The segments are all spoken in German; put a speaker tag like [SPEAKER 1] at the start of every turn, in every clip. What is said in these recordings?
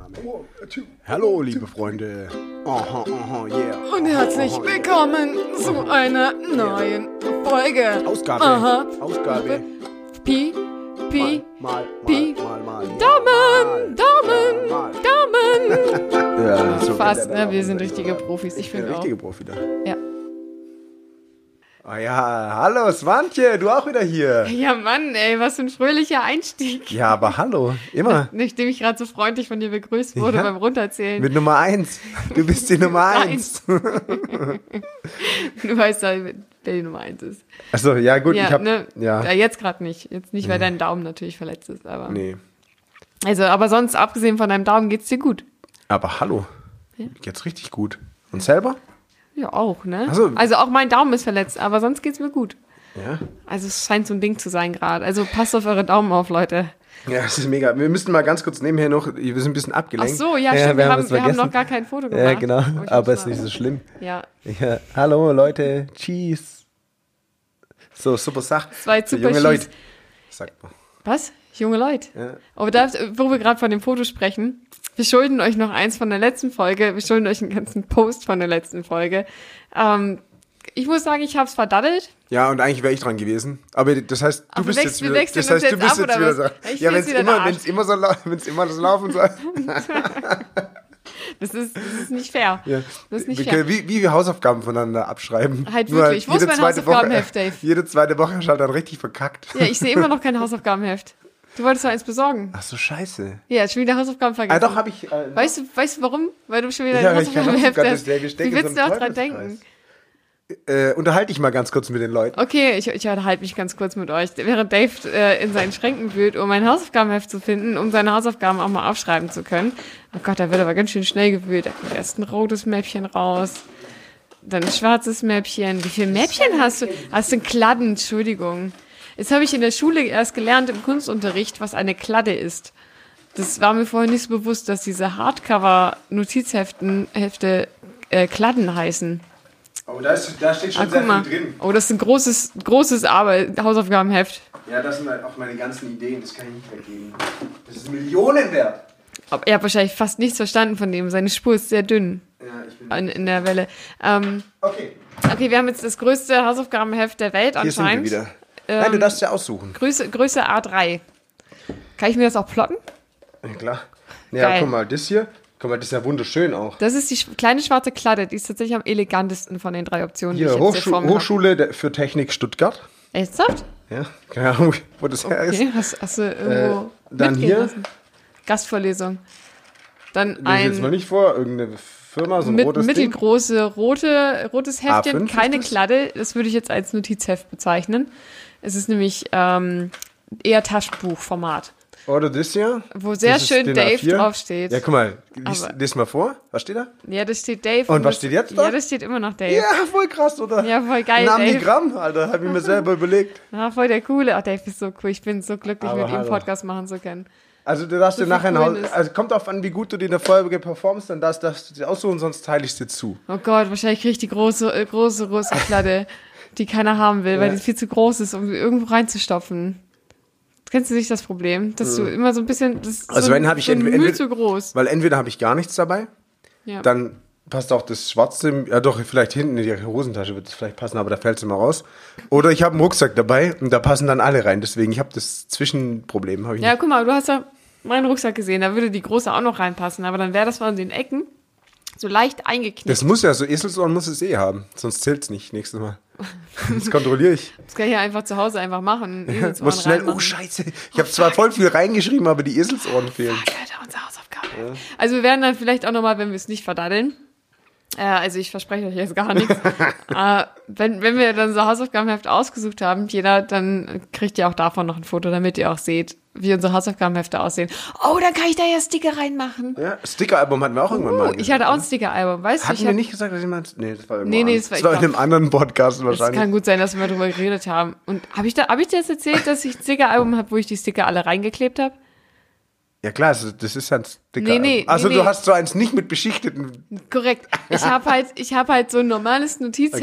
[SPEAKER 1] Aufnahme. ne? Hallo, liebe Freunde. Aha, aha, yeah.
[SPEAKER 2] Und herzlich
[SPEAKER 1] Aha, aha, yeah.
[SPEAKER 2] willkommen zu einer neuen Folge.
[SPEAKER 1] Ausgabe.
[SPEAKER 2] Aha.
[SPEAKER 1] Ausgabe.
[SPEAKER 2] Pi, Pi,
[SPEAKER 1] Mal, mal,
[SPEAKER 2] Pi.
[SPEAKER 1] mal, mal. mal.
[SPEAKER 2] Daumen, Daumen,
[SPEAKER 1] Mal.
[SPEAKER 2] Daumen.
[SPEAKER 1] Ja, so
[SPEAKER 2] Fast,
[SPEAKER 1] geht der
[SPEAKER 2] ne? Wir sind
[SPEAKER 1] Daumen.
[SPEAKER 2] richtige Profis. Ich
[SPEAKER 1] Der
[SPEAKER 2] finde auch.
[SPEAKER 1] richtige Profi da.
[SPEAKER 2] Ja.
[SPEAKER 1] Ah ja, hallo Swantje, du auch wieder hier.
[SPEAKER 2] ja, Mann, ey, was für ein fröhlicher Einstieg.
[SPEAKER 1] Ja, aber hallo, immer.
[SPEAKER 2] Nachdem ich gerade so freundlich von dir begrüßt wurde
[SPEAKER 1] Ja.
[SPEAKER 2] beim Runterzählen.
[SPEAKER 1] Mit Nummer 1. Du bist die Nummer 1.
[SPEAKER 2] Du weißt ja, wer die Nummer eins ist.
[SPEAKER 1] Achso, Also, ja gut,
[SPEAKER 2] Ja,
[SPEAKER 1] ich hab...
[SPEAKER 2] ne?
[SPEAKER 1] Ja,
[SPEAKER 2] Jetzt gerade nicht. Jetzt nicht, weil dein Daumen natürlich verletzt ist. Aber.
[SPEAKER 1] nee.
[SPEAKER 2] Also, aber sonst, abgesehen von deinem Daumen, geht's dir gut.
[SPEAKER 1] Aber hallo,
[SPEAKER 2] Ja.
[SPEAKER 1] jetzt richtig gut. Und selber?
[SPEAKER 2] Ja, auch, ne?
[SPEAKER 1] Ach so.
[SPEAKER 2] Also auch mein Daumen ist verletzt, aber sonst geht's mir gut.
[SPEAKER 1] Ja.
[SPEAKER 2] Also es scheint so ein Ding zu sein gerade. Also passt auf eure Daumen auf, Leute.
[SPEAKER 1] Ja, das ist mega. Wir müssen mal ganz kurz nebenher noch, wir sind ein bisschen
[SPEAKER 2] Ach
[SPEAKER 1] abgelenkt.
[SPEAKER 2] so, ja, stimmt. Wir, haben,
[SPEAKER 1] was
[SPEAKER 2] wir haben noch
[SPEAKER 1] vergessen.
[SPEAKER 2] gar kein Foto gemacht.
[SPEAKER 1] Ja, genau,
[SPEAKER 2] Oh, ich
[SPEAKER 1] aber
[SPEAKER 2] muss
[SPEAKER 1] ist
[SPEAKER 2] mal-
[SPEAKER 1] nicht so schlimm.
[SPEAKER 2] Ja,
[SPEAKER 1] Ja. Hallo Leute, cheese. So, super Sache.
[SPEAKER 2] war jetzt
[SPEAKER 1] Für
[SPEAKER 2] super
[SPEAKER 1] junge
[SPEAKER 2] cheese.
[SPEAKER 1] Leute. Sagt man.
[SPEAKER 2] was? Junge Leute.
[SPEAKER 1] Ja.
[SPEAKER 2] Aber da, wo wir gerade von dem Foto sprechen, wir schulden euch noch eins von der letzten Folge. Wir schulden euch einen ganzen Post von der letzten Folge. Ähm, ich muss sagen, ich hab's verdaddelt.
[SPEAKER 1] Ja, und eigentlich wäre ich dran gewesen. Aber das heißt, du
[SPEAKER 2] Aber
[SPEAKER 1] bist
[SPEAKER 2] wechseln-
[SPEAKER 1] jetzt
[SPEAKER 2] wir
[SPEAKER 1] wieder.
[SPEAKER 2] wechseln
[SPEAKER 1] das
[SPEAKER 2] uns
[SPEAKER 1] heißt, du
[SPEAKER 2] jetzt
[SPEAKER 1] bist
[SPEAKER 2] ab,
[SPEAKER 1] jetzt
[SPEAKER 2] oder
[SPEAKER 1] wieder
[SPEAKER 2] was?
[SPEAKER 1] dran.
[SPEAKER 2] Ich
[SPEAKER 1] Ja, wenn
[SPEAKER 2] bin jetzt
[SPEAKER 1] es
[SPEAKER 2] wieder
[SPEAKER 1] immer,
[SPEAKER 2] der
[SPEAKER 1] wenn's immer so lau- wenn's immer so laufen soll.
[SPEAKER 2] Das ist, das ist nicht fair.
[SPEAKER 1] Ja.
[SPEAKER 2] Das ist nicht
[SPEAKER 1] wir
[SPEAKER 2] fair.
[SPEAKER 1] können, wie, wie wir Hausaufgaben voneinander abschreiben.
[SPEAKER 2] Halt
[SPEAKER 1] Nur
[SPEAKER 2] wirklich. Wo ist
[SPEAKER 1] jede
[SPEAKER 2] mein
[SPEAKER 1] zweite
[SPEAKER 2] Hausaufgabenheft,
[SPEAKER 1] Woche,
[SPEAKER 2] Dave?
[SPEAKER 1] Jede zweite Woche ist halt dann richtig verkackt.
[SPEAKER 2] Ja, ich sehe immer noch kein Hausaufgabenheft. Du wolltest doch eins besorgen.
[SPEAKER 1] Ach so, scheiße.
[SPEAKER 2] Ja, schon wieder Hausaufgaben vergessen.
[SPEAKER 1] Ah, doch, habe ich. Äh,
[SPEAKER 2] Weißt du, weißt du warum? Weil du schon wieder
[SPEAKER 1] Ja,
[SPEAKER 2] deine
[SPEAKER 1] weil ich keine
[SPEAKER 2] Hausaufgaben
[SPEAKER 1] Hausaufgaben
[SPEAKER 2] hast.
[SPEAKER 1] bisher gesteckt
[SPEAKER 2] Wie
[SPEAKER 1] in so
[SPEAKER 2] willst
[SPEAKER 1] einen
[SPEAKER 2] du auch dran
[SPEAKER 1] Teufelskreis.
[SPEAKER 2] denken?
[SPEAKER 1] äh, unterhalte ich mal ganz kurz mit den Leuten.
[SPEAKER 2] Okay, ich, ich unterhalte mich ganz kurz mit euch. Während Dave äh, in seinen Schränken wühlt, um ein Hausaufgabenheft zu finden, um seine Hausaufgaben auch mal aufschreiben zu können. Oh Gott, da wird aber ganz schön schnell gewühlt. Da kommt erst ein rotes Mäppchen raus, dann ein schwarzes Mäppchen. Wie viele Mäppchen hast du? Hast du einen Kladden, Entschuldigung. Das habe ich in der Schule erst gelernt im Kunstunterricht, was eine Kladde ist. Das war mir vorher nicht so bewusst, dass diese Hardcover-Notizheften Hefte, äh, Kladden heißen.
[SPEAKER 1] Oh, da, ist, da steht
[SPEAKER 2] Ah, guck mal. Oh, das ist ein großes, großes Arbeit Hausaufgabenheft.
[SPEAKER 1] Ja, das sind halt auch meine ganzen Ideen, das kann ich nicht weggeben. Das ist Millionen wert.
[SPEAKER 2] Aber Er hat wahrscheinlich fast nichts verstanden von dem. Seine Spur ist sehr dünn
[SPEAKER 1] Ja, ich bin.
[SPEAKER 2] in, in der Welle. Ähm,
[SPEAKER 1] Okay.
[SPEAKER 2] okay, wir haben jetzt das größte Hausaufgabenheft der Welt
[SPEAKER 1] Hier sind wir
[SPEAKER 2] anscheinend. Ähm,
[SPEAKER 1] wieder. Nein, du darfst ja aussuchen.
[SPEAKER 2] Größe, Größe A3. Kann ich mir das auch plotten?
[SPEAKER 1] Ja, klar. Ja,
[SPEAKER 2] Geil.
[SPEAKER 1] guck mal, das hier. Guck mal, das ist ja wunderschön auch.
[SPEAKER 2] Das ist die sch- kleine schwarze Kladde. Die ist tatsächlich am elegantesten von den drei Optionen, die
[SPEAKER 1] Hier,
[SPEAKER 2] ich jetzt hier
[SPEAKER 1] Hochschu
[SPEAKER 2] vor mir habe.
[SPEAKER 1] Hochschule der- für Technik Stuttgart.
[SPEAKER 2] Ernsthaft?
[SPEAKER 1] Ja, keine Ahnung, wo das her ist. Äh,
[SPEAKER 2] Okay, hast, hast du irgendwo
[SPEAKER 1] dann
[SPEAKER 2] mitgehen
[SPEAKER 1] hier.
[SPEAKER 2] lassen? Gastvorlesung. Dann
[SPEAKER 1] Lese ich jetzt mal
[SPEAKER 2] ein
[SPEAKER 1] nicht vor, irgendeine Firma, so ein
[SPEAKER 2] mit,
[SPEAKER 1] rotes Ding.
[SPEAKER 2] mittelgroße rote, rotes Heftchen,
[SPEAKER 1] A5 ist
[SPEAKER 2] keine
[SPEAKER 1] das?
[SPEAKER 2] Kladde. Das würde ich jetzt als Notizheft bezeichnen. Es ist nämlich ähm, eher Taschenbuchformat,
[SPEAKER 1] Oder das hier.
[SPEAKER 2] wo sehr
[SPEAKER 1] das ist
[SPEAKER 2] schön
[SPEAKER 1] DIN
[SPEAKER 2] Dave
[SPEAKER 1] A4.
[SPEAKER 2] draufsteht.
[SPEAKER 1] Ja,
[SPEAKER 2] Ja,
[SPEAKER 1] guck mal, lies,
[SPEAKER 2] Aber-
[SPEAKER 1] lies mal vor. Was steht da?
[SPEAKER 2] das steht Dave.
[SPEAKER 1] Und was
[SPEAKER 2] das-
[SPEAKER 1] steht jetzt da?
[SPEAKER 2] Ja, das steht immer noch Dave.
[SPEAKER 1] Ja, voll krass, oder?
[SPEAKER 2] Ja, voll geil,
[SPEAKER 1] Ein
[SPEAKER 2] ey.
[SPEAKER 1] Amnigramm, Alter, hab ich mir selber überlegt.
[SPEAKER 2] Ah, voll der coole. Ach, Dave ist so cool. Ich bin so glücklich,
[SPEAKER 1] Aber
[SPEAKER 2] mit ihm einen
[SPEAKER 1] hallo.
[SPEAKER 2] Podcast machen zu können.
[SPEAKER 1] Also du darfst
[SPEAKER 2] So
[SPEAKER 1] dir
[SPEAKER 2] viel
[SPEAKER 1] nachher ein
[SPEAKER 2] Cooles.
[SPEAKER 1] Haus- also kommt auf an, wie gut du dir in der Folge performst, dann darfst, darfst du dir aussuchen, sonst teile ich es dir zu.
[SPEAKER 2] Oh Gott, wahrscheinlich kriege ich die große, äh, große, große Kladde, die keiner haben will, weil
[SPEAKER 1] Ja.
[SPEAKER 2] die viel zu groß ist, um sie irgendwo reinzustopfen. Kennst du nicht das Problem? Dass du immer so ein bisschen. Das ist
[SPEAKER 1] Hm. Also
[SPEAKER 2] so, ein-
[SPEAKER 1] wenn hab ich
[SPEAKER 2] so ein
[SPEAKER 1] entwe-
[SPEAKER 2] Mühe
[SPEAKER 1] entweder-
[SPEAKER 2] zu groß.
[SPEAKER 1] Weil entweder habe ich gar nichts dabei,
[SPEAKER 2] Ja.
[SPEAKER 1] dann passt auch das schwarze, ja doch, vielleicht hinten in die Hosentasche wird es vielleicht passen, aber da fällt es immer raus. Oder ich habe einen Rucksack dabei und da passen dann alle rein, deswegen ich habe das Zwischenproblem. Hab ich
[SPEAKER 2] ja,
[SPEAKER 1] nicht.
[SPEAKER 2] guck mal, du hast ja meinen Rucksack gesehen, da würde die große auch noch reinpassen, aber dann wäre das von den Ecken so leicht eingeknickt.
[SPEAKER 1] Das muss ja, so Eselsohren muss es eh haben, sonst zählt es nicht nächstes Mal. Das kontrolliere ich.
[SPEAKER 2] Das kann ich ja einfach zu Hause einfach machen.
[SPEAKER 1] Du musst schnell, oh scheiße, ich habe zwar voll viel reingeschrieben, aber die Eselsohren fehlen.
[SPEAKER 2] Ah, Alter, unsere Hausaufgabe. Also wir werden dann vielleicht auch nochmal, wenn wir es nicht verdaddeln, äh, also ich verspreche euch jetzt gar nichts, äh, wenn, wenn wir dann so Hausaufgabenheft ausgesucht haben, jeder, dann kriegt ihr auch davon noch ein Foto, damit ihr auch seht, wie unsere Hausaufgabenhefte aussehen. Oh, dann kann ich da ja Sticker reinmachen.
[SPEAKER 1] Ja, Stickeralbum hatten wir auch irgendwann
[SPEAKER 2] Uh,
[SPEAKER 1] mal. ne?
[SPEAKER 2] ich hatte auch ein Sticker-Album, weißt du?
[SPEAKER 1] Hatten
[SPEAKER 2] Ich
[SPEAKER 1] wir
[SPEAKER 2] hab,
[SPEAKER 1] nicht gesagt, dass jemand. Nee, das war, irgendwo
[SPEAKER 2] Nee, nee,
[SPEAKER 1] anders.
[SPEAKER 2] das war-
[SPEAKER 1] das war
[SPEAKER 2] ich
[SPEAKER 1] in einem anderen Podcast
[SPEAKER 2] es
[SPEAKER 1] wahrscheinlich.
[SPEAKER 2] kann gut sein, dass wir mal drüber geredet haben. Und habe ich, da, hab ich dir jetzt erzählt, dass ich ein Sticker-Album habe, wo ich die Sticker alle reingeklebt habe?
[SPEAKER 1] Ja, klar, also das ist ja ein Sticker.
[SPEAKER 2] Nee, nee,
[SPEAKER 1] also,
[SPEAKER 2] nee,
[SPEAKER 1] du
[SPEAKER 2] nee.
[SPEAKER 1] hast so eins nicht mit beschichteten.
[SPEAKER 2] Korrekt. Ich habe halt, ich habe halt so ein normales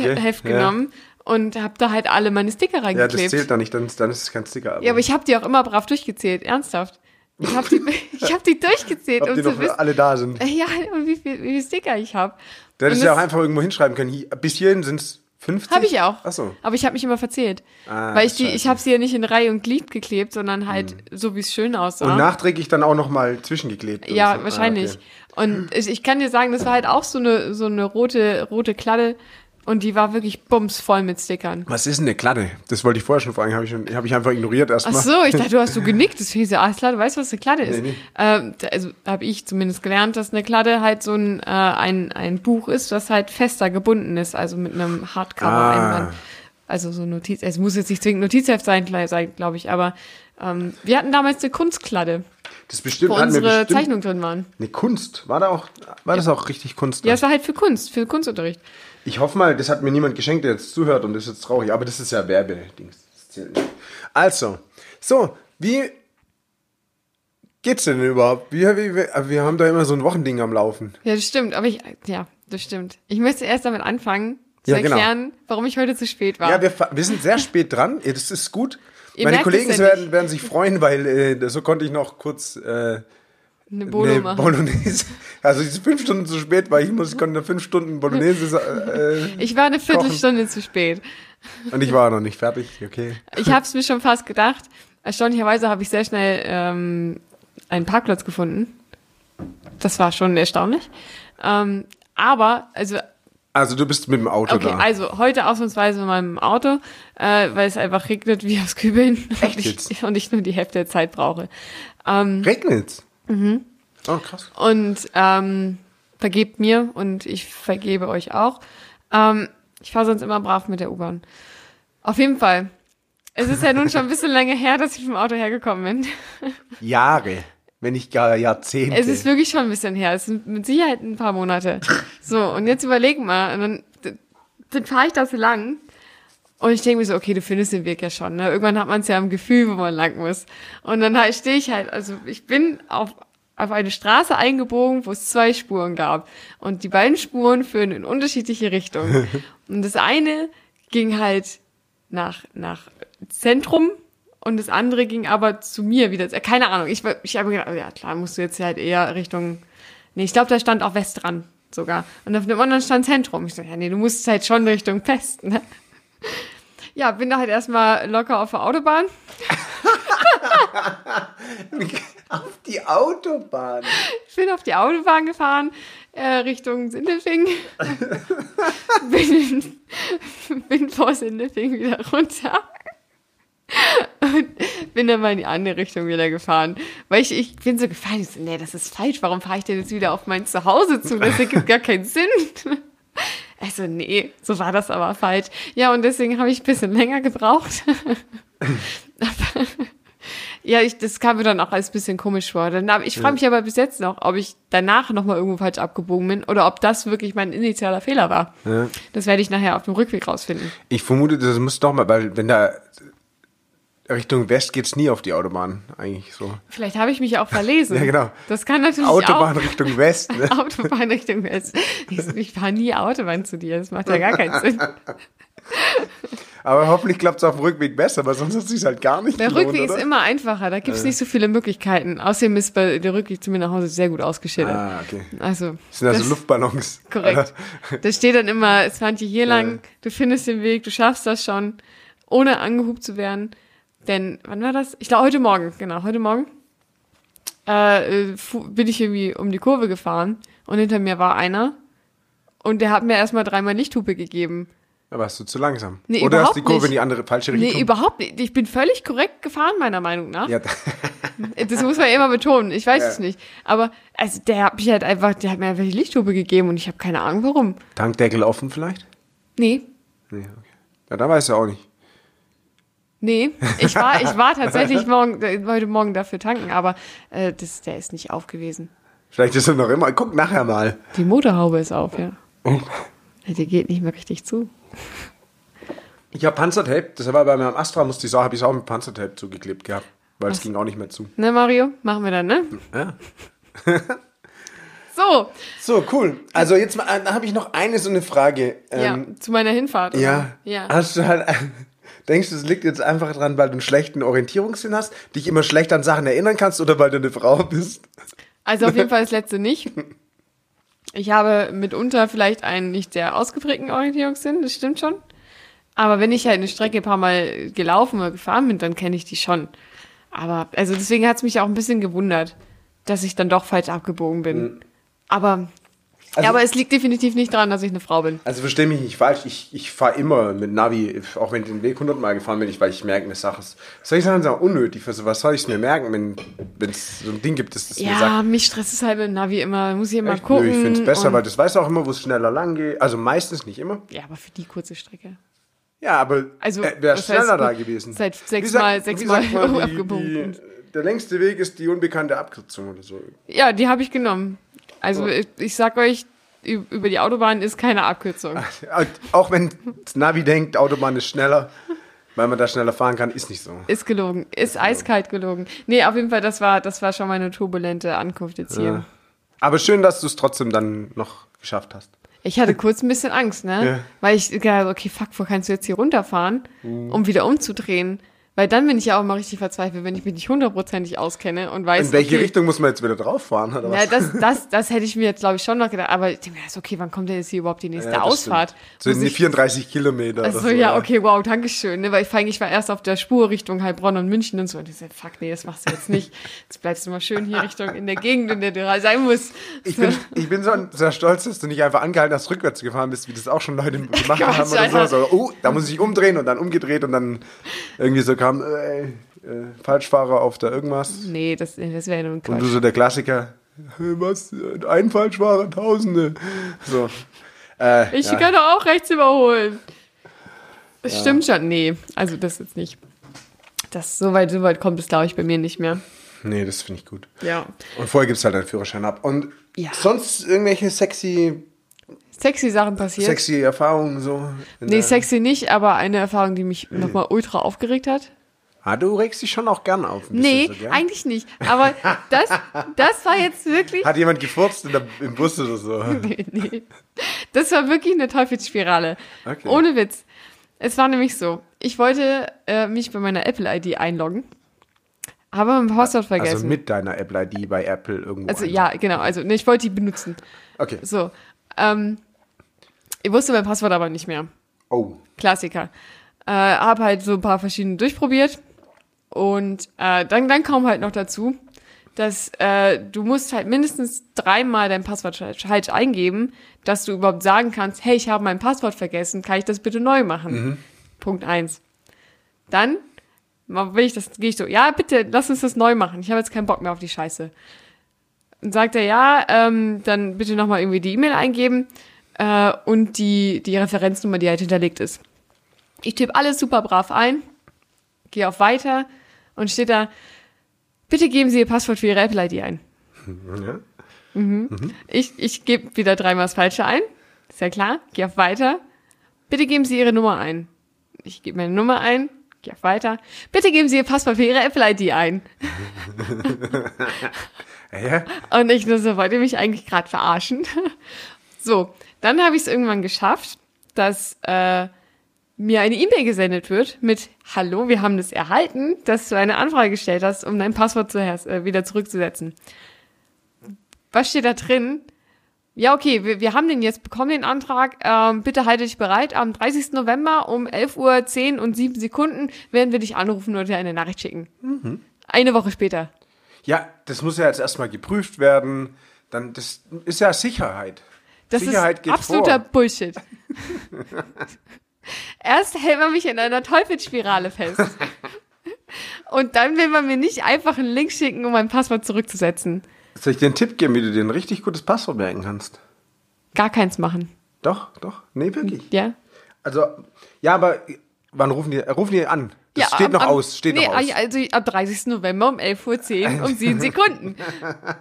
[SPEAKER 2] Notizheft
[SPEAKER 1] Okay, ja.
[SPEAKER 2] genommen und habe da halt alle meine Sticker
[SPEAKER 1] Ja, das
[SPEAKER 2] reingeklebt. Ja,
[SPEAKER 1] zählt dann nicht, dann, dann ist es kein Sticker.
[SPEAKER 2] aber ich habe die auch immer brav durchgezählt, ernsthaft. Ich habe die, ich hab die durchgezählt,
[SPEAKER 1] Ob
[SPEAKER 2] um
[SPEAKER 1] die
[SPEAKER 2] zu
[SPEAKER 1] noch
[SPEAKER 2] wissen, Äh,
[SPEAKER 1] alle da sind.
[SPEAKER 2] ja, und wie viel, wie viel Sticker ich habe.
[SPEAKER 1] Du hättest ja auch einfach irgendwo hinschreiben können. Hi- Bis hierhin sind es 50.
[SPEAKER 2] Habe ich auch.
[SPEAKER 1] Achso.
[SPEAKER 2] Aber ich habe mich immer verzählt.
[SPEAKER 1] Ah,
[SPEAKER 2] weil ich die, ich
[SPEAKER 1] scheiße. Hm.
[SPEAKER 2] habe sie ja nicht in Reihe und Glied geklebt, sondern halt so, wie es schön aussah.
[SPEAKER 1] Und nachträglich dann auch nochmal zwischengeklebt. oder
[SPEAKER 2] Ah. Ja,
[SPEAKER 1] so.
[SPEAKER 2] wahrscheinlich.
[SPEAKER 1] Ah, okay.
[SPEAKER 2] Und ich, ich kann dir sagen, das war halt auch so eine, so eine rote, rote Kladde. Und die war wirklich bumsvoll mit Stickern.
[SPEAKER 1] Was ist denn eine Kladde? Das wollte ich vorher schon fragen. Habe ich, schon- hab ich einfach ignoriert
[SPEAKER 2] Ach
[SPEAKER 1] erstmal.
[SPEAKER 2] so, ich dachte, du hast so genickt. Deswegen so, ah, klar, du weißt, was eine Kladde ist.
[SPEAKER 1] Nee, nee.
[SPEAKER 2] Ähm, da- also habe ich zumindest gelernt, dass eine Kladde halt so ein, äh, ein, ein Buch ist, das halt fester gebunden ist, also mit einem Hardcover-Einband.
[SPEAKER 1] Ah.
[SPEAKER 2] Also so ein Notiz, es muss jetzt nicht zwingend Notizheft sein, glaube ich, aber ähm, wir hatten damals eine Kunstkladde,
[SPEAKER 1] Das ist bestimmt,
[SPEAKER 2] wo
[SPEAKER 1] hatten wir
[SPEAKER 2] unsere
[SPEAKER 1] bestimmt
[SPEAKER 2] Zeichnungen drin waren.
[SPEAKER 1] Eine Kunst. War, da auch, war das auch richtig Kunst?
[SPEAKER 2] Ja, es war halt für Kunst, für Kunstunterricht.
[SPEAKER 1] Ich hoffe mal, das hat mir niemand geschenkt, der jetzt zuhört und ist jetzt traurig. Aber das ist ja Werbedings. Das zählt nicht. Also, so, wie geht's denn überhaupt? Wir, wir, äh, wir haben da immer so ein Wochending am Laufen.
[SPEAKER 2] Ja, das stimmt, aber ich, ja, das stimmt. Ich möchte erst damit anfangen, zu
[SPEAKER 1] Ja, genau.
[SPEAKER 2] erklären, warum ich heute zu spät war.
[SPEAKER 1] Ja, wir, fa- wir sind sehr spät dran. Ja, Das ist gut.
[SPEAKER 2] Ihr
[SPEAKER 1] Meine
[SPEAKER 2] merkt es
[SPEAKER 1] Kollegen
[SPEAKER 2] ja
[SPEAKER 1] werden, werden sich freuen, weil äh, so konnte ich noch kurz äh,
[SPEAKER 2] eine Bolo
[SPEAKER 1] eine
[SPEAKER 2] machen.
[SPEAKER 1] Bolognese. Also es ist fünf Stunden zu spät, weil ich muss, konnte fünf Stunden Bolognese. sa-
[SPEAKER 2] Ich war eine Viertelstunde zu spät.
[SPEAKER 1] Äh, und ich war noch nicht fertig. Okay.
[SPEAKER 2] Ich habe es mir schon fast gedacht. Erstaunlicherweise habe ich sehr schnell ähm, einen Parkplatz gefunden. Das war schon erstaunlich. Ähm, aber, also,
[SPEAKER 1] Also du bist mit dem Auto
[SPEAKER 2] okay,
[SPEAKER 1] da.
[SPEAKER 2] also heute ausnahmsweise in meinem Auto, äh, weil es einfach regnet wie aus Kübeln
[SPEAKER 1] Echt
[SPEAKER 2] und, ich,
[SPEAKER 1] jetzt?
[SPEAKER 2] und ich nur die Hälfte der Zeit brauche.
[SPEAKER 1] Regnet's? Mhm. Oh, krass.
[SPEAKER 2] Und ähm, vergebt mir und ich vergebe euch auch. Ähm, ich fahre sonst immer brav mit der U-Bahn. Auf jeden Fall. Es ist ja nun schon ein bisschen länger her, dass ich vom Auto hergekommen bin.
[SPEAKER 1] Jahre, wenn nicht gar Jahrzehnte.
[SPEAKER 2] Es ist wirklich schon ein bisschen her. Es sind mit Sicherheit ein paar Monate. So, und jetzt überleg mal. Und dann, d- dann fahre ich da so lang. Und ich denke mir so, okay, du findest den Weg ja schon. Ne? Irgendwann hat man es ja im Gefühl, wo man lang muss. Und dann halt, stehe ich halt, also ich bin auf, auf eine Straße eingebogen, wo es zwei Spuren gab. Und die beiden Spuren führen in unterschiedliche Richtungen. Und das eine ging halt nach, nach Zentrum und das andere ging aber zu mir wieder. Äh, Keine Ahnung, ich, war- ich habe mir gedacht, oh ja klar, musst du jetzt halt eher Richtung, nee, ich glaube, da stand auch West dran sogar. Und auf dem anderen stand Zentrum. Ich so, ja nee, du musst halt schon Richtung West, ne? Ja, bin da halt erstmal locker auf der Autobahn.
[SPEAKER 1] Auf die Autobahn.
[SPEAKER 2] Ich bin auf die Autobahn gefahren, äh, Richtung Sindelfing. bin, bin vor Sindelfing wieder runter. Und bin dann mal in die andere Richtung wieder gefahren. Weil ich, ich bin so gefallen, ich so, nee, das ist falsch. Warum fahre ich denn jetzt wieder auf mein Zuhause zu? Das ergibt gar keinen Sinn. Also, nee, so war das aber falsch. Ja, und deswegen habe ich ein bisschen länger gebraucht. Ja, ich, das kam mir dann auch als bisschen komisch vor. Dann, hab- ich frage mich aber bis jetzt noch, ob ich danach nochmal irgendwo falsch abgebogen bin oder ob das wirklich mein initialer Fehler war.
[SPEAKER 1] Ja.
[SPEAKER 2] Das werde ich nachher auf dem Rückweg rausfinden.
[SPEAKER 1] Ich vermute, das muss doch mal, weil wenn da Richtung West geht's nie auf die Autobahn eigentlich so.
[SPEAKER 2] Vielleicht habe ich mich auch verlesen.
[SPEAKER 1] Ja, genau.
[SPEAKER 2] Das kann natürlich
[SPEAKER 1] Autobahn Richtung West. Ne?
[SPEAKER 2] auch. Autobahn Richtung West. Ich, ich fahre nie Autobahn zu dir. Das macht ja gar keinen Sinn.
[SPEAKER 1] Aber hoffentlich klappt's auf dem Rückweg besser, weil sonst hat sich's halt gar nicht
[SPEAKER 2] Der
[SPEAKER 1] gelohnt,
[SPEAKER 2] Rückweg
[SPEAKER 1] oder?
[SPEAKER 2] ist immer einfacher. Da gibt's nicht so viele Möglichkeiten. Außerdem ist bei, der Rückweg zu mir nach Hause sehr gut ausgeschildert.
[SPEAKER 1] Ah, okay.
[SPEAKER 2] Also,
[SPEAKER 1] Das sind also
[SPEAKER 2] das-
[SPEAKER 1] Luftballons.
[SPEAKER 2] Korrekt. Da steht dann immer, es fand dich hier lang, du findest den Weg, du schaffst das schon, ohne angehupt zu werden. Denn, wann war das? Ich glaube, heute Morgen, genau, heute Morgen äh, äh, fu- bin ich irgendwie um die Kurve gefahren und hinter mir war einer und der hat mir erstmal dreimal Lichthupe gegeben.
[SPEAKER 1] Da warst du zu langsam.
[SPEAKER 2] Nee,
[SPEAKER 1] oder hast die
[SPEAKER 2] überhaupt
[SPEAKER 1] Kurve
[SPEAKER 2] nicht.
[SPEAKER 1] in die andere falsche Richtung?
[SPEAKER 2] Nee, überhaupt nicht. Ich bin völlig korrekt gefahren, meiner Meinung nach.
[SPEAKER 1] ja,
[SPEAKER 2] Das muss man immer betonen. Ich weiß
[SPEAKER 1] Ja.
[SPEAKER 2] es nicht. Aber also der hat mich halt einfach, der hat mir einfach die Lichthupe gegeben und ich habe keine Ahnung warum.
[SPEAKER 1] Tankdeckel offen vielleicht?
[SPEAKER 2] Nee,
[SPEAKER 1] Nee, okay. Ja, da weißt du auch nicht.
[SPEAKER 2] Nee, ich war, ich war tatsächlich morgen, äh, heute Morgen dafür tanken, aber äh, das, der ist nicht auf gewesen.
[SPEAKER 1] Vielleicht ist er noch immer. Guck nachher mal.
[SPEAKER 2] Die Motorhaube ist auf, ja. Die geht nicht mehr richtig zu.
[SPEAKER 1] Ich habe Panzertape, das war bei meinem Astra, musste ich sagen, habe ich auch mit Panzertape zugeklebt gehabt, weil es ging auch nicht mehr zu.
[SPEAKER 2] Ne, Mario? Machen wir dann, ne?
[SPEAKER 1] Ja.
[SPEAKER 2] So,
[SPEAKER 1] So, cool. Also jetzt mal, äh, da habe ich noch eine so eine Frage. Ähm,
[SPEAKER 2] ja, zu meiner Hinfahrt. oder?
[SPEAKER 1] ja.
[SPEAKER 2] ja.
[SPEAKER 1] Hast du halt, Denkst du, es liegt jetzt einfach dran, weil du einen schlechten Orientierungssinn hast, dich immer schlecht an Sachen erinnern kannst oder weil du eine Frau bist?
[SPEAKER 2] Also auf jeden Fall das letzte nicht. Ich habe mitunter vielleicht einen nicht sehr ausgeprägten Orientierungssinn, das stimmt schon. Aber wenn ich halt eine Strecke ein paar Mal gelaufen oder gefahren bin, dann kenne ich die schon. Aber, also deswegen hat es mich auch ein bisschen gewundert, dass ich dann doch falsch abgebogen bin. Aber,
[SPEAKER 1] Hm. Also-
[SPEAKER 2] ja, aber es liegt definitiv nicht daran, dass ich eine Frau bin.
[SPEAKER 1] Also verstehe mich nicht falsch, ich, ich fahre immer mit Navi, auch wenn ich den Weg hundertmal gefahren bin, ich, weil ich merke mir Sachen. Soll ich sagen, sagen unnötig, also was, was soll ich es mir merken, wenn wenn es so ein Ding gibt, das das mir sagt?
[SPEAKER 2] Ja, mich stresst es halt mit dem Navi immer, muss ich immer
[SPEAKER 1] Echt? Nö,
[SPEAKER 2] gucken.
[SPEAKER 1] ich finde es besser,
[SPEAKER 2] und-
[SPEAKER 1] weil das weißt du auch immer, wo es schneller lang geht. Also meistens nicht immer.
[SPEAKER 2] Ja, aber für die kurze Strecke.
[SPEAKER 1] Ja, aber
[SPEAKER 2] Also,
[SPEAKER 1] äh, wäre
[SPEAKER 2] was
[SPEAKER 1] schneller
[SPEAKER 2] heißt,
[SPEAKER 1] da
[SPEAKER 2] gut,
[SPEAKER 1] gewesen.
[SPEAKER 2] seit sechs
[SPEAKER 1] Wie sagt-
[SPEAKER 2] Mal- sechs
[SPEAKER 1] wie sagt
[SPEAKER 2] Mal
[SPEAKER 1] man, die-
[SPEAKER 2] abgebogen.
[SPEAKER 1] die- Der längste Weg ist die unbekannte Abkürzung oder so.
[SPEAKER 2] Ja, die habe ich genommen. Also
[SPEAKER 1] Oh.
[SPEAKER 2] ich, ich sag euch, ü- über die Autobahn ist keine Abkürzung.
[SPEAKER 1] Auch wenn das Navi denkt, Autobahn ist schneller, weil man da schneller fahren kann, ist nicht so.
[SPEAKER 2] Ist gelogen. Ist
[SPEAKER 1] genau.
[SPEAKER 2] eiskalt gelogen. Nee, auf jeden Fall, das war, das war schon meine turbulente Ankunft jetzt hier.
[SPEAKER 1] Ja. Aber schön, dass du es trotzdem dann noch geschafft hast.
[SPEAKER 2] Ich hatte kurz ein bisschen Angst, ne?
[SPEAKER 1] Ja.
[SPEAKER 2] Weil ich gedacht habe, okay, fuck, wo kannst du jetzt hier runterfahren,
[SPEAKER 1] Mhm.
[SPEAKER 2] um wieder umzudrehen? Weil dann bin ich ja auch mal richtig verzweifelt, wenn ich mich nicht hundertprozentig auskenne und weiß,
[SPEAKER 1] In welche
[SPEAKER 2] okay,
[SPEAKER 1] Richtung muss man jetzt wieder drauf fahren? Oder was?
[SPEAKER 2] Ja, das, das, das hätte ich mir jetzt, glaube ich, schon noch gedacht. Aber ich denke mir, also, okay, wann kommt denn jetzt hier überhaupt die nächste
[SPEAKER 1] Ja, das
[SPEAKER 2] Ausfahrt?
[SPEAKER 1] stimmt. So
[SPEAKER 2] Muss
[SPEAKER 1] in die
[SPEAKER 2] ich-
[SPEAKER 1] 34 Kilometer.
[SPEAKER 2] Also
[SPEAKER 1] oder so,
[SPEAKER 2] ja, okay, wow, dankeschön. Ne? Weil ich, eigentlich war erst auf der Spur Richtung Heilbronn und München und so. Und ich so, fuck, nee, das machst du jetzt nicht. Jetzt bleibst du mal schön hier Richtung in der Gegend, in der du sein musst.
[SPEAKER 1] Ich bin, ich bin so sehr stolz, dass du nicht einfach angehalten hast, rückwärts gefahren bist, wie das auch schon Leute gemacht haben oder
[SPEAKER 2] Alter.
[SPEAKER 1] so. so oh, da muss ich umdrehen und dann umgedreht und dann irgendwie so kam, äh, äh, Falschfahrer auf da irgendwas.
[SPEAKER 2] Nee, das, das wäre ja nur ein
[SPEAKER 1] Und du
[SPEAKER 2] Quatsch.
[SPEAKER 1] so der Klassiker, "Hä, was, ein Falschfahrer, Tausende. So. Äh,
[SPEAKER 2] Ich
[SPEAKER 1] ja.
[SPEAKER 2] kann doch auch rechts überholen. Das stimmt schon. Nee, also das jetzt nicht. Das, so weit, so weit kommt es, glaube ich, bei mir nicht mehr.
[SPEAKER 1] Nee, das finde ich gut.
[SPEAKER 2] Ja.
[SPEAKER 1] Und vorher gibst halt deinen Führerschein ab. Und
[SPEAKER 2] Ja.
[SPEAKER 1] sonst irgendwelche sexy,
[SPEAKER 2] Sexy Sachen passiert.
[SPEAKER 1] sexy äh, Erfahrungen so? in
[SPEAKER 2] Nee,
[SPEAKER 1] der-
[SPEAKER 2] sexy nicht, aber eine Erfahrung, die mich
[SPEAKER 1] Hm.
[SPEAKER 2] nochmal ultra aufgeregt hat.
[SPEAKER 1] Ah, du regst dich schon auch gern auf. ein bisschen
[SPEAKER 2] Nee,
[SPEAKER 1] so, gell?
[SPEAKER 2] eigentlich nicht. Aber das, das war jetzt wirklich.
[SPEAKER 1] Hat jemand gefurzt in der, im Bus oder so?
[SPEAKER 2] Nee, nee. Das war wirklich eine Teufelsspirale.
[SPEAKER 1] Okay.
[SPEAKER 2] Ohne Witz. Es war nämlich so, ich wollte äh, mich bei meiner Apple-ID einloggen, habe mein Passwort vergessen.
[SPEAKER 1] Also mit deiner Apple-ID bei Apple irgendwo.
[SPEAKER 2] Also,
[SPEAKER 1] ein-
[SPEAKER 2] ja, genau. Also nee, ich wollte die benutzen.
[SPEAKER 1] Okay.
[SPEAKER 2] So. Ähm, ich wusste mein Passwort aber nicht mehr.
[SPEAKER 1] Oh.
[SPEAKER 2] Klassiker. Äh, hab halt so ein paar verschiedene durchprobiert. Und äh, dann, dann kam halt noch dazu, dass äh, du musst halt mindestens dreimal dein Passwort falsch- falsch eingeben, dass du überhaupt sagen kannst, hey, ich habe mein Passwort vergessen, kann ich das bitte neu machen? Punkt eins. Dann mal will ich das, gehe ich so, ja, bitte, lass uns das neu machen. Ich habe jetzt keinen Bock mehr auf die Scheiße. Und sagt er, ja, ähm, dann bitte nochmal irgendwie die E-Mail eingeben äh, und die, die Referenznummer, die halt hinterlegt ist. Ich tippe alles super brav ein, gehe auf Weiter und steht da, bitte geben Sie Ihr Passwort für Ihre Apple-ID ein.
[SPEAKER 1] Ja.
[SPEAKER 2] Ich, ich gebe wieder dreimal das Falsche ein, ist ja klar, gehe auf Weiter, bitte geben Sie Ihre Nummer ein. Ich gebe meine Nummer ein, gehe auf Weiter, bitte geben Sie Ihr Passwort für Ihre Apple-ID ein.
[SPEAKER 1] ja.
[SPEAKER 2] Und ich nur so, wollt ihr mich eigentlich gerade verarschen? So, dann habe ich es irgendwann geschafft, dass äh, mir eine E-Mail gesendet wird mit Hallo, wir haben das erhalten, dass du eine Anfrage gestellt hast, um dein Passwort zu, äh, wieder zurückzusetzen. Was steht da drin? Ja, okay, wir, wir haben den jetzt bekommen, den Antrag. Ähm, bitte halte dich bereit. Am 30. November um 11.10 Uhr und 7 Sekunden werden wir dich anrufen oder dir eine Nachricht schicken. Eine Woche später.
[SPEAKER 1] ja, das muss ja jetzt erstmal geprüft werden. Dann, das ist ja Sicherheit.
[SPEAKER 2] Das
[SPEAKER 1] Sicherheit
[SPEAKER 2] ist
[SPEAKER 1] geht
[SPEAKER 2] absoluter
[SPEAKER 1] vor.
[SPEAKER 2] Bullshit. Erst hält man mich in einer Teufelsspirale fest. Und dann will man mir nicht einfach einen Link schicken, um mein Passwort zurückzusetzen.
[SPEAKER 1] Soll ich dir einen Tipp geben, wie du dir ein richtig gutes Passwort merken kannst?
[SPEAKER 2] Gar keins machen.
[SPEAKER 1] Doch, doch. Nee, wirklich.
[SPEAKER 2] Ja?
[SPEAKER 1] Also, ja, aber wann rufen die, äh, rufen die an? Das
[SPEAKER 2] ja,
[SPEAKER 1] steht
[SPEAKER 2] am-
[SPEAKER 1] noch
[SPEAKER 2] am-
[SPEAKER 1] aus, steht
[SPEAKER 2] nee,
[SPEAKER 1] noch aus.
[SPEAKER 2] Also am 30. November um 11.10 Uhr um 7 Sekunden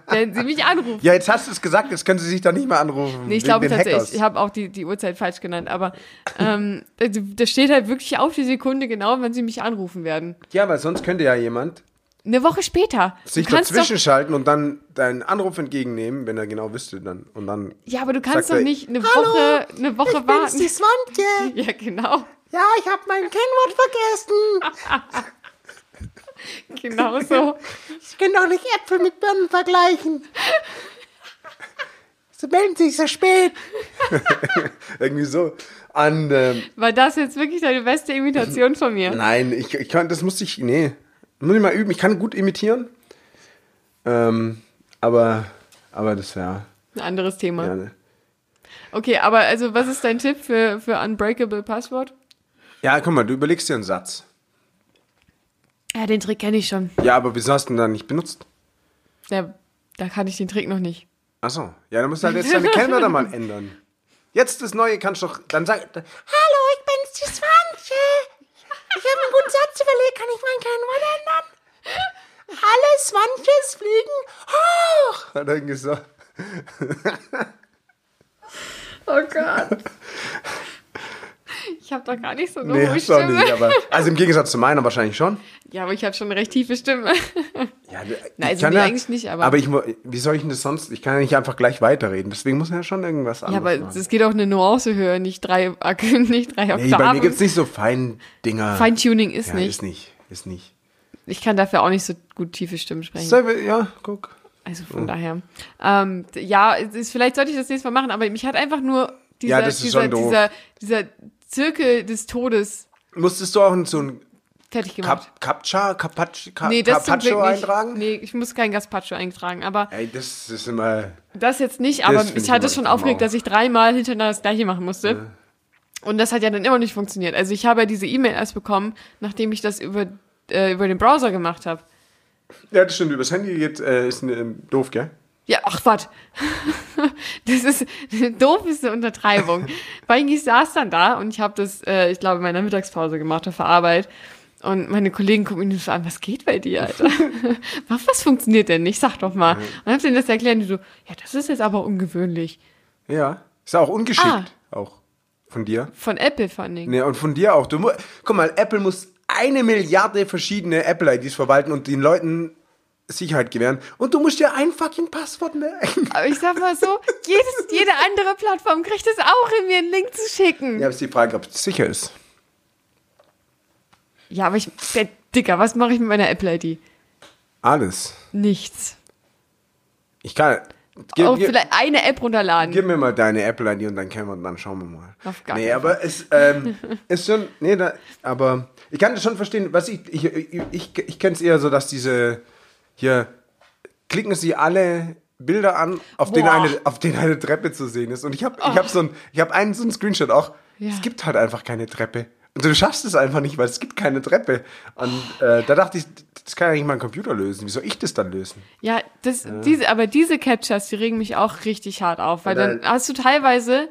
[SPEAKER 2] werden sie mich anrufen.
[SPEAKER 1] Ja, jetzt hast du es gesagt, jetzt können sie sich da nicht mehr anrufen.
[SPEAKER 2] Nee, ich
[SPEAKER 1] wegen
[SPEAKER 2] glaube
[SPEAKER 1] den
[SPEAKER 2] tatsächlich,
[SPEAKER 1] Hackers.
[SPEAKER 2] ich habe auch die, die Uhrzeit falsch genannt, aber ähm, das steht halt wirklich auf die Sekunde genau, wann sie mich anrufen werden.
[SPEAKER 1] Ja, weil sonst könnte ja jemand
[SPEAKER 2] Eine Woche später. Du
[SPEAKER 1] Sich
[SPEAKER 2] kannst
[SPEAKER 1] dazwischen
[SPEAKER 2] doch,
[SPEAKER 1] schalten und dann deinen Anruf entgegennehmen, wenn er genau wüsste dann. Und dann
[SPEAKER 2] ja, aber du kannst
[SPEAKER 1] sagt
[SPEAKER 2] doch
[SPEAKER 1] er,
[SPEAKER 2] nicht eine
[SPEAKER 3] Hallo,
[SPEAKER 2] Woche, eine Woche
[SPEAKER 3] ich bin's,
[SPEAKER 2] warten.
[SPEAKER 3] die Swantje.
[SPEAKER 2] Ja, genau.
[SPEAKER 3] Ja, ich hab mein Kennwort vergessen.
[SPEAKER 2] Genau so.
[SPEAKER 3] Ich kann doch nicht Äpfel mit Birnen vergleichen. Sie melden sich so spät.
[SPEAKER 1] irgendwie so an. Ähm,
[SPEAKER 2] War das jetzt wirklich deine beste Imitation von mir?
[SPEAKER 1] nein, ich, ich kann, das musste ich. Nee. Muss ich mal üben. Ich kann gut imitieren. Ähm, aber, aber das wäre.
[SPEAKER 2] Ein anderes Thema.
[SPEAKER 1] Ja, ne.
[SPEAKER 2] Okay, aber also was ist dein Tipp für, für Unbreakable Passwort?
[SPEAKER 1] ja, guck mal, du überlegst dir einen Satz.
[SPEAKER 2] Ja, den Trick kenne ich schon.
[SPEAKER 1] Ja, aber wieso hast du ihn dann nicht benutzt?
[SPEAKER 2] Ja, da kann ich den Trick noch nicht.
[SPEAKER 1] Achso, ja, dann musst du halt jetzt deine Kennwörter mal ändern. Jetzt das Neue kannst du doch, dann sag,
[SPEAKER 3] Hallo, ich bin's, die Swantje. Ich habe einen guten Satz überlegt. Kann ich mein Kennwort ändern? Alle Swantjes fliegen hoch.
[SPEAKER 1] hat er gesagt.
[SPEAKER 2] Oh Gott. Ich habe doch gar nicht so eine
[SPEAKER 1] Nee,
[SPEAKER 2] hohe
[SPEAKER 1] hast du auch
[SPEAKER 2] Stimme.
[SPEAKER 1] nicht, aber, also im Gegensatz zu meiner wahrscheinlich schon.
[SPEAKER 2] ja, aber ich habe schon eine recht tiefe Stimme.
[SPEAKER 1] Ja, ich
[SPEAKER 2] also
[SPEAKER 1] kann
[SPEAKER 2] nee,
[SPEAKER 1] ja,
[SPEAKER 2] eigentlich nicht, aber-
[SPEAKER 1] Aber ich, mu- wie soll ich denn das sonst, ich kann ja nicht einfach gleich weiterreden, deswegen muss man ja schon irgendwas
[SPEAKER 2] Ja,
[SPEAKER 1] anderes
[SPEAKER 2] aber
[SPEAKER 1] ja, machen.
[SPEAKER 2] es geht auch eine Nuance höher, nicht drei, Ak- nicht drei Oktaven.
[SPEAKER 1] Nee, bei mir gibt's nicht so Feindinger.
[SPEAKER 2] Feintuning ist
[SPEAKER 1] ja,
[SPEAKER 2] nicht.
[SPEAKER 1] ist nicht, ist nicht.
[SPEAKER 2] Ich kann dafür auch nicht so gut tiefe Stimmen sprechen.
[SPEAKER 1] Selbe- Ja, guck.
[SPEAKER 2] Also
[SPEAKER 1] Hm.
[SPEAKER 2] von daher. Ähm, d- ja, es ist, vielleicht sollte ich das nächste Mal machen, aber mich hat einfach nur dieser,
[SPEAKER 1] Ja, das ist
[SPEAKER 2] dieser,
[SPEAKER 1] schon doof.
[SPEAKER 2] dieser, dieser Zirkel des Todes
[SPEAKER 1] Musstest du auch so ein
[SPEAKER 2] fertig gemacht.
[SPEAKER 1] Cap Captcha, Capaccio
[SPEAKER 2] nee, das zum Glück nicht.
[SPEAKER 1] eintragen?
[SPEAKER 2] Nee, ich muss kein Gazpacho eintragen, aber
[SPEAKER 1] Ey, das ist immer,
[SPEAKER 2] das jetzt nicht, aber
[SPEAKER 1] find
[SPEAKER 2] ich
[SPEAKER 1] ich
[SPEAKER 2] hatte
[SPEAKER 1] immer
[SPEAKER 2] schon
[SPEAKER 1] echt
[SPEAKER 2] aufgeregt,
[SPEAKER 1] mau.
[SPEAKER 2] dass ich dreimal hintereinander das gleiche machen musste. Und das hat ja dann immer nicht funktioniert. Also ich habe ja diese E-Mail erst bekommen, nachdem ich das über, äh, über den Browser gemacht habe.
[SPEAKER 1] ja, das stimmt, übers Handy geht, äh, ist ähm, doof, gell?
[SPEAKER 2] Ja, ach was. Das ist eine doofeste Untertreibung. Weil ich saß dann da und ich habe das, äh, ich glaube, in meiner Mittagspause gemacht auf der Arbeit. Und meine Kollegen gucken mich so an, was geht bei dir, Alter? was, was funktioniert denn nicht? Sag doch mal. Und hab denen das erklärt und die so, ja, das ist jetzt aber ungewöhnlich.
[SPEAKER 1] Ja. Ist auch ungeschickt.
[SPEAKER 2] Ah.
[SPEAKER 1] Auch. Von dir.
[SPEAKER 2] Von Apple fand ich.
[SPEAKER 1] Ne, und von dir auch. Du mu Guck mal, Apple muss eine Milliarde verschiedene Apple-IDs verwalten und den Leuten Sicherheit gewähren. Und du musst dir ein fucking Passwort merken.
[SPEAKER 2] Aber ich sag mal so, jedes, jede andere Plattform kriegt es auch hin, mir einen Link zu schicken.
[SPEAKER 1] Ja, aber ist die Frage, ob es sicher ist.
[SPEAKER 2] Ja, aber ich, der Dicker, was mache ich mit meiner Apple-ID?
[SPEAKER 1] Alles.
[SPEAKER 2] Nichts.
[SPEAKER 1] Ich kann. Gib,
[SPEAKER 2] Auch
[SPEAKER 1] gib,
[SPEAKER 2] vielleicht eine App runterladen.
[SPEAKER 1] gib mir mal deine Apple-ID und dann kennen wir und dann schauen wir mal.
[SPEAKER 2] Auf gar
[SPEAKER 1] nee,
[SPEAKER 2] keinen
[SPEAKER 1] aber es ähm, ist schon. Nee, da, aber ich kann das schon verstehen. Was ich, ich, ich, ich, ich kenne es eher so, dass diese. Hier klicken sie alle Bilder an, auf denen,
[SPEAKER 2] Boah. Oh.
[SPEAKER 1] eine, auf denen eine Treppe zu sehen ist. Und ich habe ich hab so, ein, ich hab einen so einen Screenshot auch.
[SPEAKER 2] Ja.
[SPEAKER 1] Es gibt halt einfach keine Treppe. Und du schaffst es einfach nicht, weil es gibt keine Treppe. Und äh, da dachte ich, das kann ja nicht mein Computer lösen. Wie soll ich das dann lösen?
[SPEAKER 2] Ja, das, diese, aber diese Captchas, die regen mich auch richtig hart auf, weil
[SPEAKER 1] Ja,
[SPEAKER 2] dann
[SPEAKER 1] da-
[SPEAKER 2] hast du teilweise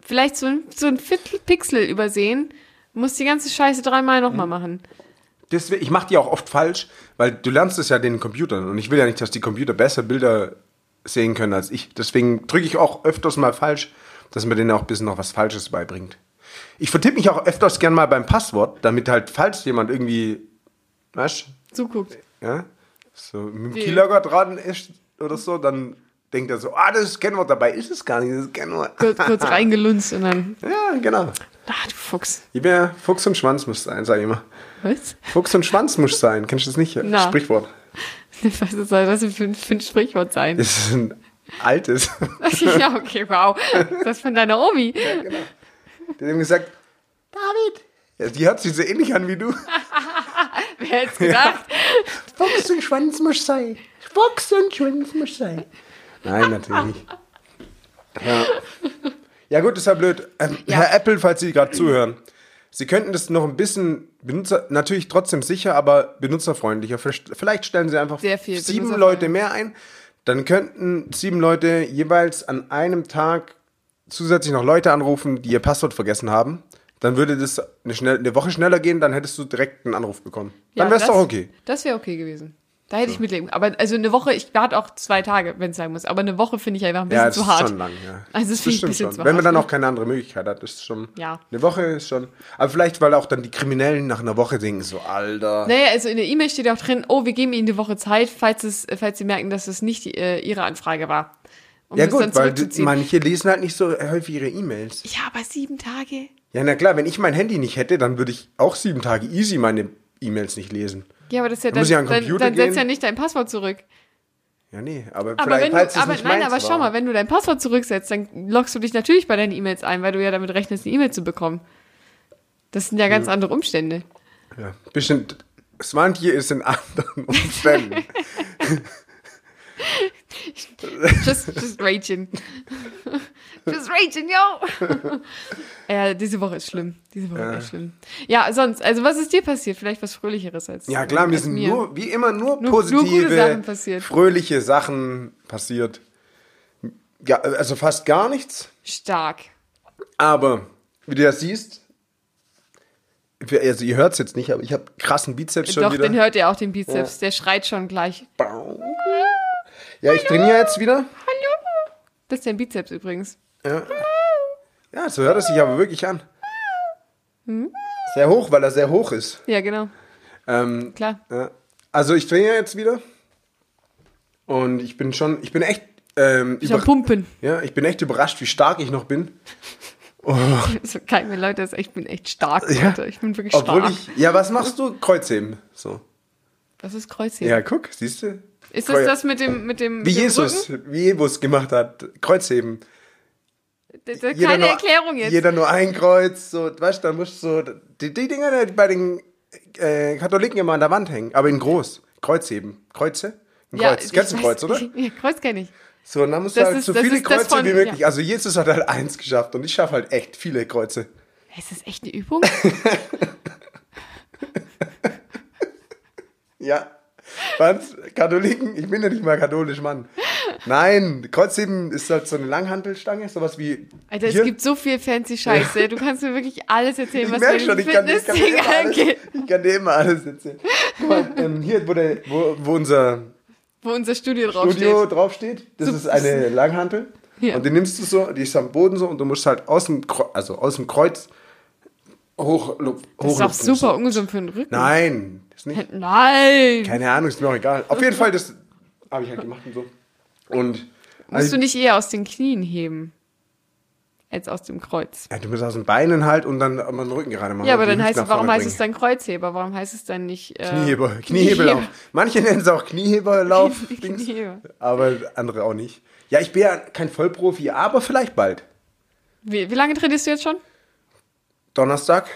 [SPEAKER 2] vielleicht so ein, so ein Viertel Pixel übersehen, musst die ganze Scheiße dreimal
[SPEAKER 1] Mhm.
[SPEAKER 2] nochmal machen.
[SPEAKER 1] Deswegen, ich mache die auch oft falsch, weil du lernst es ja den Computern und ich will ja nicht, dass die Computer besser Bilder sehen können als ich. Deswegen drücke ich auch öfters mal falsch, dass man denen auch ein bisschen noch was Falsches beibringt. Ich vertippe mich auch öfters gern mal beim Passwort, damit halt, falls jemand irgendwie, weißt
[SPEAKER 2] Zuguckt.
[SPEAKER 1] ja, so mit dem
[SPEAKER 2] Wie?
[SPEAKER 1] Keylogger dran ist oder so, dann denkt er so, ah, das ist Kennwort, dabei ist es gar nicht, das ist Kennwort.
[SPEAKER 2] Kurz, kurz reingelunzt und dann,
[SPEAKER 1] Ja, genau.
[SPEAKER 2] ach du Fuchs.
[SPEAKER 1] Ich bin ja Fuchs und Schwanz muss sein, sag ich immer.
[SPEAKER 2] Was?
[SPEAKER 1] Fuchs und Schwanz muss sein, kennst du das nicht?
[SPEAKER 2] Na.
[SPEAKER 1] Sprichwort.
[SPEAKER 2] Was soll das denn für ein, für ein Sprichwort sein?
[SPEAKER 1] Das ist ein altes.
[SPEAKER 2] ja, okay, wow. Das von deiner Omi.
[SPEAKER 1] Die hat ihm gesagt,
[SPEAKER 3] David,
[SPEAKER 1] ja, die hört sich so ähnlich an wie du.
[SPEAKER 2] Wer hätte es gedacht?
[SPEAKER 3] Fuchs und Schwanz muss sein. Fuchs und Schwanz muss sein.
[SPEAKER 1] Nein, natürlich nicht. Ja, ja gut, ist ja blöd. Ähm,
[SPEAKER 2] Ja.
[SPEAKER 1] Herr Apple, falls Sie gerade zuhören, Sie könnten das noch ein bisschen benutzer, natürlich trotzdem sicher, aber benutzerfreundlicher. Vielleicht vielleicht stellen Sie einfach
[SPEAKER 2] Sehr viel
[SPEAKER 1] sieben
[SPEAKER 2] benutzerfreundlich.
[SPEAKER 1] Leute mehr ein. Dann könnten sieben Leute jeweils an einem Tag zusätzlich noch Leute anrufen, die ihr Passwort vergessen haben. Dann würde das eine, schnell, eine Woche schneller gehen, dann hättest du direkt einen Anruf bekommen. Dann
[SPEAKER 2] Ja,
[SPEAKER 1] wär's
[SPEAKER 2] das-
[SPEAKER 1] doch okay.
[SPEAKER 2] Das wäre okay gewesen. Da hätte ich mitleben. Aber also eine Woche, ich warte auch zwei Tage, wenn es sein muss. Aber eine Woche finde ich einfach ein bisschen
[SPEAKER 1] Ja, das
[SPEAKER 2] zu
[SPEAKER 1] ist
[SPEAKER 2] hart.
[SPEAKER 1] schon lang, ja.
[SPEAKER 2] Also das finde ich ein
[SPEAKER 1] stimmt
[SPEAKER 2] bisschen zu
[SPEAKER 1] schon. Wenn man
[SPEAKER 2] hart,
[SPEAKER 1] dann
[SPEAKER 2] ne?
[SPEAKER 1] auch keine andere Möglichkeit hat, ist schon.
[SPEAKER 2] Ja.
[SPEAKER 1] Eine Woche ist schon. Aber vielleicht, weil auch dann die Kriminellen nach einer Woche denken, so, Alter.
[SPEAKER 2] Naja, also in der E-Mail steht auch drin, oh, wir geben Ihnen eine Woche Zeit, falls, es, falls Sie merken, dass es nicht äh, Ihre Anfrage war. Um
[SPEAKER 1] ja,
[SPEAKER 2] das
[SPEAKER 1] gut, weil die-
[SPEAKER 2] zurückzuziehen.
[SPEAKER 1] manche lesen halt nicht so häufig ihre E-Mails.
[SPEAKER 2] ja, aber sieben Tage.
[SPEAKER 1] Ja, na klar, wenn ich mein Handy nicht hätte, dann würde ich auch sieben Tage easy meine E-Mails nicht lesen.
[SPEAKER 2] Ja, aber das ist ja
[SPEAKER 1] Dann
[SPEAKER 2] dann,
[SPEAKER 1] muss ich an den
[SPEAKER 2] dann,
[SPEAKER 1] Computer
[SPEAKER 2] dann setzt
[SPEAKER 1] gehen.
[SPEAKER 2] ja nicht dein Passwort zurück.
[SPEAKER 1] Ja, nee, aber,
[SPEAKER 2] Aber
[SPEAKER 1] vielleicht,
[SPEAKER 2] wenn du,
[SPEAKER 1] falls es
[SPEAKER 2] aber
[SPEAKER 1] nicht
[SPEAKER 2] nein,
[SPEAKER 1] meins
[SPEAKER 2] aber schau
[SPEAKER 1] war.
[SPEAKER 2] mal, wenn du dein Passwort zurücksetzt, dann loggst du dich natürlich bei deinen E-Mails ein, weil du ja damit rechnest, eine E-Mail zu bekommen. Das sind ja ganz andere Umstände.
[SPEAKER 1] Ja, bestimmt. Swantje ist in anderen Umständen.
[SPEAKER 2] Just, just raging. just raging, yo. ja, diese Woche ist schlimm. Diese Woche ist echt schlimm. Ja, sonst, also was ist dir passiert? Vielleicht was Fröhlicheres als
[SPEAKER 1] ja, klar, mir
[SPEAKER 2] als
[SPEAKER 1] sind nur, wie immer, nur,
[SPEAKER 2] Äh, nur gute
[SPEAKER 1] positive,
[SPEAKER 2] Sachen passiert.
[SPEAKER 1] fröhliche Sachen passiert. Ja, also fast gar nichts.
[SPEAKER 2] Stark.
[SPEAKER 1] Aber, wie du das siehst, wir- also ihr hört es jetzt nicht, aber ich habe krassen Bizeps schon
[SPEAKER 2] Doch,
[SPEAKER 1] wieder.
[SPEAKER 2] den hört ihr auch, den Bizeps. Der schreit schon gleich.
[SPEAKER 1] ja, ich trainiere jetzt wieder.
[SPEAKER 2] Hallo. Das ist dein Bizeps übrigens.
[SPEAKER 1] Ja, so hört es sich aber wirklich an.
[SPEAKER 2] Hm?
[SPEAKER 1] Sehr hoch, weil er sehr hoch ist.
[SPEAKER 2] Ja, genau.
[SPEAKER 1] Ähm,
[SPEAKER 2] Klar.
[SPEAKER 1] Ja. Also ich trainiere jetzt wieder. Und ich bin schon, ich bin echt, ähm,
[SPEAKER 2] Ich am
[SPEAKER 1] überra-
[SPEAKER 2] Pumpen.
[SPEAKER 1] ja, ich bin echt überrascht, wie stark ich noch bin.
[SPEAKER 2] So geil, mir Leute, das ist, ich bin echt stark,
[SPEAKER 1] Ja.
[SPEAKER 2] Leute. Ich bin wirklich
[SPEAKER 1] Obwohl
[SPEAKER 2] stark.
[SPEAKER 1] ich, ja, was machst du? Kreuzheben. So.
[SPEAKER 2] Was ist Kreuzheben?
[SPEAKER 1] Ja, guck, siehst du?
[SPEAKER 2] Ist das das mit dem, mit dem,
[SPEAKER 1] Wie
[SPEAKER 2] mit dem
[SPEAKER 1] Jesus, wie Jesus gemacht hat, Kreuzheben.
[SPEAKER 2] Rücken? Das ist keine
[SPEAKER 1] nur,
[SPEAKER 2] Erklärung jetzt.
[SPEAKER 1] Jeder nur ein Kreuz, so, weißt du, dann musst du so, die, die Dinger die bei den äh, Katholiken immer an der Wand hängen, aber in groß. Kreuzheben. Kreuze? Ein Kreuz.
[SPEAKER 2] ich
[SPEAKER 1] Kennst du ein
[SPEAKER 2] weiß-
[SPEAKER 1] Kreuz, oder?
[SPEAKER 2] Ja, Kreuz kenne ich.
[SPEAKER 1] So, und dann musst
[SPEAKER 2] Das
[SPEAKER 1] du halt
[SPEAKER 2] ist-
[SPEAKER 1] so
[SPEAKER 2] das
[SPEAKER 1] viele
[SPEAKER 2] ist das
[SPEAKER 1] Kreuze
[SPEAKER 2] von-
[SPEAKER 1] wie möglich.
[SPEAKER 2] ja.
[SPEAKER 1] Also Jesus hat halt eins geschafft und ich schaffe halt echt viele Kreuze.
[SPEAKER 2] Ist das echt eine Übung?
[SPEAKER 1] Ja. Was? Katholiken? Ich bin ja nicht mal katholisch, Mann. Nein, Kreuzheben ist halt so eine Langhantelstange, sowas wie.
[SPEAKER 2] Alter,
[SPEAKER 1] hier.
[SPEAKER 2] es gibt so viel fancy Scheiße. Du kannst mir wirklich alles erzählen,
[SPEAKER 1] ich
[SPEAKER 2] was
[SPEAKER 1] merk
[SPEAKER 2] bei
[SPEAKER 1] schon,
[SPEAKER 2] diesem
[SPEAKER 1] ich kann, ich, kann dir
[SPEAKER 2] Fitness-Ding
[SPEAKER 1] immer alles,
[SPEAKER 2] angeht.
[SPEAKER 1] ich kann dir immer alles erzählen. Guck mal, ähm, hier, wo, der, wo, wo unser
[SPEAKER 2] Wo unser Studio draufsteht.
[SPEAKER 1] Studio draufsteht, das ist eine Langhantel.
[SPEAKER 2] Ja.
[SPEAKER 1] Und die nimmst du so, die ist am Boden so und du musst halt aus dem, Kreu- also aus dem Kreuz hoch, hoch
[SPEAKER 2] das ist auch super ungesund für den Rücken.
[SPEAKER 1] Nein, das nicht.
[SPEAKER 2] Nein.
[SPEAKER 1] Keine Ahnung, ist mir auch egal. Auf jeden Fall, das habe ich halt gemacht und so. Und
[SPEAKER 2] Musst
[SPEAKER 1] also,
[SPEAKER 2] du nicht eher aus den Knien heben? Als aus dem Kreuz.
[SPEAKER 1] ja, du musst aus den Beinen halt und dann am Rücken gerade machen.
[SPEAKER 2] Ja, aber
[SPEAKER 1] und die
[SPEAKER 2] dann
[SPEAKER 1] Hüfte
[SPEAKER 2] heißt
[SPEAKER 1] nach
[SPEAKER 2] es, warum
[SPEAKER 1] vorne
[SPEAKER 2] heißt
[SPEAKER 1] bringen.
[SPEAKER 2] es dann Kreuzheber? Warum heißt es dann nicht. Äh,
[SPEAKER 1] Knieheber, Kniehebelauf. Manche nennen es auch Knieheberlauf. Dings,
[SPEAKER 2] Knieheber.
[SPEAKER 1] aber andere auch nicht. Ja, ich bin ja kein Vollprofi, aber vielleicht bald.
[SPEAKER 2] Wie, wie lange trainierst du jetzt schon?
[SPEAKER 1] Donnerstag.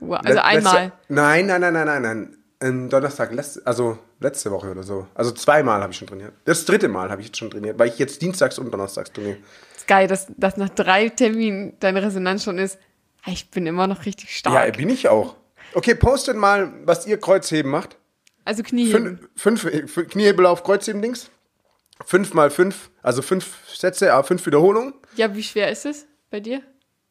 [SPEAKER 2] Wow, also
[SPEAKER 1] Let-
[SPEAKER 2] einmal.
[SPEAKER 1] Letzte, nein, nein, nein, nein, nein, nein. Ähm, Donnerstag, letzt, also letzte Woche oder so. Also zweimal habe ich schon trainiert. Das dritte Mal habe ich jetzt schon trainiert, weil ich jetzt dienstags und donnerstags trainiere.
[SPEAKER 2] Ist geil, dass, dass nach drei Terminen deine Resonanz schon ist. "Ah, Ich bin immer noch richtig
[SPEAKER 1] Ja,
[SPEAKER 2] stark.
[SPEAKER 1] bin ich auch. Okay, postet mal, was ihr Kreuzheben macht.
[SPEAKER 2] also Knieheben.
[SPEAKER 1] Fünf, fünf, äh, fünf Kniehebel auf Kreuzheben-Dings. Fünf mal fünf, also fünf Sätze, aber fünf Wiederholungen.
[SPEAKER 2] Ja, wie schwer ist es bei dir?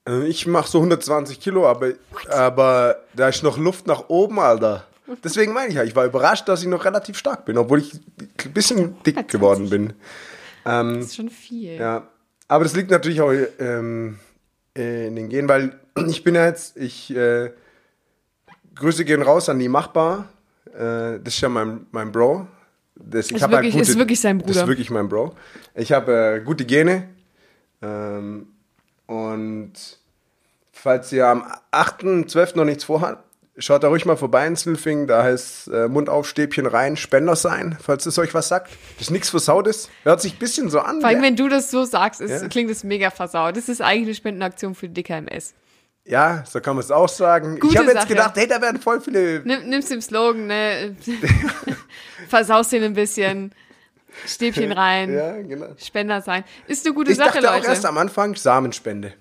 [SPEAKER 1] Äh, Ich mache so 120 Kilo, aber, aber da ist noch Luft nach oben, Alter. Deswegen meine ich ja, ich war überrascht, dass ich noch relativ stark bin, obwohl ich ein bisschen dick geworden bin.
[SPEAKER 2] Das ist schon viel.
[SPEAKER 1] Ja, aber das liegt natürlich auch ähm, äh, in den Genen, weil ich bin ja jetzt, ich, äh, Grüße gehen raus an die Machbar. Äh, das ist ja mein, mein Bro. Das, ich
[SPEAKER 2] Ist
[SPEAKER 1] hab halt
[SPEAKER 2] wirklich- ist wirklich sein
[SPEAKER 1] Das
[SPEAKER 2] Bruder.
[SPEAKER 1] ist wirklich mein Bro. Ich habe äh, gute Gene. Ähm, und falls ihr am 8.12. noch nichts vorhabt, schaut da ruhig mal vorbei in Zilfing. Da heißt äh, Mund auf, Stäbchen rein, Spender sein, falls es euch was sagt. Das ist nichts Versautes. Hört sich ein bisschen so an.
[SPEAKER 2] Vor allem,
[SPEAKER 1] wie-
[SPEAKER 2] wenn du das so sagst, ist,
[SPEAKER 1] Ja.
[SPEAKER 2] klingt es mega versaut. Das ist eigentlich eine Spendenaktion für die DKMS.
[SPEAKER 1] Ja, so kann man es auch sagen. ich
[SPEAKER 2] Gute
[SPEAKER 1] habe jetzt
[SPEAKER 2] Sache.
[SPEAKER 1] gedacht, hey, da werden voll viele.
[SPEAKER 2] Nimm, nimm's dem Slogan, ne? Versaust den ein bisschen. Stäbchen rein.
[SPEAKER 1] Ja, genau.
[SPEAKER 2] Spender sein. Ist eine gute
[SPEAKER 1] Ich
[SPEAKER 2] Hm. Sache,
[SPEAKER 1] dachte auch
[SPEAKER 2] Leute.
[SPEAKER 1] erst am Anfang Samenspende.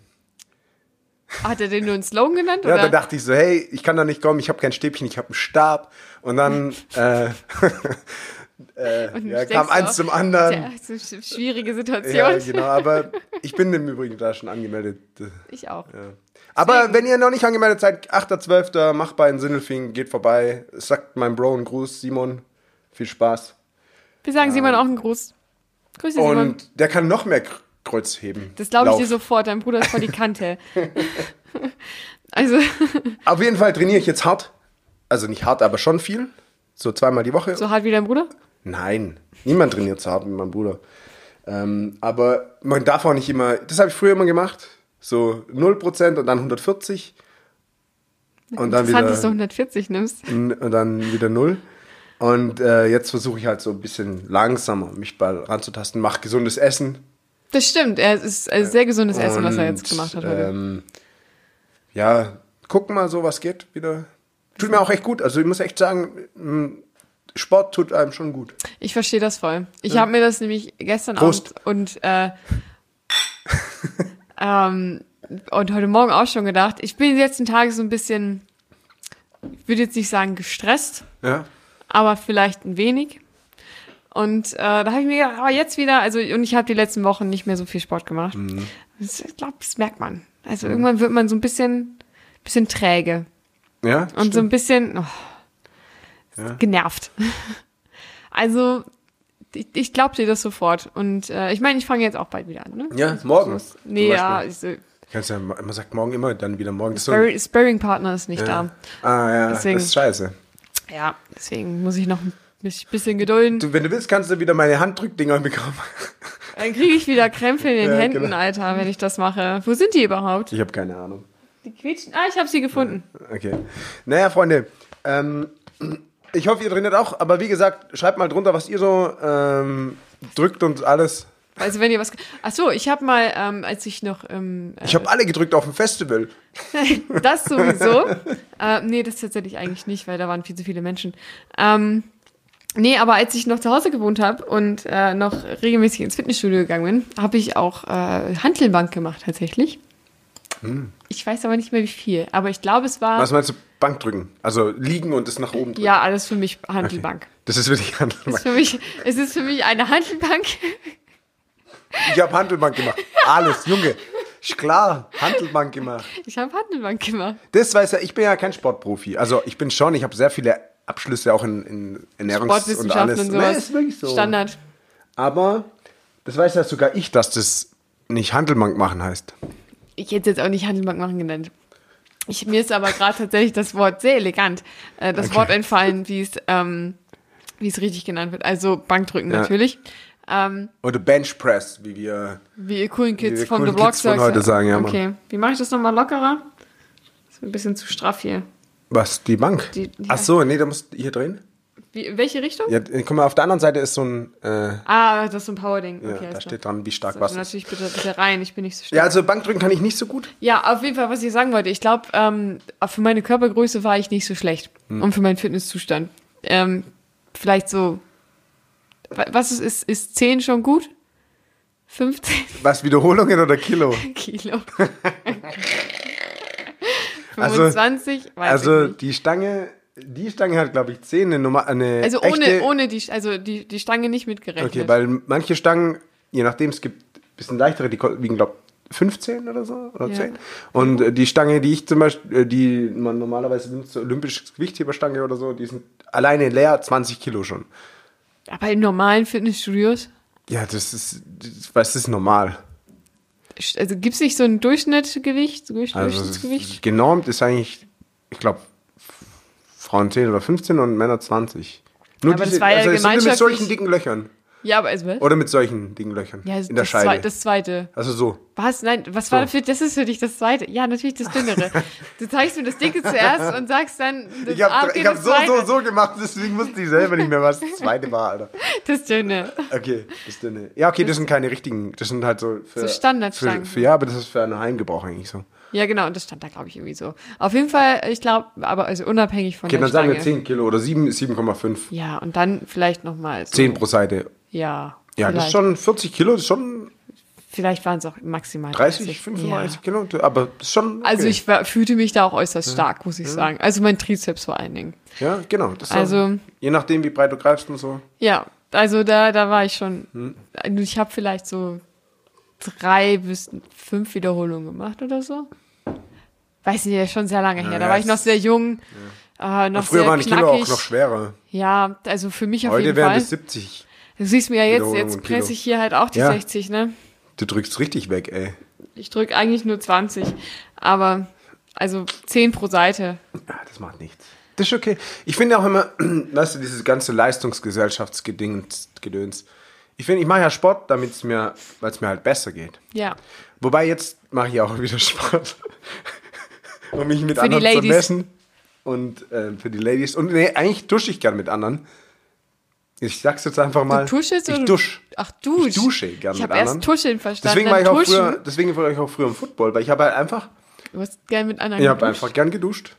[SPEAKER 2] Hat er den nur einen Slogan genannt?
[SPEAKER 1] Ja,
[SPEAKER 2] oder?
[SPEAKER 1] da dachte ich so, hey, ich kann da nicht kommen, ich habe kein Stäbchen, ich habe einen Stab. Und dann äh,
[SPEAKER 2] Und
[SPEAKER 1] ja,
[SPEAKER 2] denkst
[SPEAKER 1] kam
[SPEAKER 2] du
[SPEAKER 1] eins
[SPEAKER 2] auch,
[SPEAKER 1] zum anderen.
[SPEAKER 2] Tja, das ist eine schwierige Situation.
[SPEAKER 1] Ja, genau, aber ich bin im Übrigen da schon angemeldet. äh,
[SPEAKER 2] Ich auch.
[SPEAKER 1] Aber wenn ihr noch nicht angemeldet seid, 8.12. machbar in Sindelfingen, geht vorbei, sagt mein Bro einen Gruß, Simon. Viel Spaß.
[SPEAKER 2] Wir sagen Simon auch einen Gruß. Grüß dich, Simon.
[SPEAKER 1] Und der kann noch mehr Kr- Kreuz heben.
[SPEAKER 2] Das glaube ich dir
[SPEAKER 1] Lauf.
[SPEAKER 2] sofort. Dein Bruder ist voll die Kante. also,
[SPEAKER 1] Auf jeden Fall trainiere ich jetzt hart. Also nicht hart, aber schon viel. So zweimal die Woche.
[SPEAKER 2] so hart wie dein Bruder?
[SPEAKER 1] Nein, niemand trainiert so hart wie mein Bruder. Ähm, aber man darf auch nicht immer, das habe ich früher immer gemacht, so 0% und dann 140 und dann
[SPEAKER 2] Interessant, dass
[SPEAKER 1] wieder
[SPEAKER 2] du 140 nimmst.
[SPEAKER 1] n- und dann wieder 0. Und äh, jetzt versuche ich halt so ein bisschen langsamer mich bei ranzutasten, mach gesundes Essen.
[SPEAKER 2] Das stimmt. Es ist ein sehr gesundes Essen, was er
[SPEAKER 1] Und,
[SPEAKER 2] jetzt gemacht hat heute.
[SPEAKER 1] Ähm, ja, gucken mal so, was geht wieder. Tut mir auch echt gut. Also ich muss echt sagen, m, Sport tut einem schon gut.
[SPEAKER 2] Ich verstehe das voll. Ich habe mir das nämlich gestern
[SPEAKER 1] Prost.
[SPEAKER 2] Abend und äh, ähm, und heute Morgen auch schon gedacht. Ich bin die letzten Tage so ein bisschen, ich würde jetzt nicht sagen gestresst,
[SPEAKER 1] Ja.
[SPEAKER 2] aber vielleicht ein wenig. Und äh, da habe ich mir gedacht, aber jetzt wieder, also und ich habe die letzten Wochen nicht mehr so viel Sport gemacht.
[SPEAKER 1] Mhm.
[SPEAKER 2] Das, ich glaube, das merkt man. Also irgendwann wird man so ein bisschen, bisschen träge
[SPEAKER 1] Ja.
[SPEAKER 2] und so ein bisschen oh,
[SPEAKER 1] Ja.
[SPEAKER 2] genervt. Also ich, ich glaube dir das sofort. Und äh, ich meine, ich fange jetzt auch bald wieder an. Ne?
[SPEAKER 1] Ja, morgen.
[SPEAKER 2] Muss- Nee,
[SPEAKER 1] Zum
[SPEAKER 2] ja,
[SPEAKER 1] Beispiel.
[SPEAKER 2] ich so,
[SPEAKER 1] Kannst ja, man sagt morgen immer, dann wieder morgen. Das ist so,
[SPEAKER 2] Spar- Sparring-Partner ist nicht
[SPEAKER 1] ja.
[SPEAKER 2] da.
[SPEAKER 1] Ah ja,
[SPEAKER 2] Deswegen.
[SPEAKER 1] das ist scheiße.
[SPEAKER 2] Ja, deswegen muss ich noch ein bisschen gedulden.
[SPEAKER 1] Du, wenn du willst, kannst du wieder meine Handdrückdinger bekommen.
[SPEAKER 2] Dann kriege ich wieder Krämpfe in den
[SPEAKER 1] Ja,
[SPEAKER 2] Händen,
[SPEAKER 1] genau.
[SPEAKER 2] Alter, wenn ich das mache. Wo sind die überhaupt?
[SPEAKER 1] Ich habe keine Ahnung.
[SPEAKER 2] Die quietschen. Ah, ich habe sie gefunden.
[SPEAKER 1] Okay. Naja, Freunde, ähm, ich hoffe, ihr trainiert auch. Aber wie gesagt, schreibt mal drunter, was ihr so ähm, drückt und alles.
[SPEAKER 2] Also wenn ihr was. Ach so, ich habe mal, ähm, als ich noch ähm,
[SPEAKER 1] Ich habe alle gedrückt auf dem Festival.
[SPEAKER 2] das sowieso. äh, nee, das tatsächlich eigentlich nicht, weil da waren viel zu viele Menschen. Ähm, nee, aber als ich noch zu Hause gewohnt habe und äh, noch regelmäßig ins Fitnessstudio gegangen bin, habe ich auch äh, Hantelbank gemacht tatsächlich. Ich weiß aber nicht mehr wie viel, aber ich glaube, es war
[SPEAKER 1] Hm. Was meinst du? Bankdrücken. Also liegen und es nach oben drücken.
[SPEAKER 2] ja alles für mich Hantelbank.
[SPEAKER 1] Das ist wirklich
[SPEAKER 2] Ist
[SPEAKER 1] Handelbank.
[SPEAKER 2] für mich, es ist für mich eine Hantelbank.
[SPEAKER 1] Ich habe Handelbank gemacht. Alles, Junge. Ist klar, Handelbank gemacht.
[SPEAKER 2] Ich habe Handelbank gemacht.
[SPEAKER 1] Das weiß ja, ich bin ja kein Sportprofi. Also ich bin schon, ich habe sehr viele Abschlüsse auch in, in Ernährungs- und
[SPEAKER 2] Sportwissenschaften
[SPEAKER 1] alles.
[SPEAKER 2] und
[SPEAKER 1] Nee,
[SPEAKER 2] sowas.
[SPEAKER 1] ist wirklich so.
[SPEAKER 2] Standard.
[SPEAKER 1] Aber das weiß ja sogar ich, dass das nicht Handelbank machen heißt.
[SPEAKER 2] ich hätte es jetzt auch nicht Handelbank machen genannt. Ich, mir ist aber gerade tatsächlich das Wort sehr elegant, äh, das
[SPEAKER 1] Okay.
[SPEAKER 2] Wort entfallen, wie es ähm, wie es richtig genannt wird. Also Bankdrücken
[SPEAKER 1] Ja.
[SPEAKER 2] natürlich. Ähm,
[SPEAKER 1] Oder Bench Press, wie wir.
[SPEAKER 2] wie ihr coolen Kids
[SPEAKER 1] wir
[SPEAKER 2] von
[SPEAKER 1] coolen
[SPEAKER 2] The Block
[SPEAKER 1] Kids von heute sagen, ja, Mann.
[SPEAKER 2] Okay, wie mache ich das nochmal lockerer? Ist ein bisschen zu straff hier.
[SPEAKER 1] Was? Die Bank?
[SPEAKER 2] Die-
[SPEAKER 1] Ach so, nee, da musst du hier drehen.
[SPEAKER 2] Wie, in welche Richtung?
[SPEAKER 1] Ja, guck mal, auf der anderen Seite ist so ein. Äh,
[SPEAKER 2] Ah, das ist so ein Power-Ding. Okay,
[SPEAKER 1] ja,
[SPEAKER 2] alles
[SPEAKER 1] da
[SPEAKER 2] klar.
[SPEAKER 1] steht dran, wie stark
[SPEAKER 2] So,
[SPEAKER 1] was ist.
[SPEAKER 2] natürlich bitte, bitte rein, ich bin nicht so stark.
[SPEAKER 1] Ja, also Bankdrücken kann ich nicht so gut.
[SPEAKER 2] Ja, auf jeden Fall, was ich sagen wollte. Ich glaube, ähm, für meine Körpergröße war ich nicht so schlecht.
[SPEAKER 1] Hm.
[SPEAKER 2] Und für meinen Fitnesszustand. Ähm, vielleicht so. wa- Was ist, ist, ist 10 schon gut? 15
[SPEAKER 1] Was, Wiederholungen oder Kilo?
[SPEAKER 2] Kilo.
[SPEAKER 1] Also-
[SPEAKER 2] 25? weiß
[SPEAKER 1] Also
[SPEAKER 2] ich nicht.
[SPEAKER 1] die Stange, die Stange hat, glaube ich, 10, eine, Nummer, eine
[SPEAKER 2] also
[SPEAKER 1] echte,
[SPEAKER 2] ohne, ohne die, also die, die Stange nicht mitgerechnet.
[SPEAKER 1] Okay, weil manche Stangen, je nachdem, es gibt ein bisschen leichtere, die ko- wiegen, glaube 15 oder so, oder
[SPEAKER 2] Ja.
[SPEAKER 1] 10. Und äh, die Stange, die ich zum Beispiel, äh, die man normalerweise nimmt, so olympische Gewichtheberstange oder so, die sind alleine leer 20 Kilo schon.
[SPEAKER 2] Aber in normalen Fitnessstudios,
[SPEAKER 1] Ja, das ist, das, was ist normal.
[SPEAKER 2] also gibt's nicht so ein Durchschnittsgewicht?
[SPEAKER 1] Also es
[SPEAKER 2] Durchschnittsgewicht?
[SPEAKER 1] ist, genormt ist eigentlich, ich glaube, Frauen 10 oder 15 und Männer 20. Nur also
[SPEAKER 2] Aber das war ja
[SPEAKER 1] es sind nur mit
[SPEAKER 2] gemeinschaftlich-
[SPEAKER 1] solchen dicken Löchern.
[SPEAKER 2] ja, aber also was?
[SPEAKER 1] Oder mit solchen dicken Löchern.
[SPEAKER 2] ja,
[SPEAKER 1] in der
[SPEAKER 2] das,
[SPEAKER 1] Scheibe.
[SPEAKER 2] Zwe das zweite.
[SPEAKER 1] also so.
[SPEAKER 2] Was? Nein, was war dafür? Das ist für dich das zweite. Ja, natürlich das Dünnere. Du zeigst mir das Dicke zuerst und sagst dann, das,
[SPEAKER 1] Ich habe
[SPEAKER 2] ah, okay,
[SPEAKER 1] hab
[SPEAKER 2] das
[SPEAKER 1] so, so,
[SPEAKER 2] Zweite,
[SPEAKER 1] so gemacht, deswegen wusste ich selber nicht mehr, was das zweite war, Alter.
[SPEAKER 2] das Dünne.
[SPEAKER 1] Okay, das dünne. Ja, okay, das sind keine richtigen, das sind halt so für...
[SPEAKER 2] So Standardstangen.
[SPEAKER 1] für, für, Ja, aber das ist für einen Heimgebrauch eigentlich so.
[SPEAKER 2] Ja, genau, und das stand da, glaube ich, irgendwie so. Auf jeden Fall, ich glaube, aber also unabhängig von
[SPEAKER 1] Okay,
[SPEAKER 2] der
[SPEAKER 1] dann sagen wir
[SPEAKER 2] Stange.
[SPEAKER 1] 10 Kilo oder 7, 7,5.
[SPEAKER 2] Ja, und dann vielleicht nochmal so.
[SPEAKER 1] 10 pro Seite.
[SPEAKER 2] Ja,
[SPEAKER 1] Ja,
[SPEAKER 2] vielleicht,
[SPEAKER 1] das ist schon 40 Kilo, das ist schon
[SPEAKER 2] Vielleicht waren es auch maximal
[SPEAKER 1] 30,
[SPEAKER 2] Ja.
[SPEAKER 1] 35 Kilo, aber das ist schon... Okay.
[SPEAKER 2] Also ich war, fühlte mich da auch äußerst stark, muss ich sagen. Also mein Trizeps vor allen Dingen.
[SPEAKER 1] Ja, genau. Das ist
[SPEAKER 2] Also-
[SPEAKER 1] je nachdem, wie breit du greifst und so.
[SPEAKER 2] Ja, also da, da war ich schon.
[SPEAKER 1] Hm.
[SPEAKER 2] also Ich habe vielleicht so drei bis fünf Wiederholungen gemacht oder so. Weiß nicht, das ist schon sehr lange her.
[SPEAKER 1] Ja,
[SPEAKER 2] da war ich noch
[SPEAKER 1] es-
[SPEAKER 2] sehr jung. äh, noch
[SPEAKER 1] Früher
[SPEAKER 2] sehr
[SPEAKER 1] waren die
[SPEAKER 2] knackig.
[SPEAKER 1] Kilo auch noch schwerer.
[SPEAKER 2] Ja, also für mich auf
[SPEAKER 1] Heute
[SPEAKER 2] jeden
[SPEAKER 1] wären
[SPEAKER 2] Fall.
[SPEAKER 1] das 70.
[SPEAKER 2] Du siehst mir ja jetzt,
[SPEAKER 1] Wiederholung
[SPEAKER 2] jetzt
[SPEAKER 1] und Kilo.
[SPEAKER 2] presse ich hier halt auch die
[SPEAKER 1] Ja.
[SPEAKER 2] 60, ne?
[SPEAKER 1] Du drückst richtig weg, ey.
[SPEAKER 2] Ich drücke eigentlich nur 20, aber also 10 pro Seite.
[SPEAKER 1] Ah, das macht nichts. Das ist okay. Ich finde auch immer, weißt du, dieses ganze Leistungsgesellschaftsgedöns. Ich finde, ich mache ja Sport, damit es mir, weil es mir halt besser geht.
[SPEAKER 2] Ja.
[SPEAKER 1] Wobei jetzt mache ich auch wieder Sport, um mich mit
[SPEAKER 2] Für die
[SPEAKER 1] anderen zu
[SPEAKER 2] Ladies.
[SPEAKER 1] messen. Und ähm, für die Ladies. Und nee, eigentlich dusche ich gern mit anderen. Ich sag's jetzt einfach mal.
[SPEAKER 2] Du tuschelst
[SPEAKER 1] ich
[SPEAKER 2] oder?
[SPEAKER 1] dusch.
[SPEAKER 2] Ach, dusch.
[SPEAKER 1] Ich dusche gern
[SPEAKER 2] Ich
[SPEAKER 1] mit
[SPEAKER 2] habe erst
[SPEAKER 1] anderen.
[SPEAKER 2] tuscheln verstanden.
[SPEAKER 1] Deswegen war
[SPEAKER 2] dann
[SPEAKER 1] ich auch
[SPEAKER 2] tuschen.
[SPEAKER 1] früher, deswegen war ich auch früher im Football, weil ich habe halt einfach,
[SPEAKER 2] Du hast gern mit anderen
[SPEAKER 1] ich habe
[SPEAKER 2] geduscht.
[SPEAKER 1] einfach gern geduscht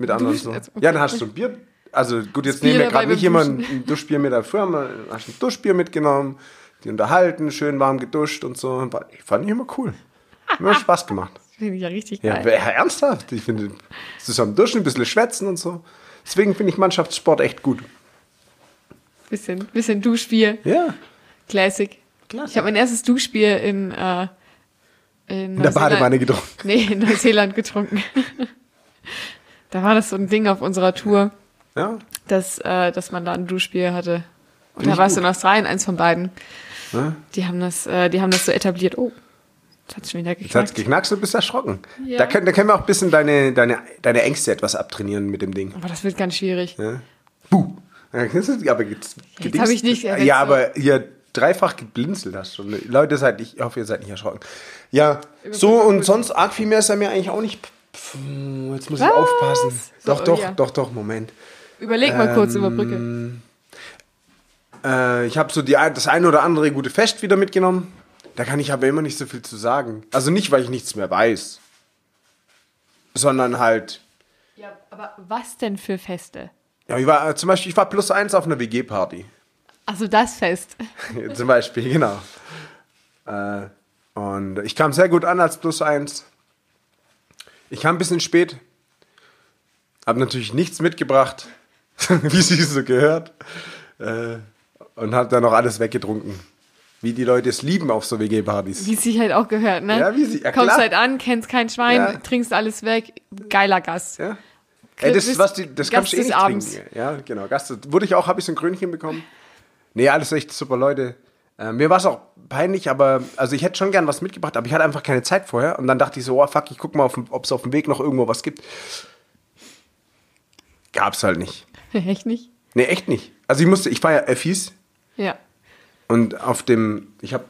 [SPEAKER 1] mit anderen
[SPEAKER 2] Duscht,
[SPEAKER 1] so.
[SPEAKER 2] also, okay.
[SPEAKER 1] Ja, dann hast du ein Bier. Also gut, jetzt
[SPEAKER 2] Bier
[SPEAKER 1] nehmen wir
[SPEAKER 2] dabei
[SPEAKER 1] gerade nicht
[SPEAKER 2] beim
[SPEAKER 1] jemand ein Duschbier mit, aber früher haben wir, hast du ein Duschbier mitgenommen, die unterhalten, schön warm geduscht und so. War- Fand ich immer cool. Hat Mir Spaß gemacht.
[SPEAKER 2] Finde ich ja richtig
[SPEAKER 1] Ja,
[SPEAKER 2] geil.
[SPEAKER 1] wer- ernsthaft. Ich finde, zusammen duschen, ein bisschen schwätzen und so. Deswegen finde ich Mannschaftssport echt gut.
[SPEAKER 2] bisschen, bisschen Duschbier.
[SPEAKER 1] Ja.
[SPEAKER 2] Classic.
[SPEAKER 1] Classic.
[SPEAKER 2] Ich habe mein erstes Duschbier in, äh, in,
[SPEAKER 1] In der Badewanne getrunken.
[SPEAKER 2] Nee, in Neuseeland getrunken. da war das so ein Ding auf unserer Tour,
[SPEAKER 1] Ja.
[SPEAKER 2] dass, äh, dass man da ein Duschbier hatte. Und
[SPEAKER 1] Finde
[SPEAKER 2] da
[SPEAKER 1] ich
[SPEAKER 2] warst du
[SPEAKER 1] gut.
[SPEAKER 2] in Australien, eins von beiden.
[SPEAKER 1] Ne?
[SPEAKER 2] Die haben das, äh, die haben das so etabliert. Oh, das hat schon wieder
[SPEAKER 1] Jetzt hat's
[SPEAKER 2] geknackt.
[SPEAKER 1] geknackst, du bist erschrocken.
[SPEAKER 2] Ja.
[SPEAKER 1] Da, können, da können wir auch ein bisschen deine, deine, deine Ängste etwas abtrainieren mit dem Ding.
[SPEAKER 2] Aber das wird ganz schwierig.
[SPEAKER 1] Ja. Buh. Ja, das ist- Aber jetzt, gedingst-
[SPEAKER 2] hab ich nicht ersetzt.
[SPEAKER 1] Ja, aber ihr dreifach geblinzelt hast schon. Leute, seid nicht, ich hoffe, ihr seid nicht erschrocken. Ja, so und sonst arg viel mehr ist er mir eigentlich auch nicht. Pff, jetzt muss ich
[SPEAKER 2] Was?
[SPEAKER 1] aufpassen.
[SPEAKER 2] So,
[SPEAKER 1] Doch, doch,
[SPEAKER 2] ja.
[SPEAKER 1] doch, doch, Moment.
[SPEAKER 2] Überleg mal kurz über
[SPEAKER 1] Ähm.
[SPEAKER 2] Brücke.
[SPEAKER 1] Äh, ich habe so die, ein- das ein oder andere gute Fest wieder mitgenommen. Da kann ich aber immer nicht so viel zu sagen. Also nicht, weil ich nichts mehr weiß, sondern halt.
[SPEAKER 2] Ja, aber was denn für Feste?
[SPEAKER 1] Ja, ich war äh, zum Beispiel, ich war plus eins auf einer WG-Party.
[SPEAKER 2] Also das Fest.
[SPEAKER 1] zum Beispiel, genau. Äh, und ich kam sehr gut an als plus eins. Ich kam ein bisschen spät. Habe natürlich nichts mitgebracht, wie sie so gehört. Äh, und habe dann noch alles weggetrunken. Wie die Leute es lieben auf so WG-Partys.
[SPEAKER 2] Wie es sich halt auch gehört, ne?
[SPEAKER 1] Ja, wie sie- ja,
[SPEAKER 2] Kommst
[SPEAKER 1] klar.
[SPEAKER 2] halt an, kennst kein Schwein,
[SPEAKER 1] Ja.
[SPEAKER 2] trinkst alles weg. Geiler Gast.
[SPEAKER 1] Ja. Ey, das ist was, die, das kannst
[SPEAKER 2] Gast
[SPEAKER 1] du eh
[SPEAKER 2] des
[SPEAKER 1] nicht
[SPEAKER 2] Abends.
[SPEAKER 1] trinken. Ja, genau. Gast, wurde ich auch, habe ich so ein Krönchen bekommen. Nee, alles echt super Leute. Äh, mir war es auch peinlich, aber also ich hätte schon gern was mitgebracht, aber ich hatte einfach keine Zeit vorher. Und dann dachte ich so, oh fuck, ich guck mal, ob es auf dem Weg noch irgendwo was gibt. Gab's halt nicht.
[SPEAKER 2] Echt nicht?
[SPEAKER 1] Nee, echt nicht. Also ich musste, ich war ja Effis
[SPEAKER 2] Ja.
[SPEAKER 1] und auf dem, ich habe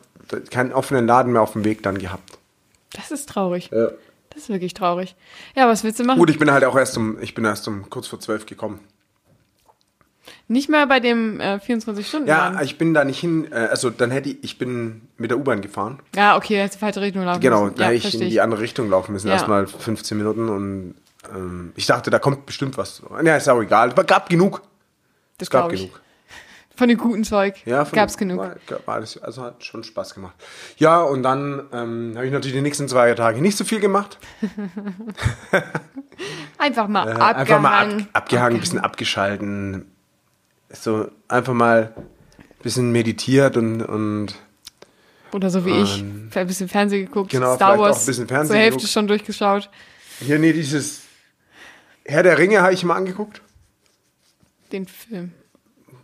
[SPEAKER 1] keinen offenen Laden mehr auf dem Weg dann gehabt.
[SPEAKER 2] Das ist traurig.
[SPEAKER 1] Ja.
[SPEAKER 2] Das ist wirklich traurig. Ja, was willst du machen?
[SPEAKER 1] Gut, ich bin halt auch erst um, ich bin erst um kurz vor zwölf gekommen.
[SPEAKER 2] Nicht mehr bei dem äh, 24 stunden
[SPEAKER 1] Ja, ich bin da nicht hin. äh, Also dann hätte ich, ich bin mit der U-Bahn gefahren.
[SPEAKER 2] ja, okay, jetzt falsche Richtung laufen.
[SPEAKER 1] Genau,
[SPEAKER 2] müssen.
[SPEAKER 1] da
[SPEAKER 2] ja,
[SPEAKER 1] hätte ich
[SPEAKER 2] verstehe
[SPEAKER 1] in die andere Richtung laufen müssen.
[SPEAKER 2] Ja.
[SPEAKER 1] Erstmal 15 Minuten und ähm, ich dachte, da kommt bestimmt was. Ja, ist auch egal. Es gab genug.
[SPEAKER 2] Das
[SPEAKER 1] Es gab
[SPEAKER 2] glaube ich.
[SPEAKER 1] genug.
[SPEAKER 2] Von dem guten Zeug
[SPEAKER 1] Ja, von-
[SPEAKER 2] gab's genug.
[SPEAKER 1] War, war alles, also hat schon Spaß gemacht. Ja, und dann ähm, habe ich natürlich die nächsten zwei Tage nicht so viel gemacht.
[SPEAKER 2] Einfach mal
[SPEAKER 1] Äh,
[SPEAKER 2] abgehangen.
[SPEAKER 1] Einfach mal ab, abgehangen, ein bisschen abgeschalten. So einfach mal ein bisschen meditiert und, und
[SPEAKER 2] Oder so wie ich. Ein bisschen Fernsehen geguckt.
[SPEAKER 1] Genau,
[SPEAKER 2] Star
[SPEAKER 1] vielleicht auch
[SPEAKER 2] Wars.
[SPEAKER 1] ein bisschen Fernsehen
[SPEAKER 2] zur Hälfte
[SPEAKER 1] geguckt.
[SPEAKER 2] schon durchgeschaut.
[SPEAKER 1] hier, nee, dieses Herr der Ringe habe ich mal angeguckt.
[SPEAKER 2] Den Film.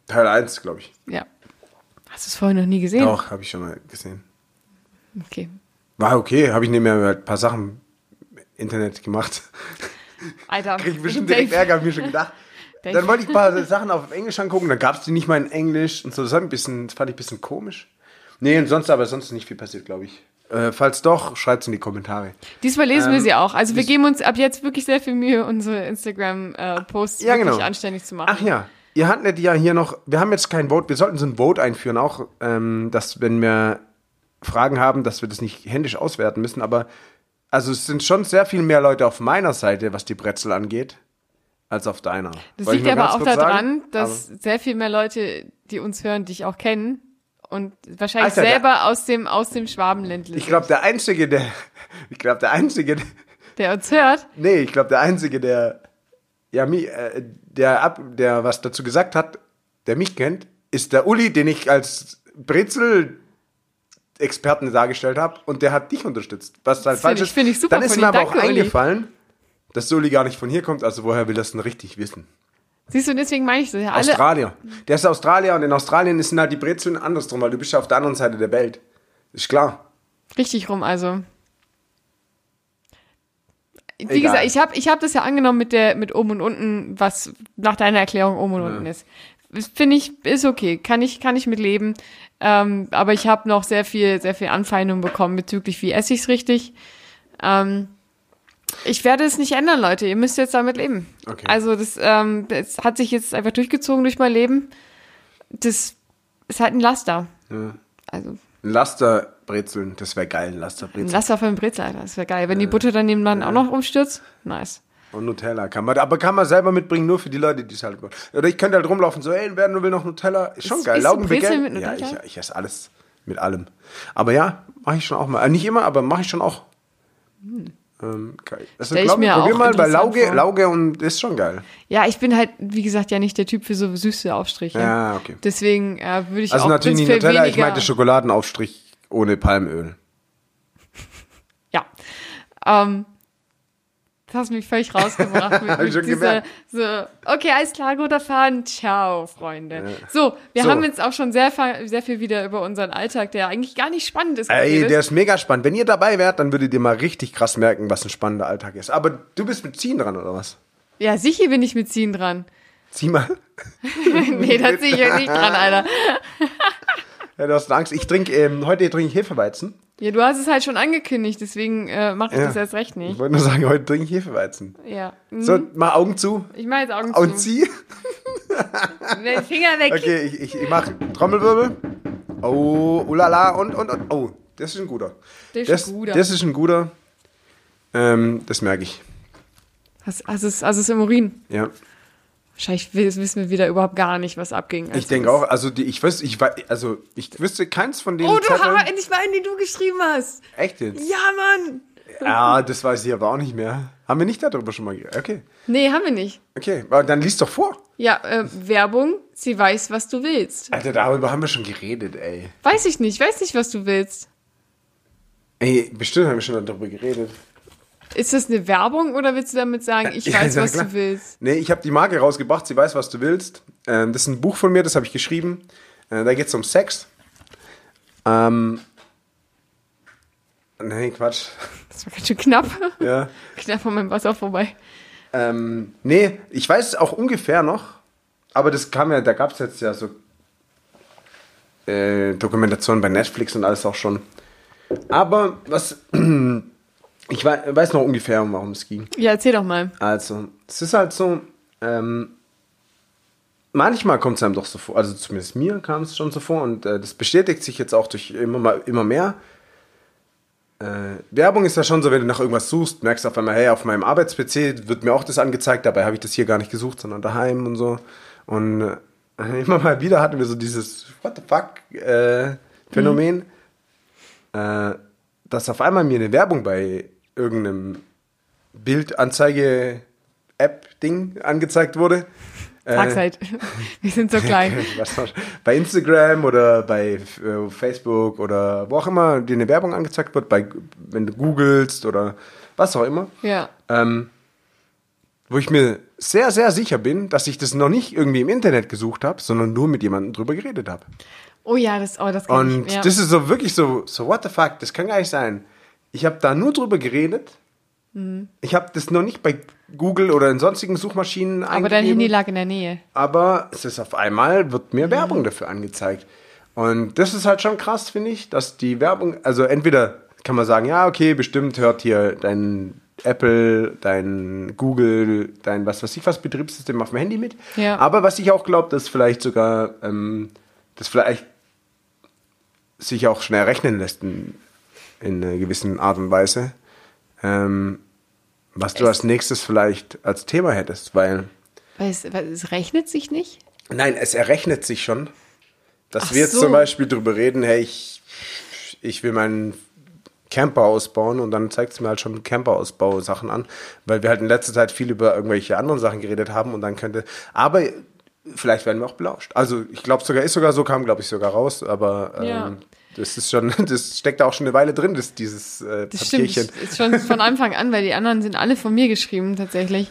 [SPEAKER 1] Teil 1, glaube ich.
[SPEAKER 2] Ja. Hast du es vorher noch nie gesehen?
[SPEAKER 1] Doch, habe ich schon mal gesehen.
[SPEAKER 2] Okay.
[SPEAKER 1] War okay, habe ich nebenher halt ein paar Sachen im Internet gemacht.
[SPEAKER 2] Alter.
[SPEAKER 1] Krieg ich bestimmt
[SPEAKER 2] Dave,
[SPEAKER 1] direkt Ärger, hab ich mir schon gedacht.
[SPEAKER 2] Dave.
[SPEAKER 1] Dann wollte ich ein paar Sachen auf Englisch angucken, dann gab es die nicht mal in Englisch und so. Das, hat ein bisschen, das fand ich ein bisschen komisch. Nee, und sonst aber sonst ist nicht viel passiert, glaube ich. Äh, falls doch, schreibt's in die Kommentare.
[SPEAKER 2] Diesmal lesen wir
[SPEAKER 1] Ähm,
[SPEAKER 2] sie auch. Also wir geben uns ab jetzt wirklich sehr viel Mühe, unsere Instagram-Posts
[SPEAKER 1] Ja,
[SPEAKER 2] wirklich
[SPEAKER 1] genau.
[SPEAKER 2] anständig zu machen.
[SPEAKER 1] Ach ja, ihr hattet ja hier noch, wir haben jetzt kein Vote, wir sollten so ein Vote einführen, auch ähm, dass wenn wir Fragen haben, dass wir das nicht händisch auswerten müssen, aber also es sind schon sehr viel mehr Leute auf meiner Seite, was die Brezel angeht, als auf deiner.
[SPEAKER 2] Das
[SPEAKER 1] Wollte ich
[SPEAKER 2] liegt
[SPEAKER 1] nur
[SPEAKER 2] aber
[SPEAKER 1] ganz
[SPEAKER 2] auch
[SPEAKER 1] kurz
[SPEAKER 2] daran,
[SPEAKER 1] sagen,
[SPEAKER 2] dass sehr viel mehr Leute, die uns hören, dich auch kennen und wahrscheinlich
[SPEAKER 1] Alter, der-
[SPEAKER 2] selber aus dem, aus dem Schwabenländle,
[SPEAKER 1] aber Ich glaube, der Einzige, der, ich glaube, der Einzige,
[SPEAKER 2] der uns hört.
[SPEAKER 1] nee, ich glaube, der Einzige, der, ja, mi- äh, der, ab, der was dazu gesagt hat, der mich kennt, ist der Uli, den ich als Brezel Experten dargestellt habe und der hat dich unterstützt. Was halt
[SPEAKER 2] Das find
[SPEAKER 1] falsch
[SPEAKER 2] ich-
[SPEAKER 1] ist.
[SPEAKER 2] find ich super
[SPEAKER 1] Dann ist
[SPEAKER 2] von
[SPEAKER 1] mir
[SPEAKER 2] ihm.
[SPEAKER 1] aber
[SPEAKER 2] Danke,
[SPEAKER 1] auch
[SPEAKER 2] Uli.
[SPEAKER 1] eingefallen, dass Sully gar nicht von hier kommt, also woher will das denn richtig wissen?
[SPEAKER 2] Siehst du, deswegen meine ich das ja. Alle,
[SPEAKER 1] Australier. Der ist Australier und in Australien sind halt die Brezeln andersrum, weil du bist ja auf der anderen Seite der Welt. Ist klar.
[SPEAKER 2] Richtig rum, also. Wie
[SPEAKER 1] Egal.
[SPEAKER 2] gesagt, ich habe ich hab das ja angenommen mit der mit oben und unten, was nach deiner Erklärung oben und unten ist. Das Finde ich, ist okay. Kann ich, kann ich mit leben. Ähm, aber ich habe noch sehr viel, sehr viel Anfeindung bekommen bezüglich, wie esse ich's richtig. Ähm, ich werde es nicht ändern, Leute. Ihr müsst jetzt damit leben.
[SPEAKER 1] Okay.
[SPEAKER 2] Also das, ähm, das hat sich jetzt einfach durchgezogen durch mein Leben. Das ist halt ein Laster. Also
[SPEAKER 1] Ein Lasterbrezeln, das wäre geil, ein Lasterbrezeln.
[SPEAKER 2] ein Laster für ein Brezel, Alter. Das wäre geil.
[SPEAKER 1] Äh,
[SPEAKER 2] Wenn die Butter dann nebenan auch noch umstürzt, nice.
[SPEAKER 1] Und Nutella kann man, aber kann man selber mitbringen, nur für die Leute, die es halt wollen. Oder ich könnte halt rumlaufen, so, ey, wer nur will noch Nutella? Ist schon
[SPEAKER 2] Isst-
[SPEAKER 1] geil.
[SPEAKER 2] isst du
[SPEAKER 1] Laugenbegell-
[SPEAKER 2] Brezel mit
[SPEAKER 1] Ja, ich,
[SPEAKER 2] Nutella?
[SPEAKER 1] ich esse alles mit allem. Aber ja, mache ich schon auch mal. Äh, Nicht immer, aber mache ich schon auch. Ähm, geil. Also,
[SPEAKER 2] Hm. Stell ich
[SPEAKER 1] glaub,
[SPEAKER 2] mir
[SPEAKER 1] probier
[SPEAKER 2] auch
[SPEAKER 1] mal, weil
[SPEAKER 2] interessant
[SPEAKER 1] Lauge,
[SPEAKER 2] vor.
[SPEAKER 1] Lauge und ist schon geil.
[SPEAKER 2] Ja, ich bin halt, wie gesagt, ja nicht der Typ für so süße Aufstriche.
[SPEAKER 1] Ja, okay.
[SPEAKER 2] Deswegen äh, würde ich
[SPEAKER 1] Also
[SPEAKER 2] auch
[SPEAKER 1] natürlich nicht
[SPEAKER 2] prinzipiell
[SPEAKER 1] Nutella, ich
[SPEAKER 2] weniger-
[SPEAKER 1] meinte Schokoladenaufstrich ohne Palmöl.
[SPEAKER 2] Ja. Ähm, das hast mich völlig rausgebracht. Mit,
[SPEAKER 1] ich
[SPEAKER 2] mit
[SPEAKER 1] schon
[SPEAKER 2] dieser,
[SPEAKER 1] gemerkt.
[SPEAKER 2] so, okay, alles klar, guter Fahren. Ciao, Freunde. So, wir
[SPEAKER 1] So.
[SPEAKER 2] haben jetzt auch schon sehr, fa- sehr viel wieder über unseren Alltag, der eigentlich gar nicht spannend ist.
[SPEAKER 1] Ey,
[SPEAKER 2] geredet.
[SPEAKER 1] der ist mega spannend. Wenn ihr dabei wärt, dann würdet ihr mal richtig krass merken, was ein spannender Alltag ist. Aber du bist mit Ziehen dran, oder was?
[SPEAKER 2] ja, sicher bin ich mit Ziehen dran.
[SPEAKER 1] Zieh mal.
[SPEAKER 2] nee, da ziehe ich euch nicht dran, Alter.
[SPEAKER 1] Ja, du hast Angst. Ich trinke, ähm, heute trinke ich Hefeweizen.
[SPEAKER 2] Ja, du hast es halt schon angekündigt, deswegen äh, mache ich
[SPEAKER 1] Ja.
[SPEAKER 2] das erst recht
[SPEAKER 1] Ich
[SPEAKER 2] nicht.
[SPEAKER 1] wollte nur sagen, heute trinke ich Hefeweizen.
[SPEAKER 2] Ja. Mhm.
[SPEAKER 1] So, mach Augen zu
[SPEAKER 2] Ich mache jetzt Augen zu.
[SPEAKER 1] und zieh.
[SPEAKER 2] Nee, Finger weg.
[SPEAKER 1] Okay, ich, ich, ich mach Trommelwirbel. Oh, ulala und, und, und. Oh, das ist ein guter.
[SPEAKER 2] Der ist
[SPEAKER 1] das,
[SPEAKER 2] ein guter.
[SPEAKER 1] Das ist ein guter. Ähm, das merke ich.
[SPEAKER 2] Hast, hast, es, hast es im Urin?
[SPEAKER 1] Ja.
[SPEAKER 2] Wahrscheinlich wi- wissen wir wieder überhaupt gar nicht, was abging. als
[SPEAKER 1] Ich denke
[SPEAKER 2] wir
[SPEAKER 1] auch, also die, ich wüsste, ich wei- also ich wüsste keins von
[SPEAKER 2] das-
[SPEAKER 1] denen.
[SPEAKER 2] Oh, du hast endlich mal einen, den du geschrieben hast.
[SPEAKER 1] Echt jetzt?
[SPEAKER 2] Ja, Mann.
[SPEAKER 1] Ja, das weiß ich aber auch nicht mehr. Haben wir nicht darüber schon mal geredet? Okay.
[SPEAKER 2] Nee, haben wir nicht.
[SPEAKER 1] Okay, aber dann liest doch vor.
[SPEAKER 2] Ja, äh, Werbung, sie weiß, was du willst.
[SPEAKER 1] Alter, darüber haben wir schon geredet, ey.
[SPEAKER 2] Weiß ich nicht, weiß nicht, was du willst.
[SPEAKER 1] Ey, bestimmt haben wir schon darüber geredet.
[SPEAKER 2] Ist das eine Werbung oder willst du damit sagen, ich
[SPEAKER 1] Ja,
[SPEAKER 2] weiß,
[SPEAKER 1] na
[SPEAKER 2] was
[SPEAKER 1] klar.
[SPEAKER 2] du willst?
[SPEAKER 1] Nee, ich habe die Marke rausgebracht, sie weiß, was du willst. Ähm, das ist ein Buch von mir, das habe ich geschrieben. Äh, da geht es um Sex. Ähm. Nee, Quatsch.
[SPEAKER 2] Das war ganz schön knapp.
[SPEAKER 1] Ja.
[SPEAKER 2] knapp an meinem Wasser vorbei.
[SPEAKER 1] Ähm, nee, ich weiß es auch ungefähr noch, aber das kam ja, da gab es jetzt ja so äh, Dokumentationen bei Netflix und alles auch schon. Aber was, ich wei- weiß noch ungefähr, um warum es ging.
[SPEAKER 2] Ja, erzähl doch mal.
[SPEAKER 1] Also, es ist halt so, ähm, manchmal kommt es einem doch so vor, also zumindest mir kam es schon so vor und äh, das bestätigt sich jetzt auch durch immer, mal, immer mehr. Äh, Werbung ist ja schon so, wenn du nach irgendwas suchst, merkst auf einmal, hey, auf meinem Arbeits-PC wird mir auch das angezeigt, dabei habe ich das hier gar nicht gesucht, sondern daheim und so. Und äh, immer mal wieder hatten wir so dieses What the fuck äh, Phänomen, äh, dass auf einmal mir eine Werbung bei irgendeinem Bildanzeige-App-Ding angezeigt wurde. Äh.
[SPEAKER 2] Sag's halt. Wir sind so klein.
[SPEAKER 1] Was noch? bei Instagram oder bei äh, Facebook oder wo auch immer dir eine Werbung angezeigt wird, bei, wenn du googelst oder was auch immer,
[SPEAKER 2] ja.
[SPEAKER 1] ähm, wo ich mir sehr, sehr sicher bin, dass ich das noch nicht irgendwie im Internet gesucht habe, sondern nur mit jemandem drüber geredet habe.
[SPEAKER 2] Oh ja, das, oh, das kann
[SPEAKER 1] Und
[SPEAKER 2] ich. Ja.
[SPEAKER 1] das ist so wirklich so, so what the fuck, das kann gar nicht sein. Ich habe da nur drüber geredet.
[SPEAKER 2] Mhm.
[SPEAKER 1] Ich habe das noch nicht bei Google oder in sonstigen Suchmaschinen
[SPEAKER 2] Aber dein Handy lag in der Nähe.
[SPEAKER 1] aber es ist auf einmal, wird mir Werbung dafür angezeigt. Und das ist halt schon krass, finde ich, dass die Werbung, also entweder kann man sagen, ja, okay, bestimmt hört hier dein Apple, dein Google, dein was weiß ich was Betriebssystem auf dem Handy mit.
[SPEAKER 2] Ja.
[SPEAKER 1] Aber was ich auch glaube, dass vielleicht sogar, ähm, das vielleicht sich auch schnell rechnen lässt in, in einer gewissen Art und Weise, ähm, was du als nächstes vielleicht als Thema hättest, weil
[SPEAKER 2] Weil es, weil es rechnet sich nicht?
[SPEAKER 1] Nein, es errechnet sich schon. Dass
[SPEAKER 2] Ach
[SPEAKER 1] wir jetzt
[SPEAKER 2] so.
[SPEAKER 1] zum Beispiel drüber reden, hey, ich, ich will meinen Camper ausbauen und dann zeigt es mir halt schon Camper-Ausbau-Sachen an, weil wir halt in letzter Zeit viel über irgendwelche anderen Sachen geredet haben und dann könnte. Aber vielleicht werden wir auch belauscht. Also ich glaube sogar, ist sogar so, kam glaube ich sogar raus, aber ähm, Das ist schon, das steckt da auch schon eine Weile drin, das, dieses äh,
[SPEAKER 2] Das stimmt,
[SPEAKER 1] Papierchen.
[SPEAKER 2] ist ist schon von Anfang an, weil die anderen sind alle von mir geschrieben tatsächlich.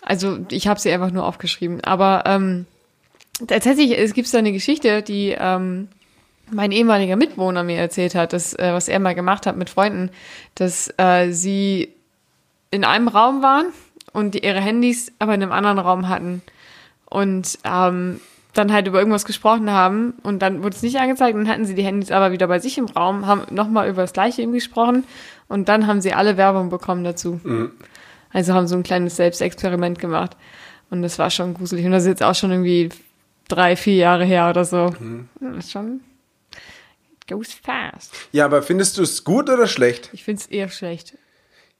[SPEAKER 2] Also ich habe sie einfach nur aufgeschrieben. Aber ähm, tatsächlich, es gibt da eine Geschichte, die ähm, mein ehemaliger Mitwohner mir erzählt hat, dass, äh, was er mal gemacht hat mit Freunden, dass äh, sie in einem Raum waren und die ihre Handys aber in einem anderen Raum hatten und ähm, dann halt über irgendwas gesprochen haben und dann wurde es nicht angezeigt, dann hatten sie die Handys aber wieder bei sich im Raum, haben nochmal über das gleiche eben gesprochen und dann haben sie alle Werbung bekommen dazu. Also haben so ein kleines Selbstexperiment gemacht und das war schon gruselig und das ist jetzt auch schon irgendwie drei, vier Jahre her oder so. Das ist schon goes fast.
[SPEAKER 1] Ja, aber findest du es gut oder schlecht?
[SPEAKER 2] Ich find's eher schlecht.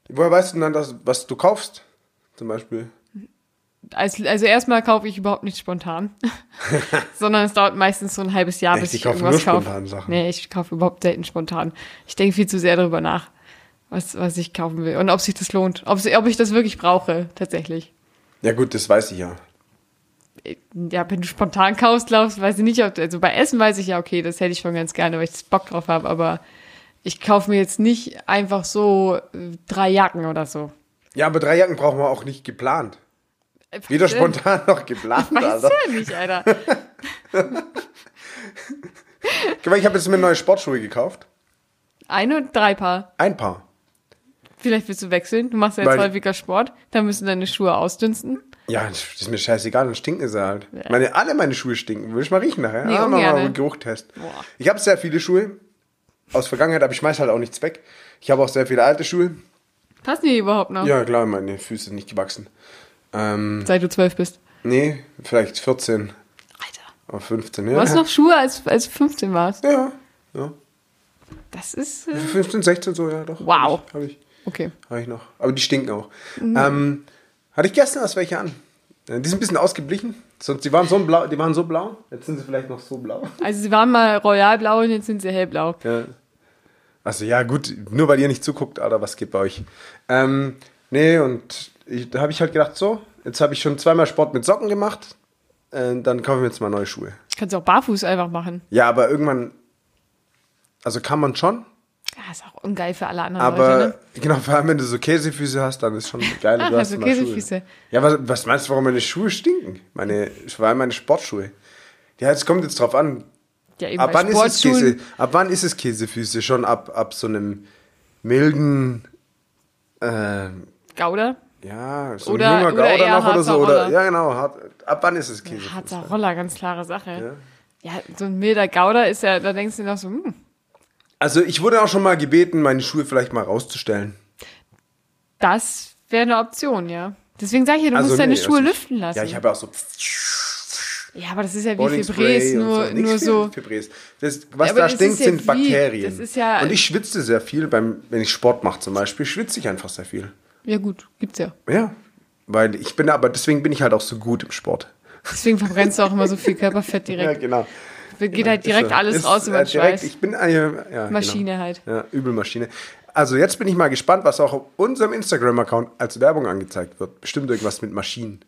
[SPEAKER 1] Woher weißt du denn dann, dass, was du kaufst? Zum Beispiel.
[SPEAKER 2] Also, also erstmal kaufe ich überhaupt nicht spontan, sondern es dauert meistens so ein halbes Jahr,
[SPEAKER 1] Echt,
[SPEAKER 2] bis
[SPEAKER 1] die
[SPEAKER 2] ich
[SPEAKER 1] kaufen
[SPEAKER 2] irgendwas
[SPEAKER 1] nur
[SPEAKER 2] kaufe.
[SPEAKER 1] spontan Sachen?
[SPEAKER 2] Nee, ich kaufe überhaupt selten spontan. Ich denke viel zu sehr darüber nach, was, was ich kaufen will und ob sich das lohnt, ob, ob ich das wirklich brauche, tatsächlich.
[SPEAKER 1] Ja gut, das weiß ich ja.
[SPEAKER 2] Ja, wenn du spontan kaufst, glaubst, weiß ich nicht, ob, also bei Essen weiß ich ja, okay, das hätte ich schon ganz gerne, weil ich Bock drauf habe, aber ich kaufe mir jetzt nicht einfach so äh, drei Jacken oder so.
[SPEAKER 1] Ja, aber drei Jacken brauchen wir auch nicht geplant. Weder spontan noch geplant,
[SPEAKER 2] Äh, Weißt du
[SPEAKER 1] Alter.
[SPEAKER 2] ja nicht, Alter.
[SPEAKER 1] Guck mal, Ich habe jetzt mir neue Sportschuhe gekauft.
[SPEAKER 2] Ein und drei Paar.
[SPEAKER 1] Ein paar.
[SPEAKER 2] Vielleicht willst du wechseln. Du machst ja jetzt
[SPEAKER 1] Weil-
[SPEAKER 2] häufiger Sport. Dann müssen deine Schuhe ausdünsten.
[SPEAKER 1] Ja, das ist mir scheißegal, dann stinken sie halt. Meine, alle meine Schuhe stinken. Will ich mal riechen nachher?
[SPEAKER 2] Nee,
[SPEAKER 1] ah, machen wir mal
[SPEAKER 2] ungerne.
[SPEAKER 1] einen Geruchtest.
[SPEAKER 2] Boah.
[SPEAKER 1] Ich habe sehr viele Schuhe aus Vergangenheit, aber ich schmeiß halt auch nichts weg. Ich habe auch sehr viele alte Schuhe.
[SPEAKER 2] Passen die überhaupt noch?
[SPEAKER 1] Ja, klar, meine Füße sind nicht gewachsen. Ähm,
[SPEAKER 2] Seit du zwölf bist.
[SPEAKER 1] nee, vielleicht 14
[SPEAKER 2] Alter.
[SPEAKER 1] oder 15, ja.
[SPEAKER 2] Du hast noch Schuhe, als, als du 15 warst.
[SPEAKER 1] Ja, ja.
[SPEAKER 2] Das ist. Äh,
[SPEAKER 1] 15, 16 so, ja, doch.
[SPEAKER 2] Wow.
[SPEAKER 1] Hab ich, hab ich.
[SPEAKER 2] okay.
[SPEAKER 1] Habe ich noch. Aber die stinken auch. Ähm, hatte ich gestern erst welche an. Äh, Die sind ein bisschen ausgeblichen. Sonst, die, waren so blau, die waren so blau. Jetzt sind sie vielleicht noch so blau.
[SPEAKER 2] Also sie waren mal royalblau und jetzt sind sie hellblau.
[SPEAKER 1] Ja. Also ja, gut, nur weil ihr nicht zuguckt, Alter, was geht bei euch? Ähm, nee, und ich, da habe ich halt gedacht, so, jetzt habe ich schon zweimal Sport mit Socken gemacht. Äh, dann kaufen wir jetzt mal neue Schuhe.
[SPEAKER 2] Kannst du auch barfuß einfach machen.
[SPEAKER 1] Ja, aber irgendwann, also kann man schon,
[SPEAKER 2] Ja, ist auch ungeil für alle anderen
[SPEAKER 1] Aber
[SPEAKER 2] Leute, ne?
[SPEAKER 1] genau, vor allem wenn du so Käsefüße hast, dann ist schon geil.
[SPEAKER 2] Ah,
[SPEAKER 1] du hast
[SPEAKER 2] also
[SPEAKER 1] immer
[SPEAKER 2] Käsefüße.
[SPEAKER 1] Schuhe. Ja, was, was meinst du, warum meine Schuhe stinken? Meine, vor allem meine Sportschuhe. Ja, es kommt jetzt drauf an.
[SPEAKER 2] Ja, eben
[SPEAKER 1] Ab
[SPEAKER 2] bei
[SPEAKER 1] wann, ist es
[SPEAKER 2] Sportschuhen.
[SPEAKER 1] Käse, ab wann ist es Käsefüße? Schon ab, ab so einem milden, äh,
[SPEAKER 2] Gauder.
[SPEAKER 1] ja, so
[SPEAKER 2] Oder-
[SPEAKER 1] ein junger
[SPEAKER 2] oder
[SPEAKER 1] Gauder
[SPEAKER 2] eher
[SPEAKER 1] noch oder so.
[SPEAKER 2] harzer
[SPEAKER 1] Oder,
[SPEAKER 2] Roller.
[SPEAKER 1] ja, genau. Hart, ab wann ist es Käsefüße?
[SPEAKER 2] Harzer Roller, ganz klare Sache. Ja. so ein milder Gauder ist ja, da denkst du dir noch so, hm,
[SPEAKER 1] Also ich wurde auch schon mal gebeten, meine Schuhe vielleicht mal rauszustellen.
[SPEAKER 2] das wäre eine Option, ja. Deswegen sage ich ja, du
[SPEAKER 1] also,
[SPEAKER 2] musst deine
[SPEAKER 1] nee,
[SPEAKER 2] Schuhe
[SPEAKER 1] also ich-
[SPEAKER 2] lüften lassen.
[SPEAKER 1] Ja, ich habe ja auch so...
[SPEAKER 2] Ja, aber das ist ja wie
[SPEAKER 1] Bowling
[SPEAKER 2] Febrés,
[SPEAKER 1] Spray und
[SPEAKER 2] nur,
[SPEAKER 1] so. Nix
[SPEAKER 2] nur
[SPEAKER 1] für-
[SPEAKER 2] so.
[SPEAKER 1] für Brees. Das, was
[SPEAKER 2] aber
[SPEAKER 1] da
[SPEAKER 2] das
[SPEAKER 1] stinkt,
[SPEAKER 2] ist ja
[SPEAKER 1] sind
[SPEAKER 2] wie-
[SPEAKER 1] Bakterien.
[SPEAKER 2] das ist ja-
[SPEAKER 1] und ich schwitze sehr viel, beim, wenn ich Sport mache zum Beispiel, schwitze ich einfach sehr viel.
[SPEAKER 2] Ja, gut, gibt's ja.
[SPEAKER 1] Ja, weil ich bin aber, deswegen bin ich halt auch so gut im Sport.
[SPEAKER 2] Deswegen verbrennst du auch immer so viel Körperfett direkt.
[SPEAKER 1] genau.
[SPEAKER 2] Geht halt direkt
[SPEAKER 1] Ist so.
[SPEAKER 2] alles
[SPEAKER 1] Ist,
[SPEAKER 2] raus über
[SPEAKER 1] äh,
[SPEAKER 2] den
[SPEAKER 1] direkt,
[SPEAKER 2] Schweiß.
[SPEAKER 1] Ich bin eine ja,
[SPEAKER 2] Maschine
[SPEAKER 1] genau.
[SPEAKER 2] halt.
[SPEAKER 1] Ja, Übelmaschine. Also jetzt bin ich mal gespannt, was auch auf unserem Instagram-Account als Werbung angezeigt wird. Bestimmt irgendwas mit Maschinen.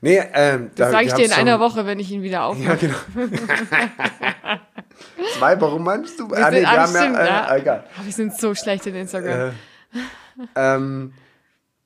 [SPEAKER 1] Nee, ähm,
[SPEAKER 2] Das sage ich dir in einer
[SPEAKER 1] Woche.
[SPEAKER 2] Woche, wenn ich ihn wieder aufmache.
[SPEAKER 1] Ja, genau. Zwei, warum meinst du? Ah,
[SPEAKER 2] Wir
[SPEAKER 1] nee, wir
[SPEAKER 2] sind- ah,
[SPEAKER 1] haben
[SPEAKER 2] stimmt,
[SPEAKER 1] ja,
[SPEAKER 2] ja.
[SPEAKER 1] äh, egal.
[SPEAKER 2] Aber wir sind so schlecht in Instagram.
[SPEAKER 1] Ähm,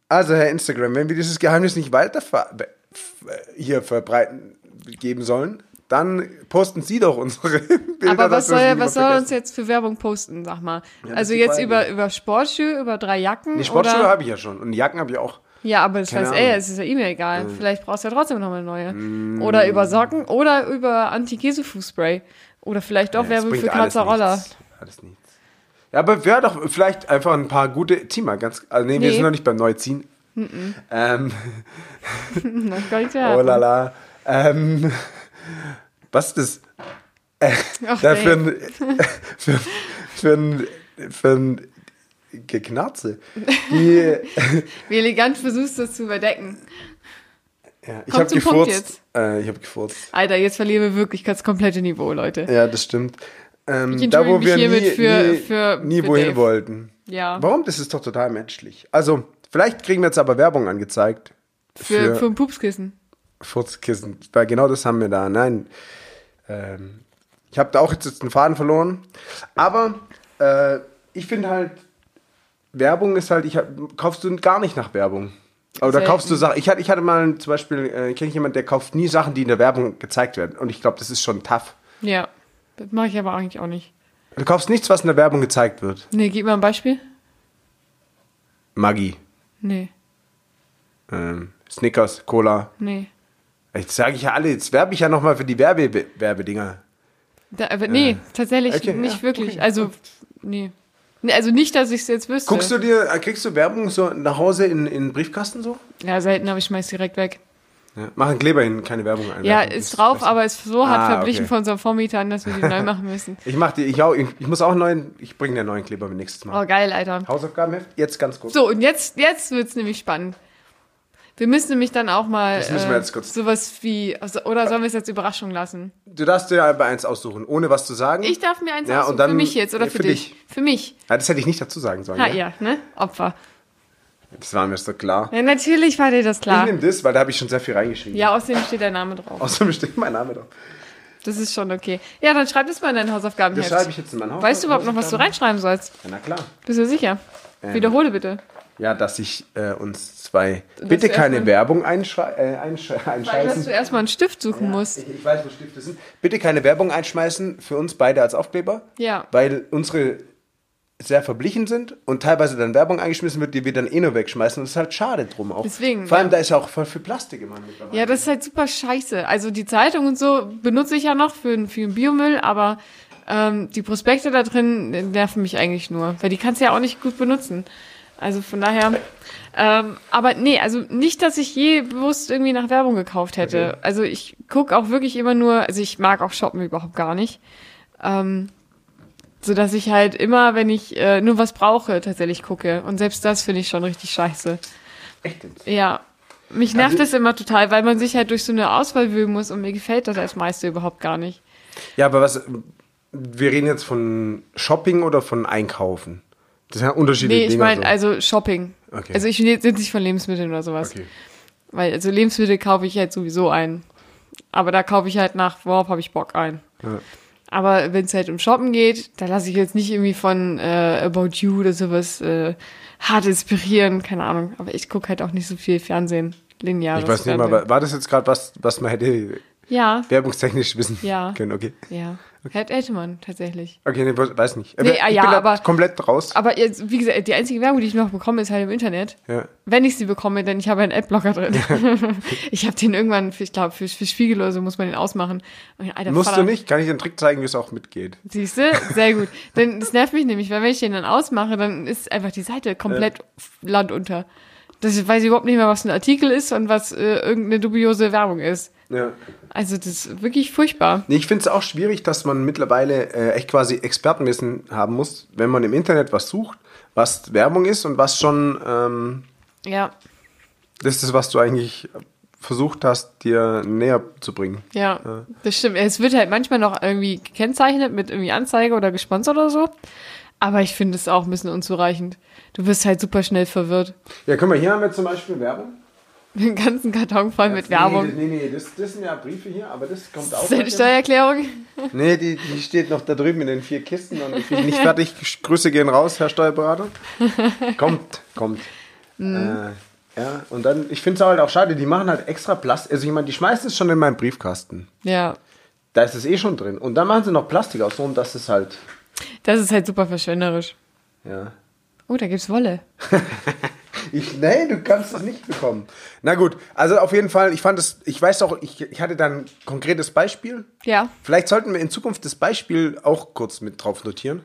[SPEAKER 1] also, Herr Instagram, wenn wir dieses Geheimnis nicht weiter ver be- f- hier verbreiten geben sollen, dann posten Sie doch unsere Bilder.
[SPEAKER 2] Aber was
[SPEAKER 1] dass wir
[SPEAKER 2] soll,
[SPEAKER 1] es
[SPEAKER 2] er-
[SPEAKER 1] nicht
[SPEAKER 2] was
[SPEAKER 1] mehr
[SPEAKER 2] soll er uns
[SPEAKER 1] vergessen.
[SPEAKER 2] jetzt für Werbung posten, sag mal?
[SPEAKER 1] das
[SPEAKER 2] also
[SPEAKER 1] ist die
[SPEAKER 2] jetzt
[SPEAKER 1] Frage.
[SPEAKER 2] über, über Sportschuhe, über drei Jacken?
[SPEAKER 1] Die Sportschuhe
[SPEAKER 2] oder? Oh,
[SPEAKER 1] habe ich ja schon und die Jacken habe ich auch.
[SPEAKER 2] Ja, aber das
[SPEAKER 1] Keine
[SPEAKER 2] weiß
[SPEAKER 1] Ahnung. Mm.
[SPEAKER 2] er, ja, es ist ja ihm ja egal. Vielleicht brauchst du ja trotzdem nochmal neue. Oder über Socken oder über Anti-Käsefußspray. Oder vielleicht
[SPEAKER 1] Ja,
[SPEAKER 2] auch
[SPEAKER 1] das
[SPEAKER 2] Werbung
[SPEAKER 1] bringt
[SPEAKER 2] für
[SPEAKER 1] alles
[SPEAKER 2] Kratzeroller.
[SPEAKER 1] nichts. Alles nichts. Ja, aber wäre doch vielleicht einfach ein paar gute. Zieh mal ganz. Also, nee, wir
[SPEAKER 2] Nee.
[SPEAKER 1] sind noch nicht beim Neuziehen. Ähm,
[SPEAKER 2] Na, gar
[SPEAKER 1] Oh
[SPEAKER 2] nicht klar.
[SPEAKER 1] la la. Ähm, was ist das?
[SPEAKER 2] Ach,
[SPEAKER 1] Da
[SPEAKER 2] nee.
[SPEAKER 1] für ein, für, für ein, für ein Geknarze. Die,
[SPEAKER 2] Wie elegant versuchst du es zu überdecken.
[SPEAKER 1] ja, ich
[SPEAKER 2] Komm
[SPEAKER 1] habe
[SPEAKER 2] zum Punkt jetzt.
[SPEAKER 1] gefurzt. Äh, ich habe gefurzt.
[SPEAKER 2] Alter, jetzt verlieren wir wirklich das komplette Niveau, Leute.
[SPEAKER 1] Ja, das stimmt. Ähm,
[SPEAKER 2] Ich
[SPEAKER 1] da, wo wir
[SPEAKER 2] entschuldige mich
[SPEAKER 1] nie,
[SPEAKER 2] hiermit für-
[SPEAKER 1] nie,
[SPEAKER 2] für-
[SPEAKER 1] nie
[SPEAKER 2] für
[SPEAKER 1] wohin
[SPEAKER 2] Dave.
[SPEAKER 1] wollten.
[SPEAKER 2] Ja.
[SPEAKER 1] Äh, Warum? Das ist doch total menschlich. Also, vielleicht kriegen wir jetzt aber Werbung angezeigt.
[SPEAKER 2] Für, für ein Pupskissen.
[SPEAKER 1] Furzkissen. Weil genau das haben wir da. Nein. Ähm, Ich habe da auch jetzt, jetzt einen Faden verloren. Aber äh, ich finde halt, Werbung ist halt, ich hab, kaufst du gar nicht nach Werbung. Oder
[SPEAKER 2] Selten.
[SPEAKER 1] kaufst du Sachen. Ich hatte, ich hatte mal zum Beispiel, äh, kenne ich jemanden, der kauft nie Sachen, die in der Werbung gezeigt werden. Und ich glaube, das ist schon tough.
[SPEAKER 2] Ja. Das mache ich aber eigentlich auch nicht.
[SPEAKER 1] Du kaufst nichts, was in der Werbung gezeigt wird.
[SPEAKER 2] Nee, gib mal ein Beispiel.
[SPEAKER 1] Maggi,
[SPEAKER 2] Nee,
[SPEAKER 1] ähm, Snickers, Cola.
[SPEAKER 2] nee.
[SPEAKER 1] Jetzt sage ich ja alle, jetzt werbe ich ja nochmal für die Werbe Werbedinger.
[SPEAKER 2] Da, aber nee, tatsächlich
[SPEAKER 1] okay,
[SPEAKER 2] nicht
[SPEAKER 1] ja,
[SPEAKER 2] wirklich.
[SPEAKER 1] okay.
[SPEAKER 2] Also, nee. nee. Also nicht, dass ich es jetzt wüsste.
[SPEAKER 1] Guckst du dir, äh, kriegst du Werbung so nach Hause in, in den Briefkasten so?
[SPEAKER 2] Ja, selten, aber ich schmeiß direkt weg.
[SPEAKER 1] Ja. Mach einen Kleber hin, keine Werbung ein.
[SPEAKER 2] Ja, ist drauf, aber ist so hart
[SPEAKER 1] Ah,
[SPEAKER 2] verblichen
[SPEAKER 1] okay.
[SPEAKER 2] von unserem Vormieter, dass wir die neu machen müssen.
[SPEAKER 1] Ich mach die, ich, hau, ich, ich muss auch einen neuen, ich bringe den neuen Kleber beim nächsten Mal.
[SPEAKER 2] Oh, geil, Alter.
[SPEAKER 1] Hausaufgabenheft, jetzt ganz kurz.
[SPEAKER 2] So, und jetzt, jetzt wird's nämlich spannend. Wir müssen nämlich dann auch mal äh,
[SPEAKER 1] Das müssen wir jetzt kurz-
[SPEAKER 2] sowas wie, also, oder sollen wir es jetzt Überraschung lassen?
[SPEAKER 1] Du darfst dir aber eins aussuchen, ohne was zu sagen.
[SPEAKER 2] Ich darf mir eins
[SPEAKER 1] Ja, und
[SPEAKER 2] aussuchen,
[SPEAKER 1] dann-
[SPEAKER 2] für mich jetzt oder
[SPEAKER 1] ja,
[SPEAKER 2] für,
[SPEAKER 1] für
[SPEAKER 2] dich.
[SPEAKER 1] dich.
[SPEAKER 2] Für mich.
[SPEAKER 1] ja, das hätte ich nicht dazu sagen sollen.
[SPEAKER 2] Ha,
[SPEAKER 1] ja.
[SPEAKER 2] ja, ne? Opfer.
[SPEAKER 1] Das war mir so klar.
[SPEAKER 2] Ja, natürlich war dir das
[SPEAKER 1] Ich
[SPEAKER 2] klar.
[SPEAKER 1] nehme Oh. das, weil da habe ich schon sehr viel reingeschrieben.
[SPEAKER 2] Ja, außerdem steht dein Name drauf.
[SPEAKER 1] Außerdem steht mein Name drauf.
[SPEAKER 2] Das ist schon okay. Ja, dann schreib das mal in dein
[SPEAKER 1] Das
[SPEAKER 2] Hausaufgabenheft.
[SPEAKER 1] schreibe ich jetzt in meinen
[SPEAKER 2] weißt du überhaupt noch, was du reinschreiben sollst?
[SPEAKER 1] Ja, na klar.
[SPEAKER 2] Bist du sicher?
[SPEAKER 1] Ähm.
[SPEAKER 2] Wiederhole bitte.
[SPEAKER 1] Ja, dass ich äh, uns zwei.
[SPEAKER 2] Dass
[SPEAKER 1] Bitte
[SPEAKER 2] du
[SPEAKER 1] keine
[SPEAKER 2] erstmal-
[SPEAKER 1] Werbung einschrei äh, einsch
[SPEAKER 2] Weil dass du
[SPEAKER 1] einschmeißen.
[SPEAKER 2] erstmal einen Stift suchen musst.
[SPEAKER 1] Ich, ich weiß, wo Stifte sind. Bitte keine Werbung einschmeißen für uns beide als Aufkleber.
[SPEAKER 2] Ja.
[SPEAKER 1] Weil unsere sehr verblichen sind und teilweise dann Werbung eingeschmissen wird, die wir dann eh nur wegschmeißen. Und das ist halt schade drum auch.
[SPEAKER 2] Deswegen,
[SPEAKER 1] Vor allem,
[SPEAKER 2] ja.
[SPEAKER 1] da ist ja auch voll viel Plastik im Handel dabei.
[SPEAKER 2] Ja, das ist halt super scheiße. Also die Zeitung und so benutze ich ja noch für, für den Biomüll, aber ähm, die Prospekte da drin äh, nerven mich eigentlich nur, weil die kannst du ja auch nicht gut benutzen. Also von daher. Ähm, aber nee, also nicht, dass ich je bewusst irgendwie nach Werbung gekauft hätte. Also ich guck auch wirklich immer nur, also ich mag auch shoppen überhaupt gar nicht. Ähm, so dass ich halt immer, wenn ich äh, nur was brauche, tatsächlich gucke. Und selbst das finde ich schon richtig scheiße.
[SPEAKER 1] Echt jetzt.
[SPEAKER 2] Ja.
[SPEAKER 1] Also
[SPEAKER 2] Mich nervt das immer total, weil man sich halt durch so eine Auswahl wühlen muss und mir gefällt das als meiste überhaupt gar nicht.
[SPEAKER 1] Ja, aber was. Wir reden jetzt von Shopping oder von Einkaufen? Das sind ja unterschiedliche
[SPEAKER 2] Nee, ich
[SPEAKER 1] Dinge.
[SPEAKER 2] meine,
[SPEAKER 1] so.
[SPEAKER 2] also Shopping.
[SPEAKER 1] Okay.
[SPEAKER 2] Also ich rede jetzt nicht von Lebensmitteln oder sowas.
[SPEAKER 1] okay.
[SPEAKER 2] Weil also Lebensmittel kaufe ich halt sowieso ein. Aber da kaufe ich halt nach, worauf habe ich Bock ein.
[SPEAKER 1] Ja.
[SPEAKER 2] Aber wenn es halt um Shoppen geht, da lasse ich jetzt nicht irgendwie von äh, About You oder sowas äh, hart inspirieren, keine Ahnung. Aber ich gucke halt auch nicht so viel Fernsehen, lineares
[SPEAKER 1] Ich weiß nicht mal,
[SPEAKER 2] Fernsehen.
[SPEAKER 1] wa- war das jetzt gerade was, was man hätte
[SPEAKER 2] Ja,
[SPEAKER 1] werbungstechnisch wissen
[SPEAKER 2] Ja.
[SPEAKER 1] können? Okay.
[SPEAKER 2] ja. Herr Eltemann, tatsächlich.
[SPEAKER 1] Okay, nee, weiß nicht.
[SPEAKER 2] Nee, ah,
[SPEAKER 1] ich
[SPEAKER 2] ja,
[SPEAKER 1] bin da
[SPEAKER 2] aber-
[SPEAKER 1] komplett raus.
[SPEAKER 2] Aber jetzt, wie gesagt, die einzige Werbung, die ich noch bekomme, ist halt im Internet.
[SPEAKER 1] ja.
[SPEAKER 2] Wenn ich sie bekomme, denn ich habe einen Adblocker drin. ich habe den irgendwann, für, ich glaube, für, für Spiegel oder so muss man den ausmachen. Und, Alter,
[SPEAKER 1] Musst
[SPEAKER 2] Vater,
[SPEAKER 1] du nicht, kann ich dir einen Trick zeigen, wie es auch mitgeht.
[SPEAKER 2] Siehst du? Sehr gut. Denn das nervt mich nämlich, weil wenn ich den dann ausmache, dann ist einfach die Seite komplett landunter. Das weiß ich überhaupt nicht mehr, was ein Artikel ist und was äh, irgendeine dubiose Werbung ist.
[SPEAKER 1] Ja.
[SPEAKER 2] Also das ist wirklich furchtbar.
[SPEAKER 1] Nee, ich finde es auch schwierig, dass man mittlerweile äh, echt quasi Expertenwissen haben muss, wenn man im Internet was sucht, was Werbung ist und was schon ähm,
[SPEAKER 2] Ja,
[SPEAKER 1] das ist, was du eigentlich versucht hast, dir näher zu bringen.
[SPEAKER 2] Ja, das stimmt. Es wird halt manchmal noch irgendwie gekennzeichnet mit irgendwie Anzeige oder gesponsert oder so. Aber ich finde es auch ein bisschen unzureichend. Du wirst halt super schnell verwirrt.
[SPEAKER 1] Ja, guck mal, hier haben wir zum Beispiel Werbung.
[SPEAKER 2] Den ganzen Karton voll mit Werbung.
[SPEAKER 1] Nee, nee, nee, das, das sind ja Briefe hier, aber das kommt auch.
[SPEAKER 2] Ist deine Steuererklärung?
[SPEAKER 1] Nee, die, die steht noch da drüben in den vier Kisten und ich bin nicht fertig. Grüße gehen raus, Herr Steuerberater. Kommt, kommt. Äh, ja, und dann, ich finde es halt auch schade, die machen halt extra Plastik. Also ich meine, die schmeißen es schon in meinen Briefkasten.
[SPEAKER 2] Ja.
[SPEAKER 1] Da ist es eh schon drin. Und dann machen sie noch Plastik aus, so und das ist halt,
[SPEAKER 2] Das ist halt super verschwenderisch.
[SPEAKER 1] ja.
[SPEAKER 2] Oh, da gibt's Wolle.
[SPEAKER 1] Ich, nee, du kannst es nicht bekommen. Na gut, also auf jeden Fall, ich fand es, ich weiß auch, ich, ich hatte da ein konkretes Beispiel.
[SPEAKER 2] Ja.
[SPEAKER 1] Vielleicht sollten wir in Zukunft das Beispiel auch kurz mit drauf notieren.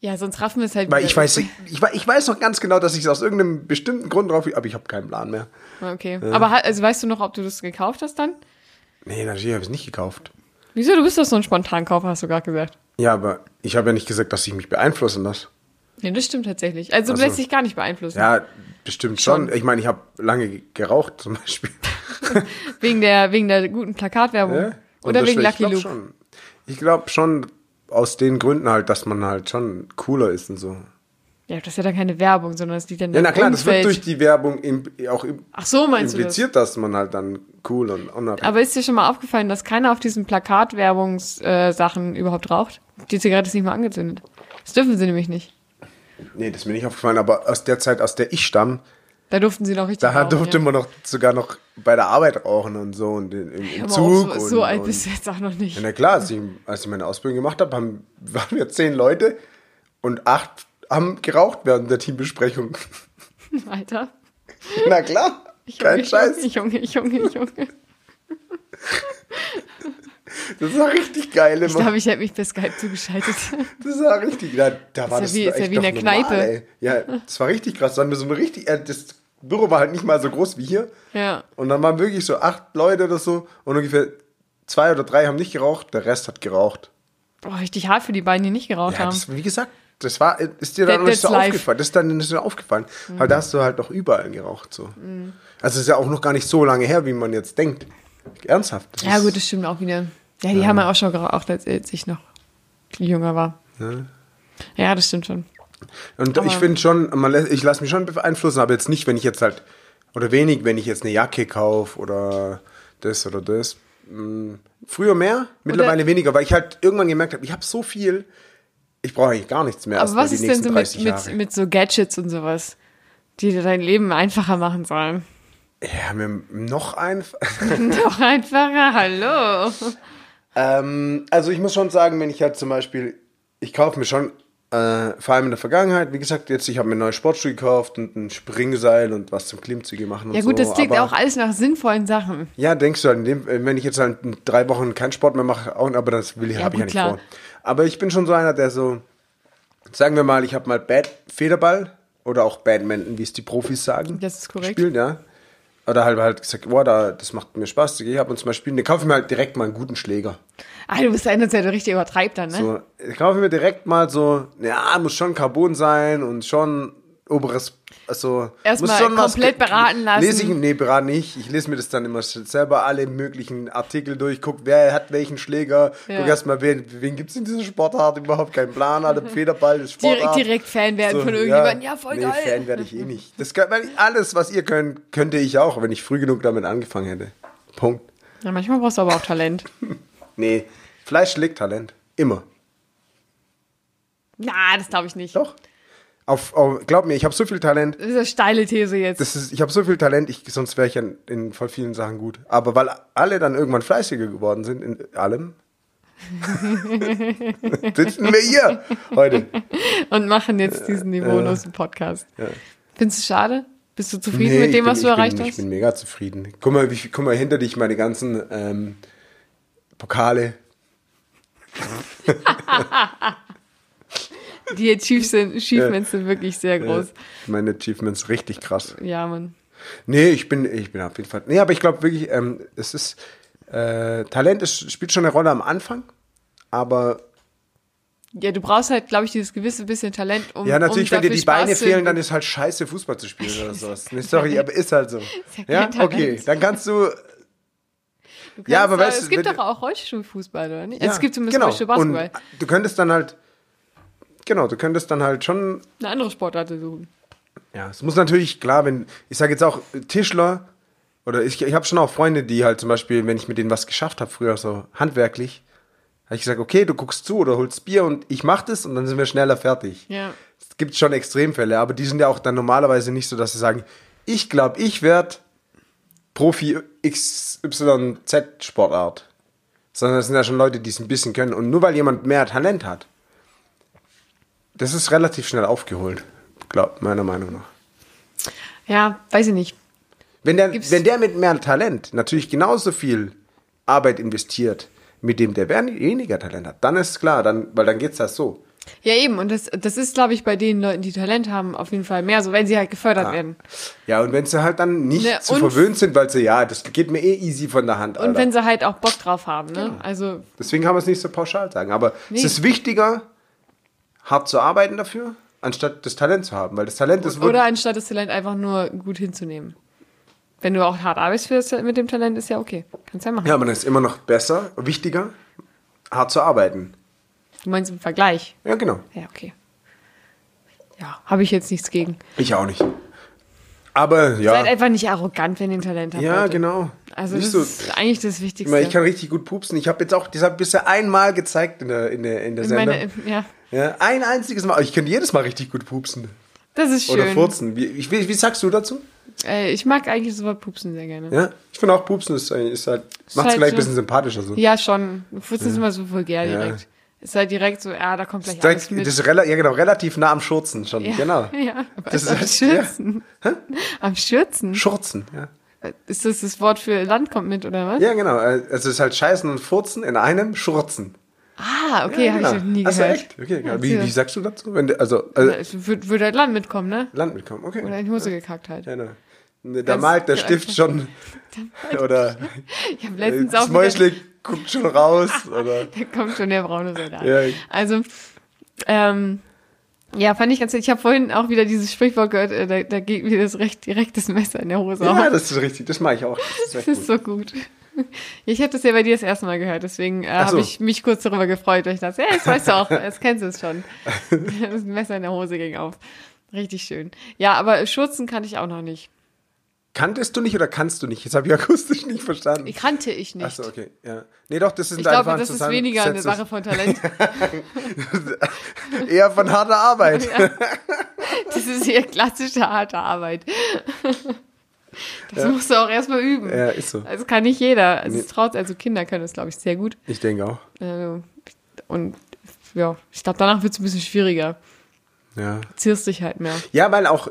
[SPEAKER 2] Ja, sonst raffen wir es halt
[SPEAKER 1] Weil
[SPEAKER 2] wieder.
[SPEAKER 1] ich weiß, ich, wei- ich weiß noch ganz genau, dass ich es aus irgendeinem bestimmten Grund drauf, aber ich habe keinen Plan mehr.
[SPEAKER 2] Ah, Okay. Aber ha- also weißt du noch, ob du das gekauft hast dann?
[SPEAKER 1] Nee, natürlich habe ich es nicht gekauft.
[SPEAKER 2] Wieso? Du bist doch so ein Spontankaufer, hast du gerade gesagt.
[SPEAKER 1] Ja, aber ich habe ja nicht gesagt, dass ich mich beeinflussen lasse.
[SPEAKER 2] Ja, das stimmt tatsächlich. Also du
[SPEAKER 1] Ach so.
[SPEAKER 2] lässt dich gar nicht beeinflussen.
[SPEAKER 1] Ja, bestimmt schon. Ich meine, ich habe lange ge- geraucht zum Beispiel.
[SPEAKER 2] Wegen, der, wegen der guten Plakatwerbung.
[SPEAKER 1] Ja? Und
[SPEAKER 2] Oder wegen
[SPEAKER 1] deswegen-
[SPEAKER 2] Lucky
[SPEAKER 1] ich glaub
[SPEAKER 2] Luke.
[SPEAKER 1] Schon, ich glaube schon aus den Gründen halt, dass man halt schon cooler ist und so.
[SPEAKER 2] Ja, das ist ja dann keine Werbung, sondern das liegt dann
[SPEAKER 1] Ja, na
[SPEAKER 2] im
[SPEAKER 1] klar, das wird
[SPEAKER 2] Umfeld.
[SPEAKER 1] durch die Werbung im, auch im,
[SPEAKER 2] Ach so, meinst du das?
[SPEAKER 1] impliziert, dass man halt dann cool und unabhängig
[SPEAKER 2] Aber ist dir schon mal aufgefallen, dass keiner auf diesen Plakatwerbungssachen äh, überhaupt raucht? Die Zigarette ist nicht mal angezündet. Das dürfen sie nämlich nicht.
[SPEAKER 1] Nee, das ist mir nicht aufgefallen, aber aus der Zeit, aus der ich stamm,
[SPEAKER 2] Da durften sie noch richtig
[SPEAKER 1] da
[SPEAKER 2] rauchen,
[SPEAKER 1] durfte
[SPEAKER 2] Genau, ja.
[SPEAKER 1] man noch sogar noch bei der Arbeit rauchen und so und in, im, im
[SPEAKER 2] Aber
[SPEAKER 1] Zug.
[SPEAKER 2] auch so,
[SPEAKER 1] und,
[SPEAKER 2] so alt
[SPEAKER 1] und,
[SPEAKER 2] bist du jetzt auch noch nicht.
[SPEAKER 1] Ja, na klar, als ich, als ich meine Ausbildung gemacht habe, haben, waren wir zehn Leute und acht haben geraucht während der Teambesprechung.
[SPEAKER 2] Alter.
[SPEAKER 1] na klar, kein
[SPEAKER 2] Junge,
[SPEAKER 1] Scheiß.
[SPEAKER 2] Junge, Junge, Junge.
[SPEAKER 1] Das ist ja richtig geil
[SPEAKER 2] Ich
[SPEAKER 1] immer.
[SPEAKER 2] glaube, ich hätte mich per Skype zugeschaltet.
[SPEAKER 1] Das war richtig, da, da war
[SPEAKER 2] ja
[SPEAKER 1] das
[SPEAKER 2] wie- ist ja
[SPEAKER 1] echt
[SPEAKER 2] wie in
[SPEAKER 1] noch
[SPEAKER 2] der
[SPEAKER 1] normal,
[SPEAKER 2] Kneipe.
[SPEAKER 1] ey. Ja, das war richtig krass. Dann so ein richtig, äh, das Büro war halt nicht mal so groß wie hier.
[SPEAKER 2] Ja.
[SPEAKER 1] Und dann waren wirklich so acht Leute oder so und ungefähr zwei oder drei haben nicht geraucht, der Rest hat geraucht.
[SPEAKER 2] Boah, richtig hart für die beiden, die nicht geraucht
[SPEAKER 1] Ja,
[SPEAKER 2] haben.
[SPEAKER 1] das, wie gesagt, das war, ist dir dann
[SPEAKER 2] That-
[SPEAKER 1] nicht so
[SPEAKER 2] that's life. Mhm.
[SPEAKER 1] aufgefallen. Das ist dann nicht so aufgefallen. Aber da hast du halt noch überall geraucht. So. Also ist ja auch noch gar nicht so lange her, wie man jetzt denkt. Ernsthaft. das
[SPEAKER 2] Ja,
[SPEAKER 1] ist-
[SPEAKER 2] gut, das stimmt auch wieder. Ja, die haben ja auch schon geraucht, als ich noch jünger war. Ja, das stimmt schon.
[SPEAKER 1] Und ich finde schon, man, lä- ich lasse mich schon beeinflussen, aber jetzt nicht, wenn ich jetzt halt, oder wenig, wenn ich jetzt eine Jacke kaufe oder das oder das. Hm, Früher mehr, mittlerweile weniger, weil ich halt irgendwann gemerkt habe, ich habe so viel, ich brauche eigentlich gar nichts mehr.
[SPEAKER 2] Aber
[SPEAKER 1] erstmal
[SPEAKER 2] was
[SPEAKER 1] die
[SPEAKER 2] ist denn
[SPEAKER 1] nächsten
[SPEAKER 2] so
[SPEAKER 1] 30
[SPEAKER 2] mit, mit,
[SPEAKER 1] Jahre.
[SPEAKER 2] mit so Gadgets und sowas, die dir dein Leben einfacher machen sollen?
[SPEAKER 1] Ja, mir noch ein.
[SPEAKER 2] Doch einfacher, hallo.
[SPEAKER 1] ähm, also ich muss schon sagen, wenn ich halt zum Beispiel, ich kaufe mir schon, äh, vor allem in der Vergangenheit, wie gesagt, jetzt, ich habe mir einen neuen Sportschuh gekauft und ein Springseil und was zum Klimmzüge machen und
[SPEAKER 2] Ja gut,
[SPEAKER 1] so.
[SPEAKER 2] das klingt
[SPEAKER 1] aber-
[SPEAKER 2] auch alles nach sinnvollen Sachen.
[SPEAKER 1] Ja, denkst du, an dem, wenn ich jetzt halt in drei Wochen keinen Sport mehr mache, auch, aber das will ich,
[SPEAKER 2] Ja,
[SPEAKER 1] habe ich ja nicht
[SPEAKER 2] gut, klar.
[SPEAKER 1] vor. Aber ich bin schon so einer, der so, sagen wir mal, ich habe mal Bad Federball oder auch Badminton, wie es die Profis sagen.
[SPEAKER 2] Das ist korrekt.
[SPEAKER 1] Spielt, ja. Oder halt, halt gesagt, boah, da, das macht mir Spaß, ich habe uns mal spielen, dann kaufe ich mir halt direkt mal einen guten Schläger.
[SPEAKER 2] Ah, du bist ja in der Zeit richtig übertreibt dann, ne?
[SPEAKER 1] So, ich kaufe mir direkt mal so, ja, muss schon Carbon sein und schon oberes, also
[SPEAKER 2] Erst
[SPEAKER 1] muss
[SPEAKER 2] mal
[SPEAKER 1] schon was-
[SPEAKER 2] komplett beraten lassen.
[SPEAKER 1] Lese ich, nee, beraten nicht. Ich lese mir das dann immer selber alle möglichen Artikel durch, guck, wer hat welchen Schläger,
[SPEAKER 2] Ja.
[SPEAKER 1] guck erstmal, wen, wen gibt's in dieser Sportart überhaupt, kein Plan, hat Federball, das Sportart.
[SPEAKER 2] Direkt, direkt Fan werden von irgendjemandem. Ja, voll
[SPEAKER 1] nee,
[SPEAKER 2] geil.
[SPEAKER 1] Fan werde ich eh nicht. Das kann, weil ich- alles, was ihr könnt, könnte ich auch, wenn ich früh genug damit angefangen hätte. Punkt.
[SPEAKER 2] Ja, manchmal brauchst du aber auch Talent.
[SPEAKER 1] Nee, Fleisch legt Talent. Immer.
[SPEAKER 2] Na, das glaube ich nicht.
[SPEAKER 1] Doch. Auf, auf, glaub mir, ich habe so viel Talent.
[SPEAKER 2] Das ist eine steile These jetzt.
[SPEAKER 1] Das ist, ich habe so viel Talent, ich, sonst wäre ich in, in voll vielen Sachen gut. Aber weil alle dann irgendwann fleißiger geworden sind in allem, sitzen wir hier heute.
[SPEAKER 2] und machen
[SPEAKER 1] Äh,
[SPEAKER 2] jetzt diesen niveaulosen Podcast. Findest du schade? Bist du zufrieden
[SPEAKER 1] Nee,
[SPEAKER 2] mit
[SPEAKER 1] ich
[SPEAKER 2] dem,
[SPEAKER 1] bin-
[SPEAKER 2] was
[SPEAKER 1] ich
[SPEAKER 2] du erreicht
[SPEAKER 1] bin, Ich
[SPEAKER 2] hast?
[SPEAKER 1] bin mega zufrieden. Guck mal, wie, viel- guck mal hinter dich meine ganzen ähm, Pokale.
[SPEAKER 2] Die Achievements sind, Achievements sind wirklich sehr groß.
[SPEAKER 1] Meine Achievements richtig krass.
[SPEAKER 2] Ja, Mann.
[SPEAKER 1] Nee, ich bin, ich bin auf jeden Fall. Nee, aber ich glaube wirklich, ähm, es ist. Äh, Talent ist, spielt schon eine Rolle am Anfang, aber
[SPEAKER 2] Ja, du brauchst halt, glaube ich, dieses gewisse bisschen Talent, um
[SPEAKER 1] Ja, natürlich,
[SPEAKER 2] um
[SPEAKER 1] wenn dir
[SPEAKER 2] dafür
[SPEAKER 1] die
[SPEAKER 2] Spaß
[SPEAKER 1] Beine
[SPEAKER 2] zu-
[SPEAKER 1] fehlen, dann ist halt scheiße, Fußball zu spielen oder sowas. Nee, sorry, aber ist halt so.
[SPEAKER 2] ja
[SPEAKER 1] Ja,
[SPEAKER 2] kein Talent.
[SPEAKER 1] okay, dann kannst du.
[SPEAKER 2] Du kannst,
[SPEAKER 1] Ja, aber weißt
[SPEAKER 2] es
[SPEAKER 1] du,
[SPEAKER 2] gibt
[SPEAKER 1] wenn-
[SPEAKER 2] doch auch Rollstuhlfußball, oder nicht? Also
[SPEAKER 1] Ja,
[SPEAKER 2] es gibt zumindest
[SPEAKER 1] genau.
[SPEAKER 2] Rollstuhlbasketball.
[SPEAKER 1] Und du könntest dann halt. Genau, du könntest dann halt schon.
[SPEAKER 2] Eine andere Sportart suchen.
[SPEAKER 1] Ja, es muss natürlich, klar, wenn. Ich sage jetzt auch Tischler. Oder ich, ich habe schon auch Freunde, die halt zum Beispiel, wenn ich mit denen was geschafft habe, früher so handwerklich, habe ich gesagt, okay, du guckst zu oder holst Bier und ich mach das und dann sind wir schneller fertig.
[SPEAKER 2] Ja.
[SPEAKER 1] Es gibt schon Extremfälle, aber die sind ja auch dann normalerweise nicht so, dass sie sagen, ich glaube, ich werde Profi XYZ-Sportart. Sondern das sind ja schon Leute, die es ein bisschen können. Und nur weil jemand mehr Talent hat, das ist relativ schnell aufgeholt, glaubt meiner Meinung nach.
[SPEAKER 2] Ja, weiß ich nicht.
[SPEAKER 1] Wenn der,
[SPEAKER 2] Gibt's-
[SPEAKER 1] wenn der mit mehr Talent natürlich genauso viel Arbeit investiert, mit dem der weniger Talent hat, dann ist klar, dann, weil dann geht es das so.
[SPEAKER 2] Ja, eben. Und das, das ist, glaube ich, bei den Leuten, die Talent haben, auf jeden Fall mehr so, wenn sie halt gefördert werden.
[SPEAKER 1] Ah. Ja, und wenn sie halt dann nicht
[SPEAKER 2] Ne,
[SPEAKER 1] zu
[SPEAKER 2] und-
[SPEAKER 1] verwöhnt sind, weil sie, ja, das geht mir eh easy von der Hand,
[SPEAKER 2] Und
[SPEAKER 1] Alter.
[SPEAKER 2] wenn sie halt auch Bock drauf haben, ne?
[SPEAKER 1] Genau.
[SPEAKER 2] Also,
[SPEAKER 1] Deswegen kann man es nicht so pauschal sagen. Aber
[SPEAKER 2] Nee.
[SPEAKER 1] es ist wichtiger, hart zu arbeiten dafür, anstatt das Talent zu haben. Weil das Talent ist
[SPEAKER 2] oder
[SPEAKER 1] wirklich...
[SPEAKER 2] anstatt das Talent einfach nur gut hinzunehmen. Wenn du auch hart arbeitest für das, mit dem Talent, ist ja okay. Kannst ja machen.
[SPEAKER 1] Ja, aber dann ist immer noch besser, wichtiger, hart zu arbeiten.
[SPEAKER 2] Du meinst im Vergleich.
[SPEAKER 1] Ja, genau.
[SPEAKER 2] Ja, okay. Ja, habe ich jetzt nichts gegen.
[SPEAKER 1] Ich auch nicht. Aber
[SPEAKER 2] Seid
[SPEAKER 1] ja.
[SPEAKER 2] einfach nicht arrogant, wenn ihr ein Talent habt.
[SPEAKER 1] Ja,
[SPEAKER 2] Leute.
[SPEAKER 1] genau.
[SPEAKER 2] Also
[SPEAKER 1] nicht
[SPEAKER 2] das
[SPEAKER 1] so. Ich
[SPEAKER 2] ist eigentlich das Wichtigste.
[SPEAKER 1] meine, ich kann richtig gut pupsen. Ich habe jetzt auch, das habe ich bisher einmal gezeigt in der, in der, in der
[SPEAKER 2] In
[SPEAKER 1] Sendung.
[SPEAKER 2] meine, äh, ja,
[SPEAKER 1] ja, ein einziges Mal. Ich kann jedes Mal richtig gut pupsen.
[SPEAKER 2] das ist
[SPEAKER 1] Oder
[SPEAKER 2] schön.
[SPEAKER 1] furzen. Wie, ich, wie wie sagst du dazu?
[SPEAKER 2] Äh, ich mag eigentlich sowas Pupsen sehr gerne. Ja,
[SPEAKER 1] Ja? Ich finde auch Pupsen ist, ein- ist halt, macht es
[SPEAKER 2] halt
[SPEAKER 1] gleich
[SPEAKER 2] so-
[SPEAKER 1] ein bisschen sympathischer. So.
[SPEAKER 2] schon. Furzen ist immer so vulgär
[SPEAKER 1] Ja.
[SPEAKER 2] direkt. Ist halt direkt so, ja, da kommt gleich alles
[SPEAKER 1] Direkt,
[SPEAKER 2] mit.
[SPEAKER 1] das ist rela ja, genau, relativ nah am Schurzen schon.
[SPEAKER 2] ja.
[SPEAKER 1] Genau.
[SPEAKER 2] Ja,
[SPEAKER 1] Das ist
[SPEAKER 2] am
[SPEAKER 1] halt-
[SPEAKER 2] Schürzen. Am Schürzen?
[SPEAKER 1] Schurzen, ja.
[SPEAKER 2] Ist das das Wort für Land kommt mit, oder was?
[SPEAKER 1] Ja, genau. Also es ist halt Scheißen und Furzen in einem Schurzen.
[SPEAKER 2] Ah, okay,
[SPEAKER 1] ja,
[SPEAKER 2] habe
[SPEAKER 1] genau.
[SPEAKER 2] ich noch nie
[SPEAKER 1] Ach so,
[SPEAKER 2] gehört.
[SPEAKER 1] echt? Okay,
[SPEAKER 2] Ja,
[SPEAKER 1] genau. wie,
[SPEAKER 2] sicher.
[SPEAKER 1] wie sagst du dazu? Wenn, du- also, also
[SPEAKER 2] Es wird, wird halt Land mitkommen, ne?
[SPEAKER 1] Land mitkommen, okay.
[SPEAKER 2] Oder in die Hose gekackt halt.
[SPEAKER 1] Ja, genau. Ne, Da
[SPEAKER 2] Ganz-
[SPEAKER 1] malt der
[SPEAKER 2] ja,
[SPEAKER 1] Stift schon. Oder
[SPEAKER 2] Ich habe
[SPEAKER 1] äh,
[SPEAKER 2] letztens
[SPEAKER 1] das
[SPEAKER 2] auch wieder-
[SPEAKER 1] Mäuschli guckt schon raus. Oder,
[SPEAKER 2] Da kommt schon der braune Soldat.
[SPEAKER 1] Ja.
[SPEAKER 2] Also, ähm, ja, fand ich ganz Ich habe vorhin auch wieder dieses Sprichwort gehört, äh, da, da geht mir das recht direktes Messer in der Hose
[SPEAKER 1] ja,
[SPEAKER 2] auf.
[SPEAKER 1] das ist richtig. Das mache ich auch. Das ist
[SPEAKER 2] Das
[SPEAKER 1] echt gut.
[SPEAKER 2] ist so gut. Ich habe das ja bei dir das erste Mal gehört, deswegen äh,
[SPEAKER 1] so.
[SPEAKER 2] habe ich mich kurz darüber gefreut, weil ich dachte, ja, das weißt du auch, das kennst du es schon. Das Messer in der Hose ging auf. Richtig schön. Ja, aber Schurzen kannte ich auch noch nicht.
[SPEAKER 1] Kanntest du nicht oder kannst du nicht? Jetzt habe ich akustisch nicht verstanden.
[SPEAKER 2] Ich kannte ich nicht.
[SPEAKER 1] Achso, okay. Ja. Nee, doch, das sind
[SPEAKER 2] Ich
[SPEAKER 1] einfach
[SPEAKER 2] glaube, das ist
[SPEAKER 1] zusammen-
[SPEAKER 2] weniger eine
[SPEAKER 1] Sätze.
[SPEAKER 2] Sache von Talent.
[SPEAKER 1] Eher von harter Arbeit.
[SPEAKER 2] Das ist hier klassische harte Arbeit. Das musst du auch erstmal üben.
[SPEAKER 1] Ja, ist so.
[SPEAKER 2] Also kann nicht jeder. Also, es traut, also Kinder können das, glaube ich, sehr gut.
[SPEAKER 1] Ich denke auch.
[SPEAKER 2] Also, Und ja, ich glaube, danach wird es ein bisschen schwieriger.
[SPEAKER 1] Ja.
[SPEAKER 2] Zierst dich halt mehr.
[SPEAKER 1] Ja, weil auch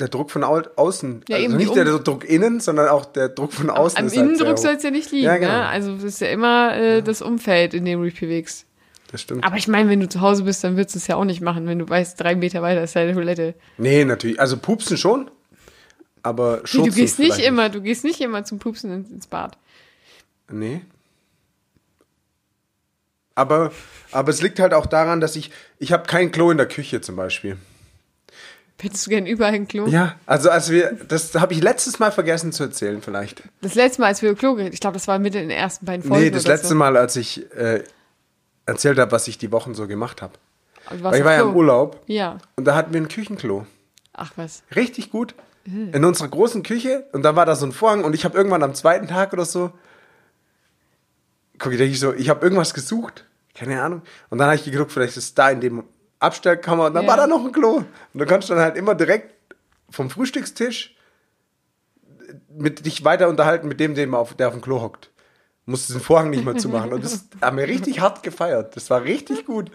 [SPEAKER 1] der Druck von au außen,
[SPEAKER 2] Ja, eben,
[SPEAKER 1] also
[SPEAKER 2] die
[SPEAKER 1] nicht
[SPEAKER 2] Um-
[SPEAKER 1] der Druck innen, sondern auch der Druck von außen.
[SPEAKER 2] Am
[SPEAKER 1] ist halt sehr
[SPEAKER 2] Innendruck
[SPEAKER 1] hoch.
[SPEAKER 2] soll es ja nicht liegen.
[SPEAKER 1] Ja, genau.
[SPEAKER 2] ne? Also es ist ja immer äh, das Umfeld, in dem du dich bewegst.
[SPEAKER 1] Das stimmt.
[SPEAKER 2] Aber ich meine, wenn du zu Hause bist, dann würdest du es ja auch nicht machen, wenn du weißt, drei Meter weiter ist deine Toilette.
[SPEAKER 1] Nee, natürlich. Also pupsen schon, aber
[SPEAKER 2] Nee,
[SPEAKER 1] Schurzen
[SPEAKER 2] du gehst
[SPEAKER 1] vielleicht
[SPEAKER 2] nicht immer, du gehst nicht immer zum Pupsen in- ins Bad.
[SPEAKER 1] Nee. Aber, aber es liegt halt auch daran, dass ich, ich habe kein Klo in der Küche zum Beispiel.
[SPEAKER 2] Hättest du gern überall ein Klo?
[SPEAKER 1] Ja, also als wir, das habe ich letztes Mal vergessen zu erzählen vielleicht.
[SPEAKER 2] Das letzte Mal, als wir über Klo geredet, ich glaube, das war mit in den ersten beiden Folgen.
[SPEAKER 1] nee, das
[SPEAKER 2] oder
[SPEAKER 1] letzte
[SPEAKER 2] so.
[SPEAKER 1] Mal, als ich äh, erzählt habe, was ich die Wochen so gemacht habe.
[SPEAKER 2] Aber du warst
[SPEAKER 1] Weil ich war ja
[SPEAKER 2] Klo.
[SPEAKER 1] im Urlaub
[SPEAKER 2] Ja.
[SPEAKER 1] und da hatten wir ein Küchenklo.
[SPEAKER 2] Ach was.
[SPEAKER 1] Richtig gut. In unserer großen Küche und dann war da so ein Vorhang und ich habe irgendwann am zweiten Tag oder so, guck ich, denke ich so, ich habe irgendwas gesucht, keine Ahnung. Und dann habe ich geguckt, vielleicht ist da in dem Abstellkammer und dann
[SPEAKER 2] Ja.
[SPEAKER 1] war da noch ein Klo. Und du konntest dann halt immer direkt vom Frühstückstisch mit dich weiter unterhalten mit dem, dem auf, der auf dem Klo hockt. Musst den Vorhang nicht mal zumachen. Und das haben wir richtig hart gefeiert. Das war richtig gut.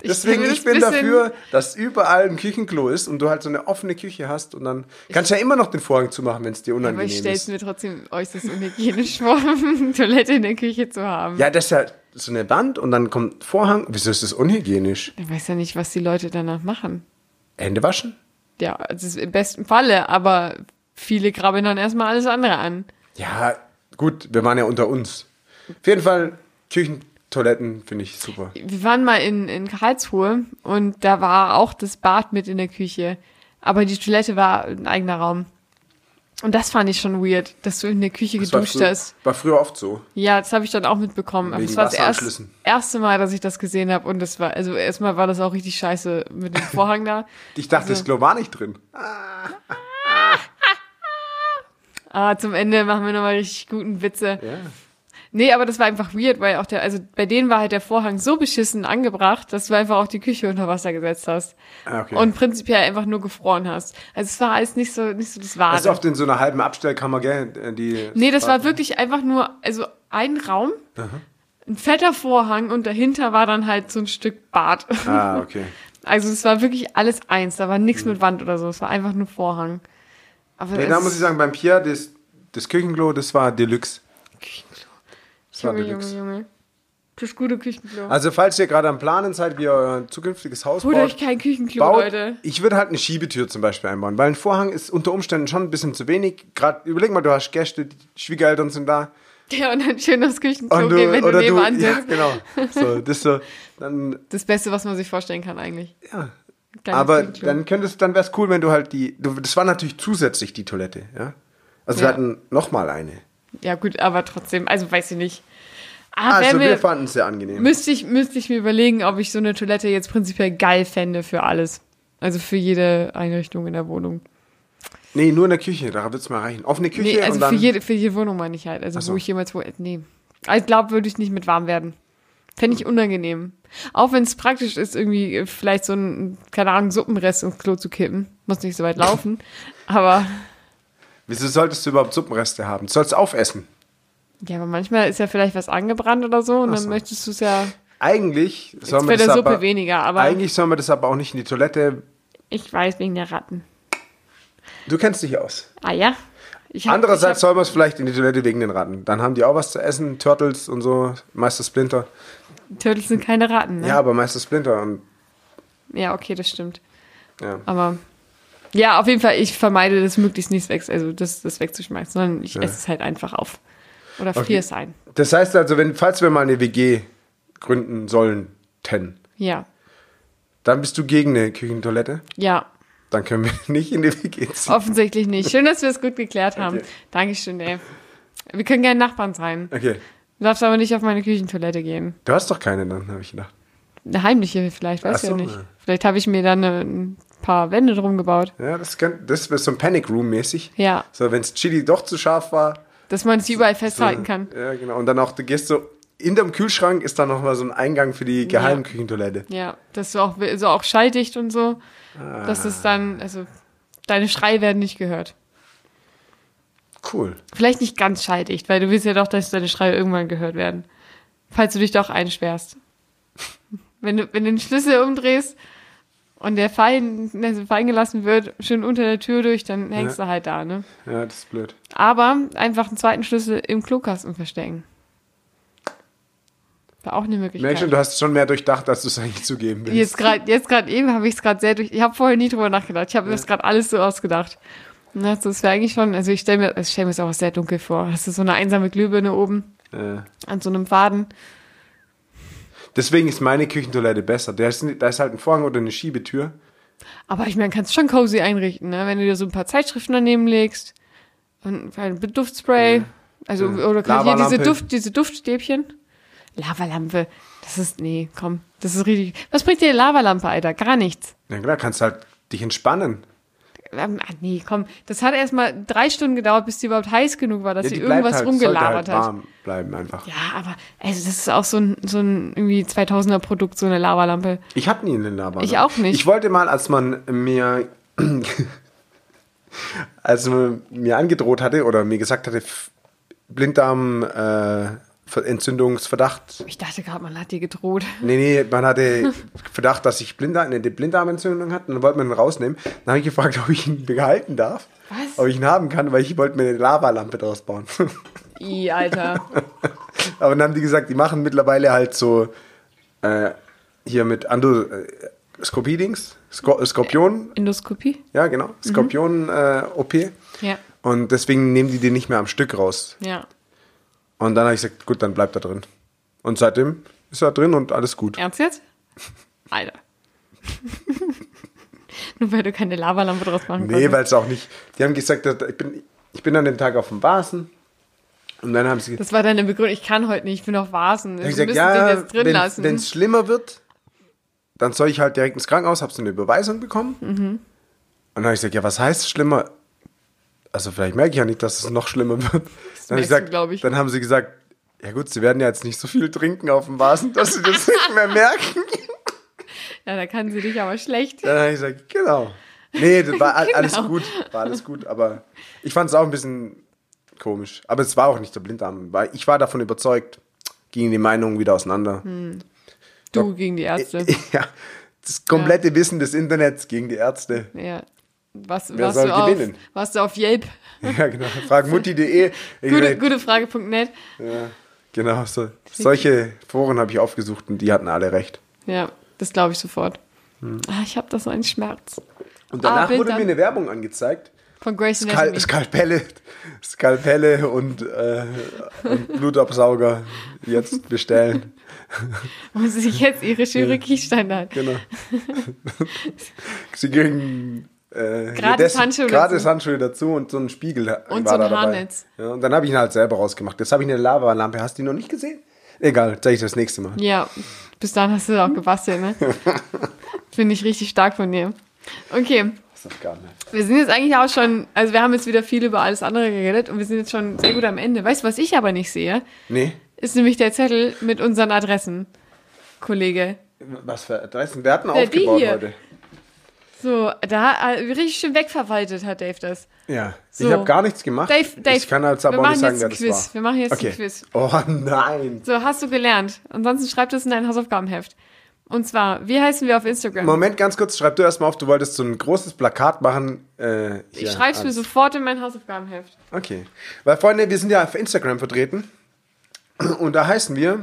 [SPEAKER 2] Ich
[SPEAKER 1] Deswegen,
[SPEAKER 2] kann mir
[SPEAKER 1] ich
[SPEAKER 2] das
[SPEAKER 1] bin
[SPEAKER 2] bisschen-
[SPEAKER 1] dafür, dass überall ein Küchenklo ist und du halt so eine offene Küche hast und dann kannst du ja immer noch den Vorhang zumachen, wenn es dir
[SPEAKER 2] Aber ich
[SPEAKER 1] unangenehm
[SPEAKER 2] stelle es
[SPEAKER 1] ist.
[SPEAKER 2] mir trotzdem äußerst unhygienisch vor, Toilette in der Küche zu haben.
[SPEAKER 1] Ja, das ist ja so eine Wand und dann kommt Vorhang. Wieso ist das unhygienisch?
[SPEAKER 2] Ich weiß ja nicht, was die Leute danach machen.
[SPEAKER 1] Hände waschen?
[SPEAKER 2] Ja, also es ist im besten Falle, aber viele grabbeln dann erstmal alles andere an.
[SPEAKER 1] Ja, gut, wir waren ja unter uns. Auf jeden Fall, Küchentoiletten finde ich super.
[SPEAKER 2] Wir waren mal in, in Karlsruhe und da war auch das Bad mit in der Küche. Aber die Toilette war ein eigener Raum. Und das fand ich schon weird, dass du in der Küche
[SPEAKER 1] Das war,
[SPEAKER 2] geduscht
[SPEAKER 1] frü
[SPEAKER 2] hast.
[SPEAKER 1] war früher oft so.
[SPEAKER 2] Ja, das habe ich dann auch mitbekommen. Aber
[SPEAKER 1] Wegen
[SPEAKER 2] das war das erste,
[SPEAKER 1] Wasseranschlüssen.
[SPEAKER 2] erste Mal, dass ich das gesehen habe. Und das war, also erstmal war das auch richtig scheiße mit dem Vorhang da.
[SPEAKER 1] Ich dachte, das Klo war nicht drin.
[SPEAKER 2] Ah, zum Ende machen wir nochmal richtig guten Witze.
[SPEAKER 1] Ja.
[SPEAKER 2] Nee, aber das war einfach weird, weil auch der, also bei denen war halt der Vorhang so beschissen angebracht, dass du einfach auch die Küche unter Wasser gesetzt hast.
[SPEAKER 1] Ah, okay.
[SPEAKER 2] Und prinzipiell einfach nur gefroren hast. Also es war alles nicht so, nicht so Ah, das Wahre.
[SPEAKER 1] Das ist oft in so einer halben Abstellkammer, gell? Die
[SPEAKER 2] nee, das war wirklich einfach nur, also ein Raum, ein fetter Vorhang und dahinter war dann halt so ein Stück Bad.
[SPEAKER 1] Ah, okay.
[SPEAKER 2] Also es war wirklich alles eins, da war nichts mit Wand oder so, es war einfach nur Vorhang. Aber
[SPEAKER 1] Nee,
[SPEAKER 2] es
[SPEAKER 1] Mhm. da
[SPEAKER 2] ist-
[SPEAKER 1] muss ich sagen, beim Pierre, das, das Küchenklo, das war Deluxe. Das war
[SPEAKER 2] Junge, Junge,
[SPEAKER 1] Deluxe.
[SPEAKER 2] Junge. Das gute Küchenklo.
[SPEAKER 1] Also, falls ihr gerade am Planen seid, wie ihr euer zukünftiges Haus
[SPEAKER 2] Holt
[SPEAKER 1] baut,
[SPEAKER 2] euch kein Küchenklo,
[SPEAKER 1] baut
[SPEAKER 2] Leute.
[SPEAKER 1] ich würde halt eine Schiebetür zum Beispiel einbauen, weil ein Vorhang ist unter Umständen schon ein bisschen zu wenig. Gerade, überleg mal, du hast Gäste, die Schwiegereltern sind da.
[SPEAKER 2] Ja, und dann schön aufs Küchenklo
[SPEAKER 1] Und du,
[SPEAKER 2] gehen, wenn du
[SPEAKER 1] oder du,
[SPEAKER 2] nebenan
[SPEAKER 1] ja,
[SPEAKER 2] sitzt.
[SPEAKER 1] genau. So, das so, dann,
[SPEAKER 2] Das Beste, was man sich vorstellen kann eigentlich.
[SPEAKER 1] ja.
[SPEAKER 2] Kleines
[SPEAKER 1] Aber
[SPEAKER 2] Küchenklo.
[SPEAKER 1] dann könntest, dann wär's cool, wenn du halt die, du, das war natürlich zusätzlich die Toilette, ja. Also, wir
[SPEAKER 2] Ja.
[SPEAKER 1] hatten nochmal eine.
[SPEAKER 2] Ja gut, aber trotzdem, also weiß ich nicht. Ah,
[SPEAKER 1] Also,
[SPEAKER 2] wär
[SPEAKER 1] wir
[SPEAKER 2] mir,
[SPEAKER 1] fanden es sehr angenehm.
[SPEAKER 2] müsste, ich, müsste ich mir überlegen, ob ich so eine Toilette jetzt prinzipiell geil fände für alles. Also für jede Einrichtung in der Wohnung.
[SPEAKER 1] Nee, nur in der Küche, da wird's mal reichen. Offene Küche
[SPEAKER 2] Nee, also
[SPEAKER 1] und dann.
[SPEAKER 2] für jede, für jede Wohnung meine ich halt. Also
[SPEAKER 1] so.
[SPEAKER 2] wo ich jemals wohl. Nee. Also Ich glaube, würde ich nicht mit warm werden. Fände ich unangenehm. Auch wenn es praktisch ist, irgendwie äh, vielleicht so ein, keine Ahnung, Suppenrest ins Klo zu kippen. Muss nicht so weit laufen. aber
[SPEAKER 1] Wieso solltest du überhaupt Suppenreste haben? Du sollst aufessen.
[SPEAKER 2] ja, aber manchmal ist ja vielleicht was angebrannt oder so und
[SPEAKER 1] Ach
[SPEAKER 2] dann
[SPEAKER 1] so.
[SPEAKER 2] möchtest du es ja.
[SPEAKER 1] Eigentlich soll man
[SPEAKER 2] bei
[SPEAKER 1] das
[SPEAKER 2] der Suppe
[SPEAKER 1] aber,
[SPEAKER 2] weniger, aber-
[SPEAKER 1] Eigentlich soll man das aber auch nicht in die Toilette.
[SPEAKER 2] Ich weiß, wegen der Ratten.
[SPEAKER 1] Du kennst dich aus.
[SPEAKER 2] Ah ja. Ich hab-
[SPEAKER 1] Andererseits
[SPEAKER 2] ich hab,
[SPEAKER 1] soll man es vielleicht in die Toilette wegen den Ratten. Dann haben die auch was zu essen, Turtles und so, Meister Splinter.
[SPEAKER 2] Turtles sind keine Ratten, ne?
[SPEAKER 1] Ja, aber Meister Splinter und
[SPEAKER 2] ja, okay, das stimmt.
[SPEAKER 1] ja.
[SPEAKER 2] Aber ja, auf jeden Fall, ich vermeide das möglichst nicht weg, also das, das wegzuschmeißen, sondern ich esse es halt einfach auf. Oder friere es ein.
[SPEAKER 1] Das heißt also, wenn, falls wir mal eine WG gründen sollen, ten,
[SPEAKER 2] Ja.
[SPEAKER 1] dann bist du gegen eine Küchentoilette.
[SPEAKER 2] Ja.
[SPEAKER 1] Dann können wir nicht in die WG ziehen.
[SPEAKER 2] Offensichtlich nicht. Schön, dass wir es gut geklärt haben.
[SPEAKER 1] Okay.
[SPEAKER 2] Dankeschön, ey. Wir können gerne Nachbarn sein.
[SPEAKER 1] Okay.
[SPEAKER 2] Du darfst aber nicht auf meine Küchentoilette gehen.
[SPEAKER 1] Du hast doch keine, dann habe ich gedacht.
[SPEAKER 2] Eine heimliche vielleicht, weiß
[SPEAKER 1] Ach
[SPEAKER 2] ich
[SPEAKER 1] so,
[SPEAKER 2] ja nicht.
[SPEAKER 1] ne.
[SPEAKER 2] Vielleicht habe ich mir dann äh, ein paar Wände drum gebaut.
[SPEAKER 1] Ja, das, kann, das wäre so ein Panic Room mäßig.
[SPEAKER 2] Ja.
[SPEAKER 1] So, wenn es Chili doch zu scharf war.
[SPEAKER 2] Dass man es überall
[SPEAKER 1] So,
[SPEAKER 2] festhalten kann.
[SPEAKER 1] Ja, genau. Und dann auch, du gehst so, in dem Kühlschrank ist dann nochmal so ein Eingang für die
[SPEAKER 2] Ja.
[SPEAKER 1] Geheimküchentoilette.
[SPEAKER 2] Ja, dass du auch, so auch schalldicht und so, dass
[SPEAKER 1] Ah.
[SPEAKER 2] es dann, also deine Schreie werden nicht gehört.
[SPEAKER 1] Cool.
[SPEAKER 2] Vielleicht nicht ganz schalldicht, weil du willst ja doch, dass deine Schreie irgendwann gehört werden. Falls du dich doch einsperrst. Wenn du, wenn du den Schlüssel umdrehst und der fallen, also fallen gelassen wird, schön unter der Tür durch, dann hängst du halt da, ne?
[SPEAKER 1] Ja, das ist blöd.
[SPEAKER 2] Aber einfach einen zweiten Schlüssel im Klokasten verstecken. War auch eine Möglichkeit.
[SPEAKER 1] Mensch, und du hast schon mehr durchdacht, als du es eigentlich zugeben willst.
[SPEAKER 2] Jetzt gerade jetzt grad eben habe ich es gerade sehr durch. Ich habe vorher nie drüber nachgedacht. Ich habe mir das gerade alles so ausgedacht. Und dachte, das wäre eigentlich schon. Also ich stelle mir, ich stell mir das auch sehr dunkel vor. Hast du so eine einsame Glühbirne oben
[SPEAKER 1] Äh,
[SPEAKER 2] an so einem Faden?
[SPEAKER 1] Deswegen ist meine Küchentoilette besser. Da ist, da ist halt ein Vorhang oder eine Schiebetür.
[SPEAKER 2] Aber ich meine, kannst schon cozy einrichten, ne? Wenn du dir so ein paar Zeitschriften daneben legst und ein Duftspray. Also oder kannst hier diese
[SPEAKER 1] Lavalampe.
[SPEAKER 2] Duft, diese Duftstäbchen. Lavalampe. Das ist nee, komm, das ist richtig. Was bringt dir die Lavalampe, Alter? Gar nichts.
[SPEAKER 1] Na klar, kannst halt dich entspannen.
[SPEAKER 2] Ähm, ach nee, komm, das hat erst mal drei Stunden gedauert, bis die überhaupt heiß genug war, dass sie
[SPEAKER 1] die
[SPEAKER 2] irgendwas
[SPEAKER 1] sollte
[SPEAKER 2] rumgelabert
[SPEAKER 1] halt
[SPEAKER 2] hat.
[SPEAKER 1] warm bleiben einfach.
[SPEAKER 2] Ja, aber also das ist auch so ein, so ein irgendwie 2000er Produkt, so eine Lavalampe.
[SPEAKER 1] Ich habe nie eine Lavalampe.
[SPEAKER 2] Ich auch nicht.
[SPEAKER 1] Ich wollte mal, als man mir als man mir angedroht hatte oder mir gesagt hatte, F- Blinddarm äh, Ver- Entzündungsverdacht.
[SPEAKER 2] Ich dachte gerade, man hat dir gedroht.
[SPEAKER 1] Nee, nee, man hatte Verdacht, dass ich Blinddarm, eine Blinddarmentzündung hatte und dann wollte man ihn rausnehmen. Dann habe ich gefragt, ob ich ihn behalten darf.
[SPEAKER 2] Was?
[SPEAKER 1] Ob ich ihn haben kann, weil ich wollte mir eine Lavalampe draus bauen.
[SPEAKER 2] I, Alter.
[SPEAKER 1] Aber dann haben die gesagt, die machen mittlerweile halt so äh, hier mit Ando äh, Skopie-Dings, Skor Skorpion,
[SPEAKER 2] Endoskopie?
[SPEAKER 1] ja genau, Skorpion-OP.
[SPEAKER 2] Ja.
[SPEAKER 1] Und deswegen nehmen die den nicht mehr am Stück raus.
[SPEAKER 2] Ja.
[SPEAKER 1] Und dann habe ich gesagt, gut, dann bleibt er drin. Und seitdem ist er drin und alles gut.
[SPEAKER 2] Ernst jetzt? Alter. Nur weil du keine Lavalampe draus machen
[SPEAKER 1] Nee,
[SPEAKER 2] konntest.
[SPEAKER 1] weil es auch nicht. Die haben gesagt, dass- ich bin, ich bin an dem Tag auf dem Basen. Und dann haben sie gesagt,
[SPEAKER 2] Das war deine Begründung. Ich kann heute nicht, ich bin auf Vasen. Wir
[SPEAKER 1] ich
[SPEAKER 2] müssen
[SPEAKER 1] gesagt
[SPEAKER 2] den jetzt drin
[SPEAKER 1] ja,
[SPEAKER 2] lassen.
[SPEAKER 1] wenn es schlimmer wird, dann soll ich halt direkt ins Krankenhaus, habe so eine Überweisung bekommen.
[SPEAKER 2] Mhm.
[SPEAKER 1] Und dann habe ich gesagt, ja, was heißt schlimmer? Also vielleicht merke ich ja nicht, dass es noch schlimmer wird. Dann, hab
[SPEAKER 2] merkst du, glaub ich.
[SPEAKER 1] dann haben sie gesagt, ja gut, sie werden ja jetzt nicht so viel trinken auf dem Basen, dass sie das nicht mehr merken.
[SPEAKER 2] Ja, da kann sie dich aber schlecht.
[SPEAKER 1] Dann habe ich gesagt, genau. Nee, das war all- alles
[SPEAKER 2] Genau.
[SPEAKER 1] gut. War alles gut, aber ich fand es auch ein bisschen komisch. Aber es war auch nicht der Blinddarm, weil ich war davon überzeugt, gingen die Meinungen wieder auseinander.
[SPEAKER 2] Hm. Du gegen die Ärzte.
[SPEAKER 1] Ja, das komplette Wissen des Internets gegen die Ärzte.
[SPEAKER 2] Ja. Was,
[SPEAKER 1] Wer
[SPEAKER 2] warst,
[SPEAKER 1] soll
[SPEAKER 2] du auf,
[SPEAKER 1] gewinnen?
[SPEAKER 2] warst du auf Yelp?
[SPEAKER 1] Ja, genau. Fragmutti.de. Ich
[SPEAKER 2] Gute,
[SPEAKER 1] sag,
[SPEAKER 2] gute Frage.net.
[SPEAKER 1] Genau, so. solche Foren habe ich aufgesucht und die hatten alle recht.
[SPEAKER 2] Ja, das glaube ich sofort.
[SPEAKER 1] Hm.
[SPEAKER 2] Ah, ich habe da so einen Schmerz.
[SPEAKER 1] Und danach
[SPEAKER 2] Ah,
[SPEAKER 1] wurde mir
[SPEAKER 2] Blinddarm.
[SPEAKER 1] eine Werbung angezeigt.
[SPEAKER 2] Von Grace
[SPEAKER 1] Skal
[SPEAKER 2] Anatomy.
[SPEAKER 1] Skalpelle, Skalpelle und, äh, und Blutabsauger jetzt bestellen.
[SPEAKER 2] Muss ich jetzt ihre Chirurgie-Standard.
[SPEAKER 1] Genau. Sie kriegen äh,
[SPEAKER 2] Gratis
[SPEAKER 1] jedes-
[SPEAKER 2] Handschuhe
[SPEAKER 1] gratis
[SPEAKER 2] dazu.
[SPEAKER 1] Handschuhe dazu und so ein Spiegel war
[SPEAKER 2] Und so ein
[SPEAKER 1] da dabei.
[SPEAKER 2] Haarnetz.
[SPEAKER 1] Ja, und dann habe ich ihn halt selber rausgemacht. Jetzt habe ich eine Lavalampe. Hast du die noch nicht gesehen? Egal, zeige ich das nächste Mal.
[SPEAKER 2] Ja, bis dahin hast du auch gebastelt, ne? Finde ich richtig stark von dir. Okay,
[SPEAKER 1] Hausaufgaben.
[SPEAKER 2] wir sind jetzt eigentlich auch schon, also wir haben jetzt wieder viel über alles andere geredet und wir sind jetzt schon sehr gut am Ende. Weißt du, was ich aber nicht sehe?
[SPEAKER 1] Nee.
[SPEAKER 2] Ist nämlich der Zettel mit unseren Adressen, Kollege.
[SPEAKER 1] Was für Adressen? Wir hatten
[SPEAKER 2] die
[SPEAKER 1] aufgebaut
[SPEAKER 2] hier.
[SPEAKER 1] heute.
[SPEAKER 2] So, da äh, richtig schön wegverwaltet hat Dave das.
[SPEAKER 1] Ja.
[SPEAKER 2] So.
[SPEAKER 1] Ich habe gar nichts gemacht.
[SPEAKER 2] Dave, Dave,
[SPEAKER 1] ich kann jetzt aber
[SPEAKER 2] wir
[SPEAKER 1] auch
[SPEAKER 2] machen
[SPEAKER 1] nicht sagen,
[SPEAKER 2] jetzt
[SPEAKER 1] wer
[SPEAKER 2] ein
[SPEAKER 1] das
[SPEAKER 2] Quiz.
[SPEAKER 1] war.
[SPEAKER 2] Wir machen jetzt ein
[SPEAKER 1] okay.
[SPEAKER 2] Quiz.
[SPEAKER 1] Oh nein.
[SPEAKER 2] So, hast du gelernt. Ansonsten schreib das in dein Hausaufgabenheft. Und zwar, wie heißen wir auf Instagram?
[SPEAKER 1] Moment, ganz kurz, schreib du erstmal auf, du wolltest so ein großes Plakat machen. Äh,
[SPEAKER 2] ich
[SPEAKER 1] hier,
[SPEAKER 2] schreib's mir
[SPEAKER 1] alles.
[SPEAKER 2] sofort in mein Hausaufgabenheft.
[SPEAKER 1] Okay. Weil, Freunde, wir sind ja auf Instagram vertreten. Und da heißen wir.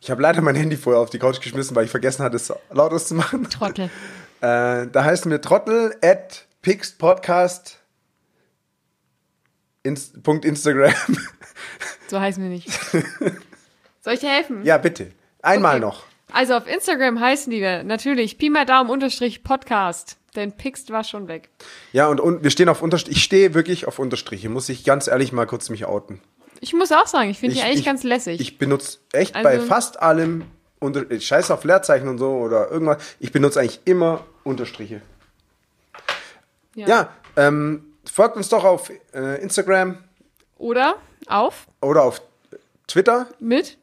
[SPEAKER 1] Ich habe leider mein Handy vorher auf die Couch geschmissen, weil ich vergessen hatte, es laut auszumachen.
[SPEAKER 2] Trottel.
[SPEAKER 1] Äh, da heißen wir Trottel at pixpodcast ins, Punkt Instagram.
[SPEAKER 2] So heißen wir nicht. Soll ich dir helfen?
[SPEAKER 1] ja, bitte. Einmal
[SPEAKER 2] Okay.
[SPEAKER 1] noch.
[SPEAKER 2] Also auf Instagram heißen die wir natürlich Pi mal Daumen unterstrich Podcast. Denn Pixt war schon weg.
[SPEAKER 1] Ja, und, und wir stehen auf Unterstriche. Ich stehe wirklich auf Unterstriche, muss ich ganz ehrlich mal kurz mich outen.
[SPEAKER 2] Ich muss auch sagen, ich finde die
[SPEAKER 1] Ich-
[SPEAKER 2] eigentlich
[SPEAKER 1] ich-
[SPEAKER 2] ganz lässig.
[SPEAKER 1] Ich benutze echt
[SPEAKER 2] Also-
[SPEAKER 1] bei fast allem, unter, äh, scheiß auf Leerzeichen und so oder irgendwas, ich benutze eigentlich immer Unterstriche.
[SPEAKER 2] Ja.
[SPEAKER 1] Ja, ähm, folgt uns doch auf äh, Instagram
[SPEAKER 2] Oder auf
[SPEAKER 1] oder auf Twitter,
[SPEAKER 2] mit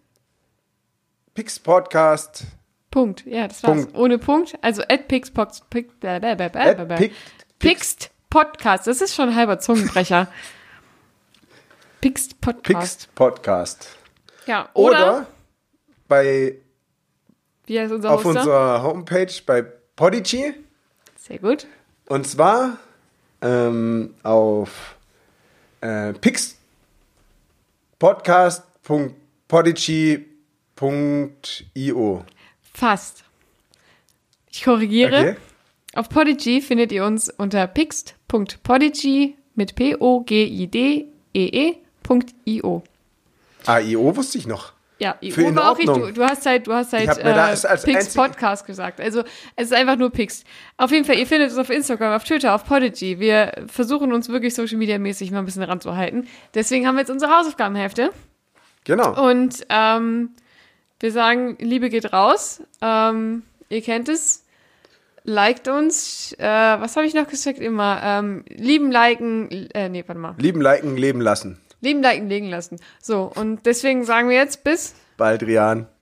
[SPEAKER 1] pixpodcast
[SPEAKER 2] Punkt. Ja, das war's.
[SPEAKER 1] Punkt.
[SPEAKER 2] Ohne Punkt. Also at Pixpox. Pix, bla, bla, bla, bla, bla, bla.
[SPEAKER 1] Pick-
[SPEAKER 2] Pixt Podcast. Das ist schon ein halber Zungenbrecher. Pixt Podcast.
[SPEAKER 1] pixpodcast.
[SPEAKER 2] Ja.
[SPEAKER 1] Oder,
[SPEAKER 2] Oder,
[SPEAKER 1] bei,
[SPEAKER 2] wie heißt unser
[SPEAKER 1] auf
[SPEAKER 2] Hoster?
[SPEAKER 1] unserer Homepage bei Podigy.
[SPEAKER 2] Sehr gut.
[SPEAKER 1] Und zwar ähm, auf äh, pixpodcast.podigy.io.
[SPEAKER 2] Fast. Ich korrigiere. Auf Podigy findet ihr uns unter pixt.podigy mit P-O-G-I-D-E-E E punkt .io.
[SPEAKER 1] Ah, IO wusste ich noch.
[SPEAKER 2] Ja, IO
[SPEAKER 1] Für in
[SPEAKER 2] war auch richtig. Du,
[SPEAKER 1] Ordnung.
[SPEAKER 2] du hast halt, du hast
[SPEAKER 1] Ich
[SPEAKER 2] halt
[SPEAKER 1] hab mir da als-
[SPEAKER 2] äh,
[SPEAKER 1] als
[SPEAKER 2] Pix
[SPEAKER 1] einzige-
[SPEAKER 2] Podcast gesagt. Also es ist einfach nur Pix. Auf jeden Fall, ihr findet uns auf Instagram, auf Twitter, auf Podigy. Wir versuchen uns wirklich Social Media mäßig mal ein bisschen ranzuhalten. Deswegen haben wir jetzt unsere Hausaufgabenhefte.
[SPEAKER 1] Genau.
[SPEAKER 2] Und ähm, wir sagen, Liebe geht raus. Ähm, ihr kennt es. Liked uns. Äh, was habe ich noch gesagt immer? Ähm, lieben, liken. Äh, nee, warte mal.
[SPEAKER 1] Lieben, liken, leben lassen.
[SPEAKER 2] Lieben, liken, legen lassen. So, und deswegen sagen wir jetzt bis.
[SPEAKER 1] Baldrian.